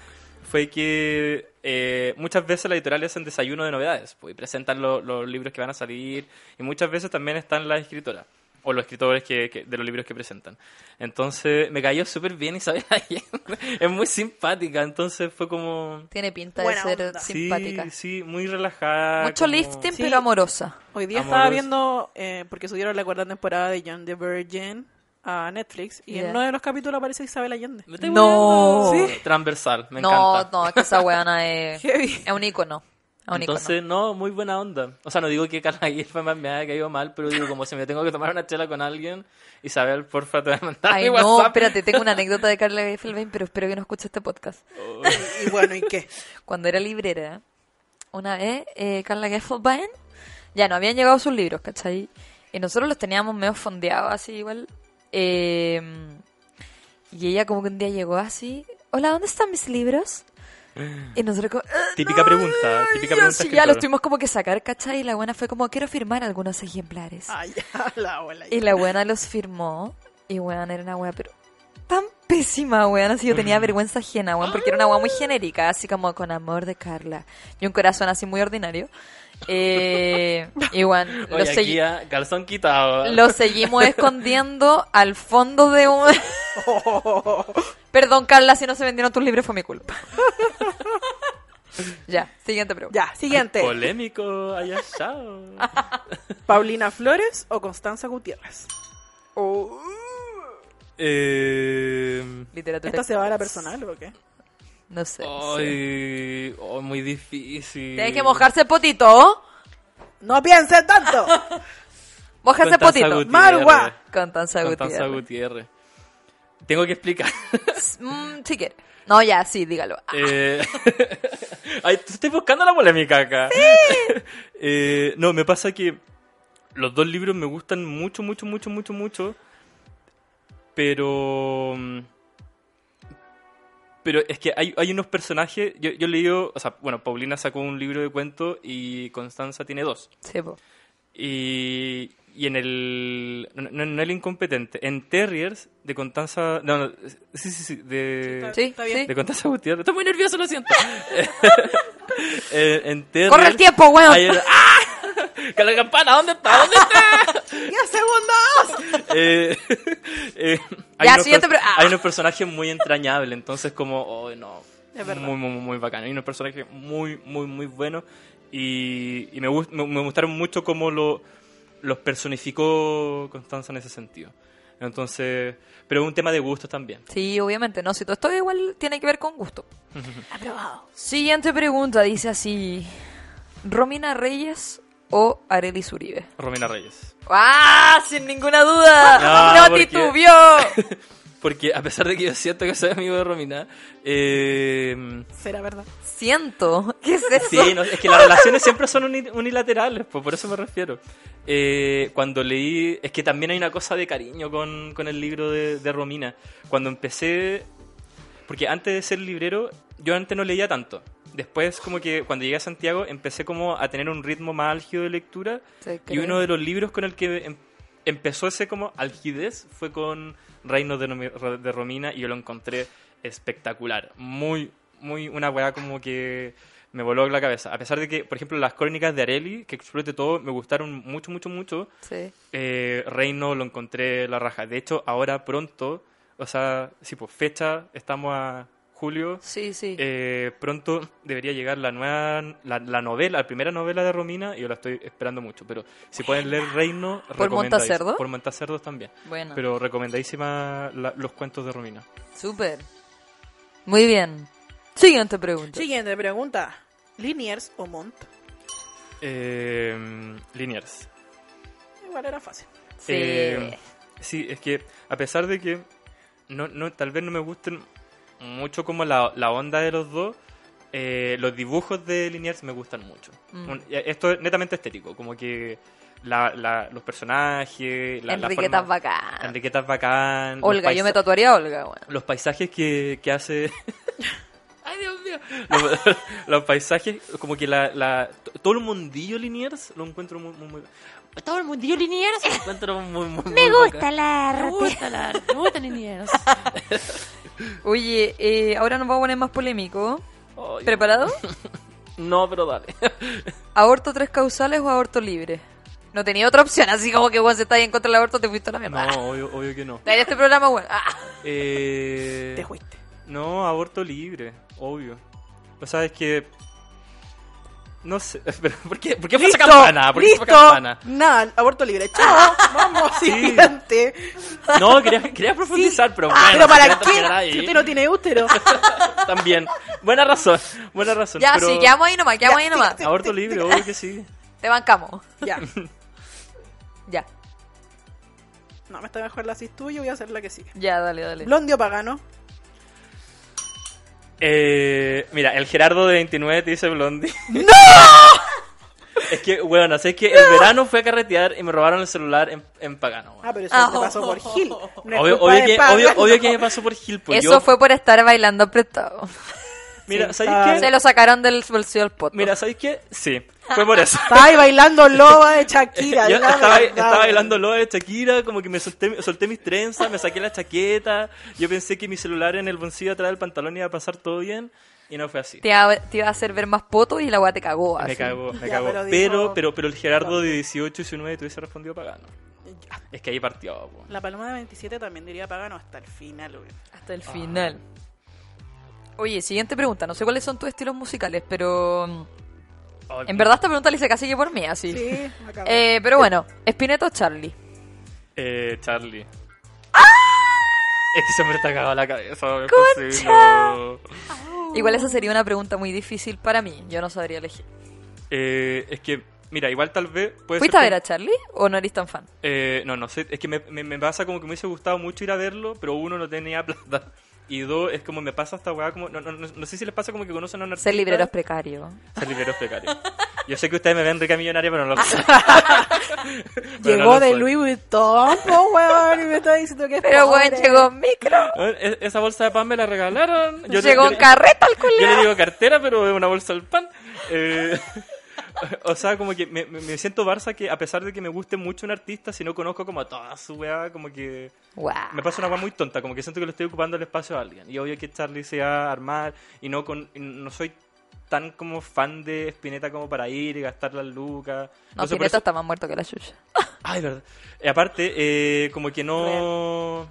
[SPEAKER 7] fue que eh, muchas veces las editoriales hacen desayuno de novedades pues, y presentan lo- los libros que van a salir y muchas veces también están las escritoras o los escritores que, que- de los libros que presentan. Entonces me cayó súper bien Isabel Allende. [LAUGHS] es muy simpática, entonces fue como...
[SPEAKER 4] Tiene pinta
[SPEAKER 5] Buena
[SPEAKER 4] de ser
[SPEAKER 5] onda.
[SPEAKER 7] Sí,
[SPEAKER 4] simpática.
[SPEAKER 7] Sí, muy relajada.
[SPEAKER 4] Mucho
[SPEAKER 7] como-
[SPEAKER 4] lifting,
[SPEAKER 5] Sí.
[SPEAKER 4] pero amorosa.
[SPEAKER 5] Hoy día
[SPEAKER 7] Amoroso.
[SPEAKER 5] estaba viendo, eh, porque subieron la cuarta temporada de John the Virgin a Netflix, y
[SPEAKER 4] Ya.
[SPEAKER 5] en uno de los capítulos aparece Isabel Allende.
[SPEAKER 7] Me estoy
[SPEAKER 4] No.
[SPEAKER 7] weando.
[SPEAKER 4] Sí.
[SPEAKER 7] Transversal, me
[SPEAKER 4] no,
[SPEAKER 7] encanta.
[SPEAKER 4] no, es que esa weona
[SPEAKER 7] [LAUGHS]
[SPEAKER 4] es,
[SPEAKER 5] Heavy.
[SPEAKER 4] es un ícono. Es un ícono.
[SPEAKER 7] Entonces, [LAUGHS] no, muy buena onda. O sea, no digo que Carla Gilfman me haya caído mal, pero digo, como si me tengo que tomar una chela con alguien, Isabel, porfa, te voy a mandar
[SPEAKER 4] Ay,
[SPEAKER 7] mi
[SPEAKER 4] no,
[SPEAKER 7] WhatsApp.
[SPEAKER 4] espérate, tengo una anécdota de Carla Gelfand, pero espero que no escuche este podcast.
[SPEAKER 5] Oh, Y bueno, ¿y qué?
[SPEAKER 4] [LAUGHS] cuando era librera, una vez eh, Carla Geffelbein, ya no habían llegado sus libros, ¿cachai? Y nosotros los teníamos medio fondeados, así igual. Eh, y ella como que un día llegó así, hola, ¿dónde están mis libros? Y nosotros como... "Ah,
[SPEAKER 7] Típica pregunta,
[SPEAKER 4] ya,
[SPEAKER 7] típica pregunta
[SPEAKER 4] sí, ya
[SPEAKER 7] escritora.
[SPEAKER 4] los tuvimos como que sacar, ¿cachai? Y la buena fue como, quiero firmar algunos ejemplares.
[SPEAKER 5] Ay, ya, la ola.
[SPEAKER 4] Y la buena los firmó. Y weón, era una wea, pero tan pésima, weón. Así yo tenía vergüenza ajena, weón, porque era una wea muy genérica, así como con amor de Carla. Y un corazón así muy ordinario. Eh, y weón,
[SPEAKER 7] [LAUGHS] Oye,
[SPEAKER 4] lo,
[SPEAKER 7] aquí
[SPEAKER 4] segui-
[SPEAKER 7] a calzón quitado.
[SPEAKER 4] lo seguimos escondiendo al fondo de un. [LAUGHS]
[SPEAKER 7] [LAUGHS]
[SPEAKER 4] Perdón, Carla, si no se vendieron tus libros fue mi culpa. [LAUGHS] ya, siguiente pregunta.
[SPEAKER 5] Ya, siguiente.
[SPEAKER 7] Polémico, allá
[SPEAKER 4] [LAUGHS]
[SPEAKER 7] chao.
[SPEAKER 5] ¿Paulina Flores o Constanza Gutiérrez? Oh,
[SPEAKER 7] Eh,
[SPEAKER 4] Literatura.
[SPEAKER 5] ¿Esta se va a la personal o
[SPEAKER 4] [LAUGHS]
[SPEAKER 5] qué?
[SPEAKER 4] No sé. no sé.
[SPEAKER 7] ay, oh, muy difícil.
[SPEAKER 4] Tienes que mojarse el potito. ¿oh?
[SPEAKER 5] ¡No piensen tanto!
[SPEAKER 4] Mojarse el
[SPEAKER 7] Constanza
[SPEAKER 4] potito.
[SPEAKER 7] Gutiérrez.
[SPEAKER 5] Marwa.
[SPEAKER 4] Constanza
[SPEAKER 7] Constanza
[SPEAKER 4] Gutiérrez.
[SPEAKER 7] Gutiérrez. Tengo que explicar.
[SPEAKER 4] Mm, si quiere. No, ya, sí, dígalo. Ah,
[SPEAKER 7] Eh, [LAUGHS] Ay, te estoy buscando la polémica acá. [LAUGHS] Eh, no, me pasa que los dos libros me gustan mucho, mucho, mucho, mucho, mucho. Pero. mm, Pero es que hay, hay unos personajes. Yo, yo leí. O sea, bueno, Paulina sacó un libro de cuentos y Constanza tiene dos.
[SPEAKER 4] sí, po.
[SPEAKER 7] Y, y en el. No, no, no el incompetente. En Terriers de Constanza. No, no. Sí, sí, sí. De,
[SPEAKER 4] Sí,
[SPEAKER 5] Está bien.
[SPEAKER 4] sí.
[SPEAKER 7] de Constanza Gutiérrez. Estoy muy nervioso, lo
[SPEAKER 4] [LAUGHS]
[SPEAKER 7] siento. [LAUGHS] Eh, en Terriers-
[SPEAKER 4] Corre el tiempo, weón.
[SPEAKER 7] Hay el- ¡Ah! ¡Que la campana! ¿Dónde está?
[SPEAKER 4] [LAUGHS]
[SPEAKER 7] ¿Dónde está?
[SPEAKER 5] ¡Diez segundos!
[SPEAKER 7] [LAUGHS] Eh, eh, hay,
[SPEAKER 4] Ya,
[SPEAKER 7] unos
[SPEAKER 4] siguiente
[SPEAKER 7] pers-
[SPEAKER 4] pre- ah.
[SPEAKER 7] hay unos personajes muy entrañables, entonces como, oh, no,
[SPEAKER 5] Es verdad.
[SPEAKER 7] muy, muy, muy bacano. Hay unos personajes muy, muy, muy buenos y, y me, gust- me, me gustaron mucho cómo lo, los personificó Constanza en ese sentido. Entonces, pero es un tema de gustos también.
[SPEAKER 4] Sí, obviamente, no. Si todo esto igual tiene que ver con
[SPEAKER 7] [LAUGHS]
[SPEAKER 4] gusto. Aprobado. Siguiente pregunta, dice así: ¿Romina Reyes o Arelis Uribe?
[SPEAKER 7] Romina Reyes.
[SPEAKER 4] ¡Ah! Sin ninguna duda.
[SPEAKER 7] No,
[SPEAKER 4] No,
[SPEAKER 7] porque-
[SPEAKER 4] titubió.
[SPEAKER 7] [LAUGHS] Porque a pesar de que yo siento que soy amigo de Romina, eh,
[SPEAKER 5] Será verdad.
[SPEAKER 4] Siento. ¿Qué es eso?
[SPEAKER 7] Sí, no, es que las relaciones siempre son uni- unilaterales, pues por eso me refiero. Eh, cuando leí, es que también hay una cosa de cariño con, con el libro de, de Romina. Cuando empecé, porque antes de ser librero, yo antes no leía tanto. Después, como que cuando llegué a Santiago, empecé como a tener un ritmo más álgido de lectura.
[SPEAKER 4] Te
[SPEAKER 7] Y
[SPEAKER 4] creo.
[SPEAKER 7] uno de los libros con el que em- empezó ese como algidez fue con Reino de, Nomi- de Romina y yo lo encontré espectacular. Muy, muy, una weá como que me voló la cabeza. A pesar de que, por ejemplo, las crónicas de Areli, que exploté todo, me gustaron mucho, mucho, mucho.
[SPEAKER 4] Sí.
[SPEAKER 7] eh, Reino lo encontré la raja. De hecho, ahora pronto, o sea, sí, pues fecha, estamos a julio.
[SPEAKER 4] Sí, sí.
[SPEAKER 7] Eh, pronto debería llegar la nueva la, la novela, la primera novela de Romina, y yo la estoy esperando mucho. Pero si pueden leer Reino,
[SPEAKER 4] ¿Por
[SPEAKER 7] recomendadís-
[SPEAKER 4] Montacerdo?
[SPEAKER 7] Por Montacerdos también.
[SPEAKER 4] bueno,
[SPEAKER 7] Pero recomendadísima la- los cuentos de Romina.
[SPEAKER 4] súper. Muy bien. Siguiente pregunta.
[SPEAKER 5] Siguiente pregunta. ¿Liniers o Montt?
[SPEAKER 7] Eh, Liniers.
[SPEAKER 5] Igual era fácil.
[SPEAKER 4] Sí.
[SPEAKER 7] Eh, sí, es que a pesar de que no, no, tal vez no me gusten mucho como la, la onda de los dos, eh, los dibujos de Liniers me gustan mucho.
[SPEAKER 4] Mm.
[SPEAKER 7] Un- y esto es netamente estético, como que la- la- los personajes, la, la
[SPEAKER 4] Enriqueta es
[SPEAKER 7] forma-
[SPEAKER 4] bacán.
[SPEAKER 7] Enriqueta es bacán. los
[SPEAKER 4] Olga, yo me
[SPEAKER 7] paisa-
[SPEAKER 4] tatuaría a Olga, weón.
[SPEAKER 7] Los paisajes que, que [LAUGHS] hace.
[SPEAKER 4] Ay, Dios mío.
[SPEAKER 7] [LAUGHS] los, los paisajes, como que la, la- to- todo el mundillo Liniers lo encuentro muy. muy, muy- todo el mundillo Liniers lo encuentro muy, muy, [LAUGHS]
[SPEAKER 3] Me
[SPEAKER 7] muy
[SPEAKER 3] gusta
[SPEAKER 7] bacán.
[SPEAKER 3] la
[SPEAKER 4] Me
[SPEAKER 3] arte.
[SPEAKER 4] gusta la arte, me gusta Liniers. Oye, eh, ahora nos vamos a poner más polémico.
[SPEAKER 7] Ay. [LAUGHS]
[SPEAKER 4] ¿Preparado?
[SPEAKER 7] No, pero dale.
[SPEAKER 4] ¿Aborto tres causales o aborto libre? No tenía otra opción, así como que vos si estáis en contra del aborto, te fuiste a la mierda.
[SPEAKER 7] No, obvio, obvio que no.
[SPEAKER 4] Está en este programa, bueno. Ah.
[SPEAKER 7] Eh, Te fuiste. No, aborto libre, obvio. O sea, es que. No sé, [LAUGHS] pero ¿por qué, ¿por qué fue esa campana? ¿Por qué fue
[SPEAKER 5] ¡Listo!
[SPEAKER 7] esa campana? Ah,
[SPEAKER 5] Nada, aborto libre. ¡Chao! ¡Vamos, siguiente!
[SPEAKER 7] No, quería, quería profundizar, pero bueno.
[SPEAKER 5] ah, ¿Pero
[SPEAKER 7] si
[SPEAKER 5] para
[SPEAKER 7] quieres terminar
[SPEAKER 5] qué?
[SPEAKER 7] ahí,
[SPEAKER 5] Si usted no tiene
[SPEAKER 7] [LAUGHS]
[SPEAKER 5] útero.
[SPEAKER 7] También. Buena razón, buena razón.
[SPEAKER 4] Ya,
[SPEAKER 7] pero
[SPEAKER 4] sí, quedamos ahí nomás, quedamos
[SPEAKER 5] Ya,
[SPEAKER 4] ahí nomás.
[SPEAKER 7] Aborto libre, obvio que sí.
[SPEAKER 4] Te bancamos.
[SPEAKER 5] Ya.
[SPEAKER 4] Ya.
[SPEAKER 5] No, me está mejor la haces tú, yo voy a hacer la que sigue.
[SPEAKER 4] Ya, dale, dale.
[SPEAKER 5] Blondio pagano.
[SPEAKER 7] Eh, mira, el Gerardo de 29 te dice Blondie. ¡No! es que, bueno, sé que el verano fui a carretear y me robaron el celular en, en Pagano. weón.
[SPEAKER 5] Ah, pero eso
[SPEAKER 4] Ah,
[SPEAKER 5] te pasó por Gil. No [LAUGHS] es
[SPEAKER 7] Obvio,
[SPEAKER 5] culpa
[SPEAKER 7] obvio
[SPEAKER 5] de
[SPEAKER 7] que,
[SPEAKER 5] Pagano.
[SPEAKER 7] obvio, obvio
[SPEAKER 5] [LAUGHS]
[SPEAKER 7] que me pasó por Gil. pues
[SPEAKER 4] Eso
[SPEAKER 7] yo-
[SPEAKER 4] fue por estar bailando apretado.
[SPEAKER 7] Mira, ¿sabéis
[SPEAKER 5] Ah,
[SPEAKER 7] qué?
[SPEAKER 4] Se lo sacaron del bolsillo del poto.
[SPEAKER 7] Ah, Mira, ¿sabéis qué? Sí, fue
[SPEAKER 5] [LAUGHS]
[SPEAKER 7] por eso.
[SPEAKER 5] Estaba ahí bailando loba de Shakira.
[SPEAKER 7] [LAUGHS] Yo
[SPEAKER 5] di la
[SPEAKER 7] estaba,
[SPEAKER 5] verdad.
[SPEAKER 7] estaba bailando lo de Shakira, como que me solté, solté mis trenzas, me saqué la chaqueta. Yo pensé que mi celular en el bolsillo atrás del pantalón iba a pasar todo bien y no fue así.
[SPEAKER 4] Te, iba- te iba a hacer ver más poto y la weá te cagó.
[SPEAKER 7] Me
[SPEAKER 4] así.
[SPEAKER 7] cago, me
[SPEAKER 5] Ya,
[SPEAKER 7] cago.
[SPEAKER 5] pero
[SPEAKER 7] Pero,
[SPEAKER 5] dijo-
[SPEAKER 7] pero, pero, el Gerardo de 18 y 19 te hubiese respondido pagano. Es que ahí partió. po.
[SPEAKER 5] La paloma de 27 también diría pagano hasta el final, güey.
[SPEAKER 4] Hasta el final. Ah. Oye, siguiente pregunta. No sé cuáles son tus estilos musicales, pero. mm,
[SPEAKER 7] Ay,
[SPEAKER 4] En verdad, esta pregunta la hice casi que por mí, así.
[SPEAKER 5] Sí, me acabo.
[SPEAKER 4] Eh, pero bueno, Spinetta o Charlie.
[SPEAKER 7] Eh, Charlie. Es que siempre está cagado la cabeza. no es
[SPEAKER 4] ¡Ah! ¡Concha!
[SPEAKER 7] posible.
[SPEAKER 4] Igual esa sería una pregunta muy difícil para mí. Yo no sabría elegir.
[SPEAKER 7] Pues Eh, es que, mira, igual tal vez. Puede
[SPEAKER 4] ¿Fuiste a
[SPEAKER 7] ser
[SPEAKER 4] ver
[SPEAKER 7] que-
[SPEAKER 4] a Charlie o no eres tan fan?
[SPEAKER 7] Eh, no, no sé. Es que me, me- me pasa como que me hubiese gustado mucho ir a verlo, pero uno no tenía [LAUGHS] plata. Y dos, es como me pasa esta weá como. No, no, no, no sé si les pasa como que conocen a un artista.
[SPEAKER 4] Ser librero es precario.
[SPEAKER 7] Ser libreros precarios. Yo sé que ustedes me ven rica millonaria, pero no
[SPEAKER 4] Ah. [LAUGHS]
[SPEAKER 7] lo son. Pero no
[SPEAKER 5] Llegó
[SPEAKER 7] lo
[SPEAKER 5] de
[SPEAKER 7] soy.
[SPEAKER 5] Louis Vuitton, [LAUGHS] po, weón, y me está diciendo que es
[SPEAKER 4] Pero
[SPEAKER 5] pobre.
[SPEAKER 4] bueno, llegó en micro.
[SPEAKER 7] Bueno, es- e-, Esa bolsa de pan me la regalaron. Yo le-
[SPEAKER 4] llegó
[SPEAKER 7] yo
[SPEAKER 4] en
[SPEAKER 7] le-
[SPEAKER 4] carreta al
[SPEAKER 7] Yo le
[SPEAKER 4] culiao.
[SPEAKER 7] digo cartera, pero es una bolsa del pan. Eh, [LAUGHS] o sea, como que me, me- me siento Barça que a pesar de que me guste mucho un artista, si no conozco como a toda su weá, como que...
[SPEAKER 4] Guau.
[SPEAKER 7] Me pasa una weá muy tonta, como que siento que le estoy ocupando el espacio a alguien. Y obvio que Charlie se va a armar y no, con, y no soy tan como fan de Spinetta como para ir y gastar las lucas.
[SPEAKER 4] No,
[SPEAKER 7] Entonces, por
[SPEAKER 4] Spinetta
[SPEAKER 7] eso-
[SPEAKER 4] está más muerto que la chucha.
[SPEAKER 7] Ay, verdad. Y aparte, eh, como que no...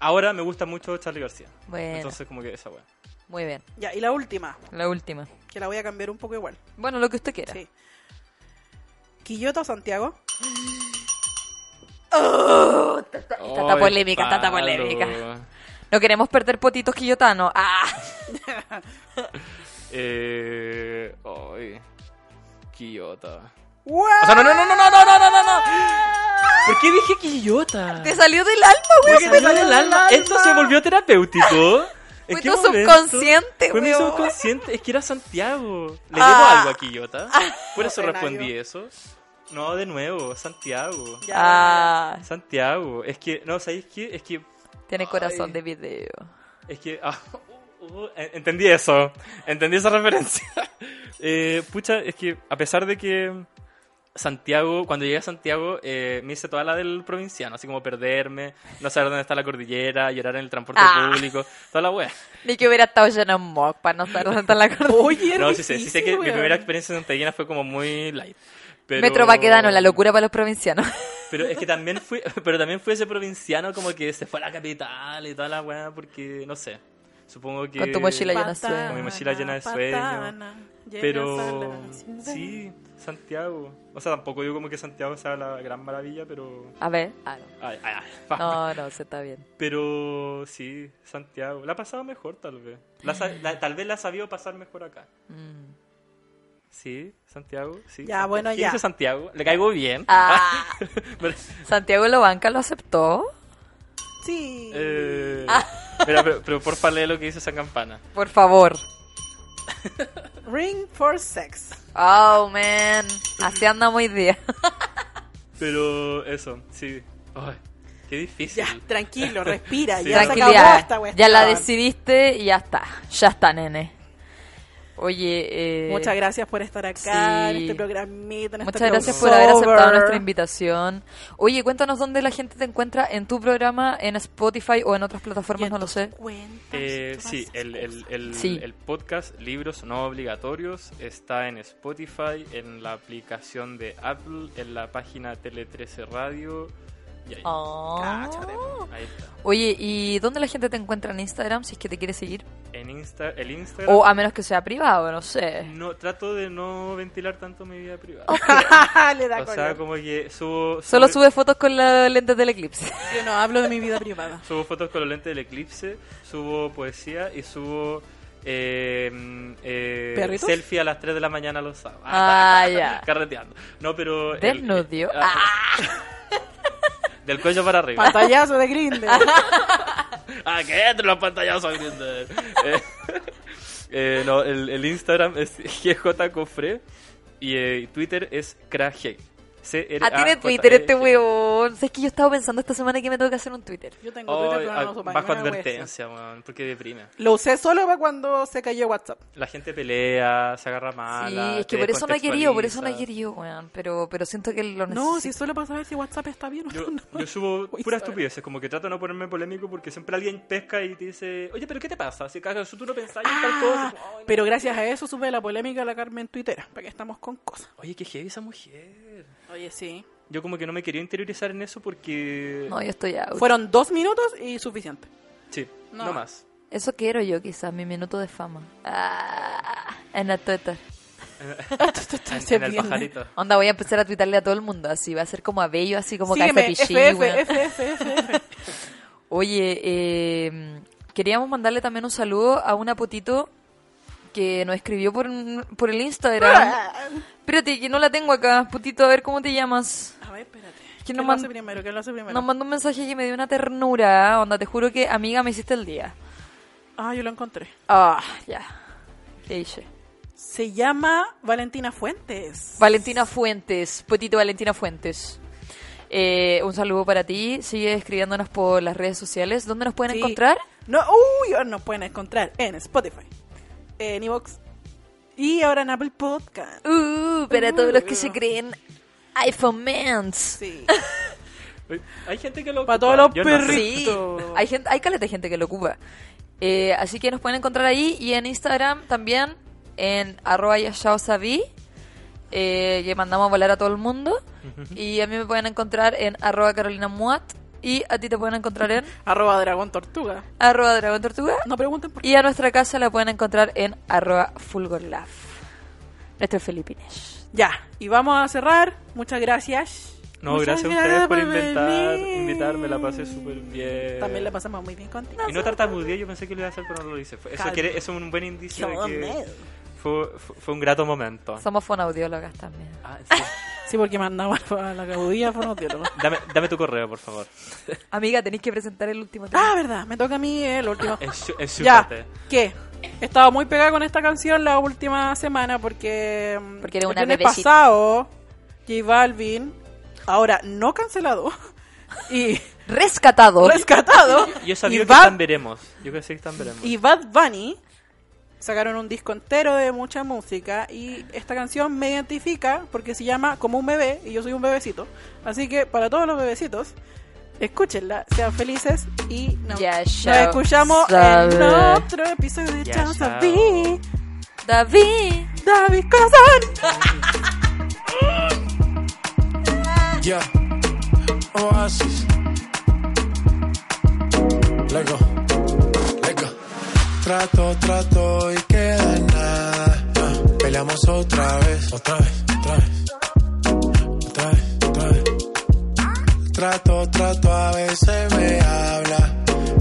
[SPEAKER 7] Ahora me gusta mucho Charlie García.
[SPEAKER 4] Bueno.
[SPEAKER 7] Entonces como que esa weá.
[SPEAKER 4] Muy bien.
[SPEAKER 5] Ya, y la última,
[SPEAKER 4] La última.
[SPEAKER 5] que la voy a cambiar un poco igual.
[SPEAKER 4] Bueno, lo que usted quiera.
[SPEAKER 5] Sí. ¿Quillota o Santiago?
[SPEAKER 4] Está
[SPEAKER 7] Oh,
[SPEAKER 4] tan polémica, está tan polémica. No queremos perder potitos quillotanos. Ah. [LAUGHS]
[SPEAKER 7] Eh. Ay. Quillota.
[SPEAKER 5] ¡Wow!
[SPEAKER 7] O sea, no, no, no, no, no, no, no, no, no, no. ¿Por qué dije Quillota?
[SPEAKER 4] Te salió del alma, güey.
[SPEAKER 7] ¿Por qué te salió el alma? Esto se volvió terapéutico. ¿En
[SPEAKER 4] Fue
[SPEAKER 7] qué
[SPEAKER 4] tu
[SPEAKER 7] momento?
[SPEAKER 4] subconsciente,
[SPEAKER 7] Fue mi
[SPEAKER 4] weón.
[SPEAKER 7] subconsciente. Es que era Santiago. Le debo
[SPEAKER 4] Ah.
[SPEAKER 7] algo a Quillota. Por eso
[SPEAKER 5] Ordinario.
[SPEAKER 7] respondí eso. No, de nuevo, Santiago.
[SPEAKER 5] Ya,
[SPEAKER 4] Ah,
[SPEAKER 7] Santiago. Es que, no, ¿sabéis qué? Es que
[SPEAKER 4] tiene corazón
[SPEAKER 7] Ay.
[SPEAKER 4] de video.
[SPEAKER 7] Es que. ah, [LAUGHS] uh, uh, en- entendí eso. Entendí esa referencia. [LAUGHS] Eh, pucha, es que a pesar de que. Santiago, cuando llegué a Santiago, eh, me hice toda la del provinciano, así como perderme, no saber dónde está la cordillera, llorar en el transporte
[SPEAKER 4] Ah.
[SPEAKER 7] público, toda la wea.
[SPEAKER 4] Ni que hubiera estado lleno de mock para no estar donde está la corte.
[SPEAKER 5] Oye, es
[SPEAKER 7] No, sí sé, sí sé
[SPEAKER 5] difícil,
[SPEAKER 7] que mi
[SPEAKER 5] weón.
[SPEAKER 7] primera experiencia en Santiago fue como muy light. Pero...
[SPEAKER 4] Metro Baquedano, la locura para los provincianos.
[SPEAKER 7] Pero es que también fui, [LAUGHS] pero también fui ese provinciano como que se fue a la capital y toda la weá, porque, no sé, supongo que...
[SPEAKER 4] Con tu mochila llena de
[SPEAKER 5] Patana,
[SPEAKER 7] Con mi
[SPEAKER 4] sueño.
[SPEAKER 7] mochila llena de
[SPEAKER 5] patana, llena
[SPEAKER 7] Pero
[SPEAKER 5] sana,
[SPEAKER 7] sí, Santiago. O sea, tampoco digo como que Santiago sea la gran maravilla, pero.
[SPEAKER 4] A ver. Ah, no.
[SPEAKER 7] Ay, ay, ay.
[SPEAKER 4] no, no, se está bien.
[SPEAKER 7] Pero sí, Santiago. La ha pasado mejor, tal vez. La sa- la- tal vez la ha sabido pasar mejor acá.
[SPEAKER 4] Mm.
[SPEAKER 7] Sí, Santiago. Sí,
[SPEAKER 5] Ya,
[SPEAKER 7] Santiago.
[SPEAKER 5] bueno,
[SPEAKER 7] ¿Qué
[SPEAKER 5] ya.
[SPEAKER 7] dice Santiago? Le caigo bien.
[SPEAKER 4] Ah.
[SPEAKER 7] [LAUGHS] Pero,
[SPEAKER 4] Santiago Lobanca lo aceptó.
[SPEAKER 5] Sí.
[SPEAKER 7] eh,
[SPEAKER 5] Ah.
[SPEAKER 7] mira, pero, pero por lo que dice esa campana.
[SPEAKER 4] Por favor.
[SPEAKER 5] Ring for sex.
[SPEAKER 4] Oh, man. Así andamos hoy día.
[SPEAKER 7] Pero eso, sí. Ay, qué difícil.
[SPEAKER 5] [LAUGHS] Ya, tranquilo, respira.
[SPEAKER 7] Sí.
[SPEAKER 5] Ya se acabó
[SPEAKER 4] Tranquilidad.
[SPEAKER 5] esta cuestión.
[SPEAKER 4] ya la decidiste y ya está. Ya está, nene. Oye, eh,
[SPEAKER 5] Muchas gracias por estar acá en
[SPEAKER 4] sí.
[SPEAKER 5] este programita. en
[SPEAKER 4] Muchas
[SPEAKER 5] este
[SPEAKER 4] gracias por haber aceptado
[SPEAKER 5] crossover.
[SPEAKER 4] nuestra invitación. Oye, cuéntanos dónde la gente te encuentra en tu programa, en Spotify o en otras plataformas, no lo sé.
[SPEAKER 5] Ah, pues,
[SPEAKER 7] Eh, sí, el, el- el-
[SPEAKER 4] Sí.
[SPEAKER 7] el podcast Libros No Obligatorios está en Spotify, en la aplicación de Apple, en la página Tele 13 Radio. Y ahí,
[SPEAKER 4] Ah.
[SPEAKER 7] ahí está.
[SPEAKER 4] Oye, ¿y dónde la gente te encuentra en Instagram si es que te quiere seguir?
[SPEAKER 7] En Insta, el Instagram.
[SPEAKER 4] O a menos que sea privado, no sé.
[SPEAKER 7] No, trato de no ventilar tanto mi vida privada.
[SPEAKER 5] Le da
[SPEAKER 7] o sea,
[SPEAKER 5] color.
[SPEAKER 7] como que subo...
[SPEAKER 4] Solo
[SPEAKER 7] subo-
[SPEAKER 4] sube fotos con la lentes del eclipse.
[SPEAKER 5] Yo no hablo de mi vida
[SPEAKER 7] [LAUGHS]
[SPEAKER 5] privada.
[SPEAKER 7] Subo fotos con los lentes del eclipse, subo poesía y subo eh, eh,
[SPEAKER 4] ¿Perritos?
[SPEAKER 7] selfie a las 3 de la mañana los sábados.
[SPEAKER 4] Ah, ya.
[SPEAKER 7] Carreteando. No, pero... el-
[SPEAKER 4] Desnudio. Ah.
[SPEAKER 7] ah, del cuello para arriba.
[SPEAKER 5] Pantallazo de [LAUGHS] Grindr.
[SPEAKER 7] ah, ¿qué? Entre los pantallazos. Grindr. [LAUGHS] Eh, eh, no, el, el Instagram es [LAUGHS] gjcofre y eh, Twitter es crajeg.
[SPEAKER 4] [LAUGHS] Ah,
[SPEAKER 7] E
[SPEAKER 4] tiene
[SPEAKER 5] pues,
[SPEAKER 4] Twitter
[SPEAKER 5] eh,
[SPEAKER 4] este huevón. Es que yo estaba pensando esta semana que me tengo que hacer un Twitter.
[SPEAKER 5] Yo tengo Twitter, pero no lo uso
[SPEAKER 7] Oh,
[SPEAKER 5] para
[SPEAKER 7] bajo
[SPEAKER 5] ninguna wea.
[SPEAKER 7] advertencia, weón, porque deprime.
[SPEAKER 5] Lo usé solo para cuando se cayó WhatsApp.
[SPEAKER 7] La gente pelea, se agarra mala.
[SPEAKER 4] Sí, es que
[SPEAKER 7] te
[SPEAKER 4] por eso no he querido, por eso no he
[SPEAKER 7] descontextualiza.
[SPEAKER 4] querido, weón. Pero, pero siento que lo necesito.
[SPEAKER 5] No, si solo para saber si WhatsApp está bien o
[SPEAKER 7] Yo,
[SPEAKER 5] [LAUGHS] no.
[SPEAKER 7] yo subo puras estupideces, como que trato de no ponerme polémico porque siempre alguien pesca y te dice, oye, pero ¿qué te pasa? Si cagas, tú no pensás en tal cosa. Como, "Ay, no".
[SPEAKER 5] Ah, Pero gracias a eso sube la polémica de la Carmen Twitter, para que estamos con cosas.
[SPEAKER 7] Oye, qué heavy esa mujer.
[SPEAKER 5] Oye, sí.
[SPEAKER 7] Yo como que no me quería interiorizar en eso porque...
[SPEAKER 4] No, yo estoy out.
[SPEAKER 5] Fueron dos minutos y suficiente.
[SPEAKER 7] Sí,
[SPEAKER 5] No.
[SPEAKER 7] no, más.
[SPEAKER 4] Eso quiero yo, quizás, mi minuto de fama. Ah, en la Twitter.
[SPEAKER 7] en, en el pajarito.
[SPEAKER 4] Onda, voy a empezar a tuitarle a todo el mundo, así. Va a ser como a Bello, así como
[SPEAKER 5] Sígueme,
[SPEAKER 4] Pichí,
[SPEAKER 5] FF,
[SPEAKER 4] weón.
[SPEAKER 5] FF,
[SPEAKER 4] Oye, eh, queríamos mandarle también un saludo a una potito que nos escribió por, por el Instagram. Espérate, que no la tengo acá. Potito, a ver cómo te llamas.
[SPEAKER 5] A ver, espérate.
[SPEAKER 4] ¿Quién
[SPEAKER 5] ¿Quién
[SPEAKER 4] nos
[SPEAKER 5] lo
[SPEAKER 4] mand-
[SPEAKER 5] hace primero? ¿Quién lo hace primero?
[SPEAKER 4] Nos mandó un mensaje que me dio una ternura. Onda, te juro que, amiga, me hiciste el día.
[SPEAKER 5] Ah, yo lo encontré.
[SPEAKER 4] Ah, ya. ¿Qué hice?
[SPEAKER 5] Se llama Valentina Fuentes.
[SPEAKER 4] Valentina Fuentes, Potito Valentina Fuentes. Eh, un saludo para ti. Sigue escribiéndonos por las redes sociales. ¿Dónde nos pueden
[SPEAKER 5] Sí.
[SPEAKER 4] encontrar?
[SPEAKER 5] No, uy, oh, nos pueden encontrar en Spotify, en Evox y ahora en Apple Podcast.
[SPEAKER 4] Uh, para todos los que se creen iPhone Mans.
[SPEAKER 5] Sí.
[SPEAKER 7] Oye, Hay gente que lo...
[SPEAKER 5] Para
[SPEAKER 7] ocupa,
[SPEAKER 5] todos los
[SPEAKER 7] yo no sé.
[SPEAKER 5] perritos.
[SPEAKER 4] Hay, gente, hay caleta de gente que lo ocupa. Eh, así que nos pueden encontrar ahí y en Instagram también, en arroba yachaosabi, eh, que mandamos a volar a todo el mundo. Y a mí me pueden encontrar en arroba carolina muat y a ti te pueden encontrar en
[SPEAKER 5] Arroba Dragón Tortuga.
[SPEAKER 4] arroba dragón tortuga.
[SPEAKER 5] No pregunten por qué.
[SPEAKER 4] Y a nuestra casa la pueden encontrar en arroba fulgorlaf. Nuestro Filipinas.
[SPEAKER 5] Ya, y vamos a cerrar. Muchas gracias.
[SPEAKER 7] No,
[SPEAKER 5] Muchas
[SPEAKER 7] gracias a ustedes por
[SPEAKER 5] venir.
[SPEAKER 7] inventar, invitarme, la pasé súper bien.
[SPEAKER 5] También la pasamos muy bien contigo.
[SPEAKER 7] Eh, Y no tartamudeé, yo pensé que lo iba a hacer, pero no lo hice. Fue- Eso,
[SPEAKER 5] Calma.
[SPEAKER 7] quiere, eso es un buen indicio de que
[SPEAKER 5] Calmeo.
[SPEAKER 7] fue, fue- fue un grato momento.
[SPEAKER 4] Somos fonaudiólogas también.
[SPEAKER 7] Ah, sí.
[SPEAKER 5] Sí, porque mandaba a la cabudilla por un audiólogo.
[SPEAKER 7] dame, dame tu correo, por favor.
[SPEAKER 4] Amiga, tenéis que presentar el último tema.
[SPEAKER 5] Ah, verdad, me toca a mí eh, el último.
[SPEAKER 7] Es,
[SPEAKER 5] ya, ¿qué? He estado muy pegada con esta canción la última semana porque. mm,
[SPEAKER 4] Porque era
[SPEAKER 5] el
[SPEAKER 4] una
[SPEAKER 5] viernes
[SPEAKER 4] bebecita.
[SPEAKER 5] pasado, J Balvin, ahora no cancelado [LAUGHS] y
[SPEAKER 4] Rescatado.
[SPEAKER 5] rescatado.
[SPEAKER 7] Yo sabía
[SPEAKER 5] y,
[SPEAKER 7] que
[SPEAKER 5] Bad,
[SPEAKER 7] tan veremos. Yo que sé que tan veremos.
[SPEAKER 5] y Bad Bunny sacaron un disco entero de mucha música y esta canción me identifica porque se llama Como un bebé y yo soy un bebecito. Así que para todos los bebecitos. Escúchenla, sean felices y nos,
[SPEAKER 4] Ya,
[SPEAKER 5] nos
[SPEAKER 4] chao,
[SPEAKER 5] escuchamos
[SPEAKER 4] sabe.
[SPEAKER 5] en otro episodio de
[SPEAKER 7] Ya,
[SPEAKER 5] Chao
[SPEAKER 7] chao.
[SPEAKER 5] Sabí.
[SPEAKER 4] David.
[SPEAKER 5] David Cazán.
[SPEAKER 8] Yeah. Oasis. Lego. Lego. Trato, trato y queda en nada. Ah, Peleamos otra vez. Otra vez, otra vez. Otra vez, otra vez. Trato, trato, a veces me habla.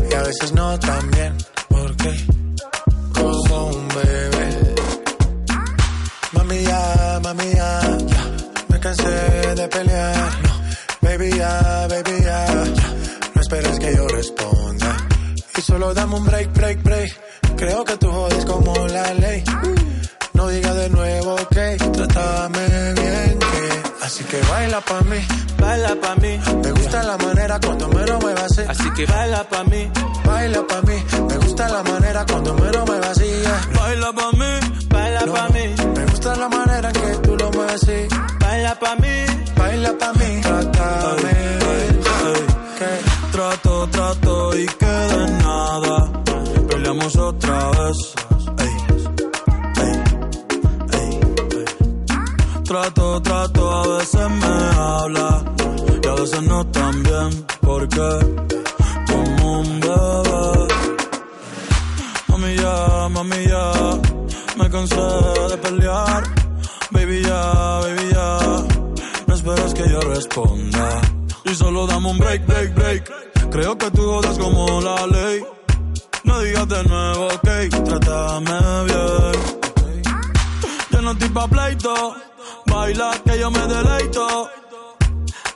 [SPEAKER 8] Y a veces no también. Porque como un bebé. Mami ya, mami ya, ya. Me cansé de pelear. No. Baby ya, baby ya, ya. No esperes que yo responda. Y solo dame un break, break, break. Creo que tú jodes como la ley. No digas de nuevo que trátame bien que ah, Así que baila pa' mí, baila pa' mí. Me gusta la manera cuando me lo mueve así. Así que baila pa' mí, baila pa' mí. Me gusta la manera cuando me lo mueve así. Baila pa' mí, baila pa' mí. Me gusta la manera en que tú lo mueves así. Baila pa' mí, baila pa' mí. Trátame, que trato, trato y que de nada. Peleamos otra vez. Trato, trato, a veces me habla y a veces no tan bien porque como un bebé. Mami ya, mami ya, me cansé de pelear. Baby ya, baby ya, no esperas que yo responda. Y solo dame un break, break, break. Creo que tú jodas como la ley. No digas de nuevo, ok, trátame bien. Yo no estoy pa' pleito, baila que yo me deleito.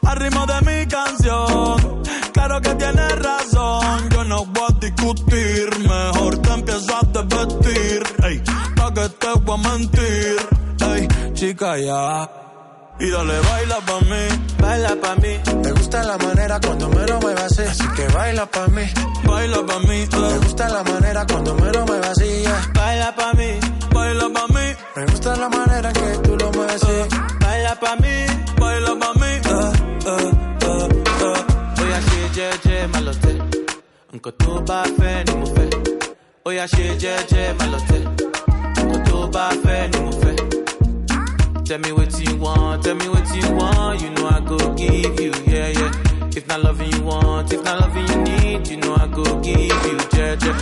[SPEAKER 8] Al ritmo de mi canción, claro que tienes razón. Yo no voy a discutir, mejor te empiezas a desvestir. Ey, pa' que te voy a mentir. Ey, chica ya. Y dale, baila pa' mí, baila pa' mí. Me gusta la manera cuando me lo mueve así. Así que baila pa' mí, baila pa' mí. eh. Me gusta la manera cuando me lo eh, mueve así. Baila pa' mí, baila pa' mí. Me gusta la manera en que tú lo mueves Uh, así.
[SPEAKER 9] Uh,
[SPEAKER 8] Baila pa' mí, baila pa' mí. uh,
[SPEAKER 9] Hoy así, ye, ye, malote. Aunque tú vas fe ni mufe. Hoy así, ye, ye, malote. Aunque tú vas fe ni mufe. Tell me what you want, tell me what you want. You know I go give you, yeah, yeah. If not loving you want, if not loving you need, you know I go give you, yeah, yeah.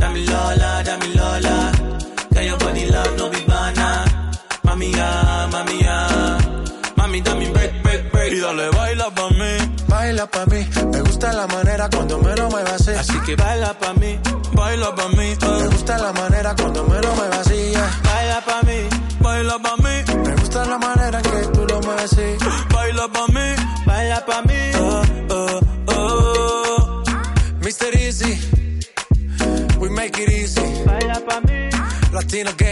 [SPEAKER 9] Dami Lola, Dami Lola. Got your body love, no be banana. Mami, ah, mami, ah. Mami, dame break, break, break.
[SPEAKER 8] Y dale, baila pa' mí, baila pa' mí. Me gusta la manera cuando me lo mueve así. Así que baila pa' mí, baila pa' mí. Me gusta la manera cuando me lo mueve así. Baila pa' mí, baila pa' mí. Me gusta la manera en que tú lo mueves así. Baila pa' mí, baila pa' mí. Oh, oh, oh. Mr. Easy, we make it easy. Baila pa' mí. Latino gay.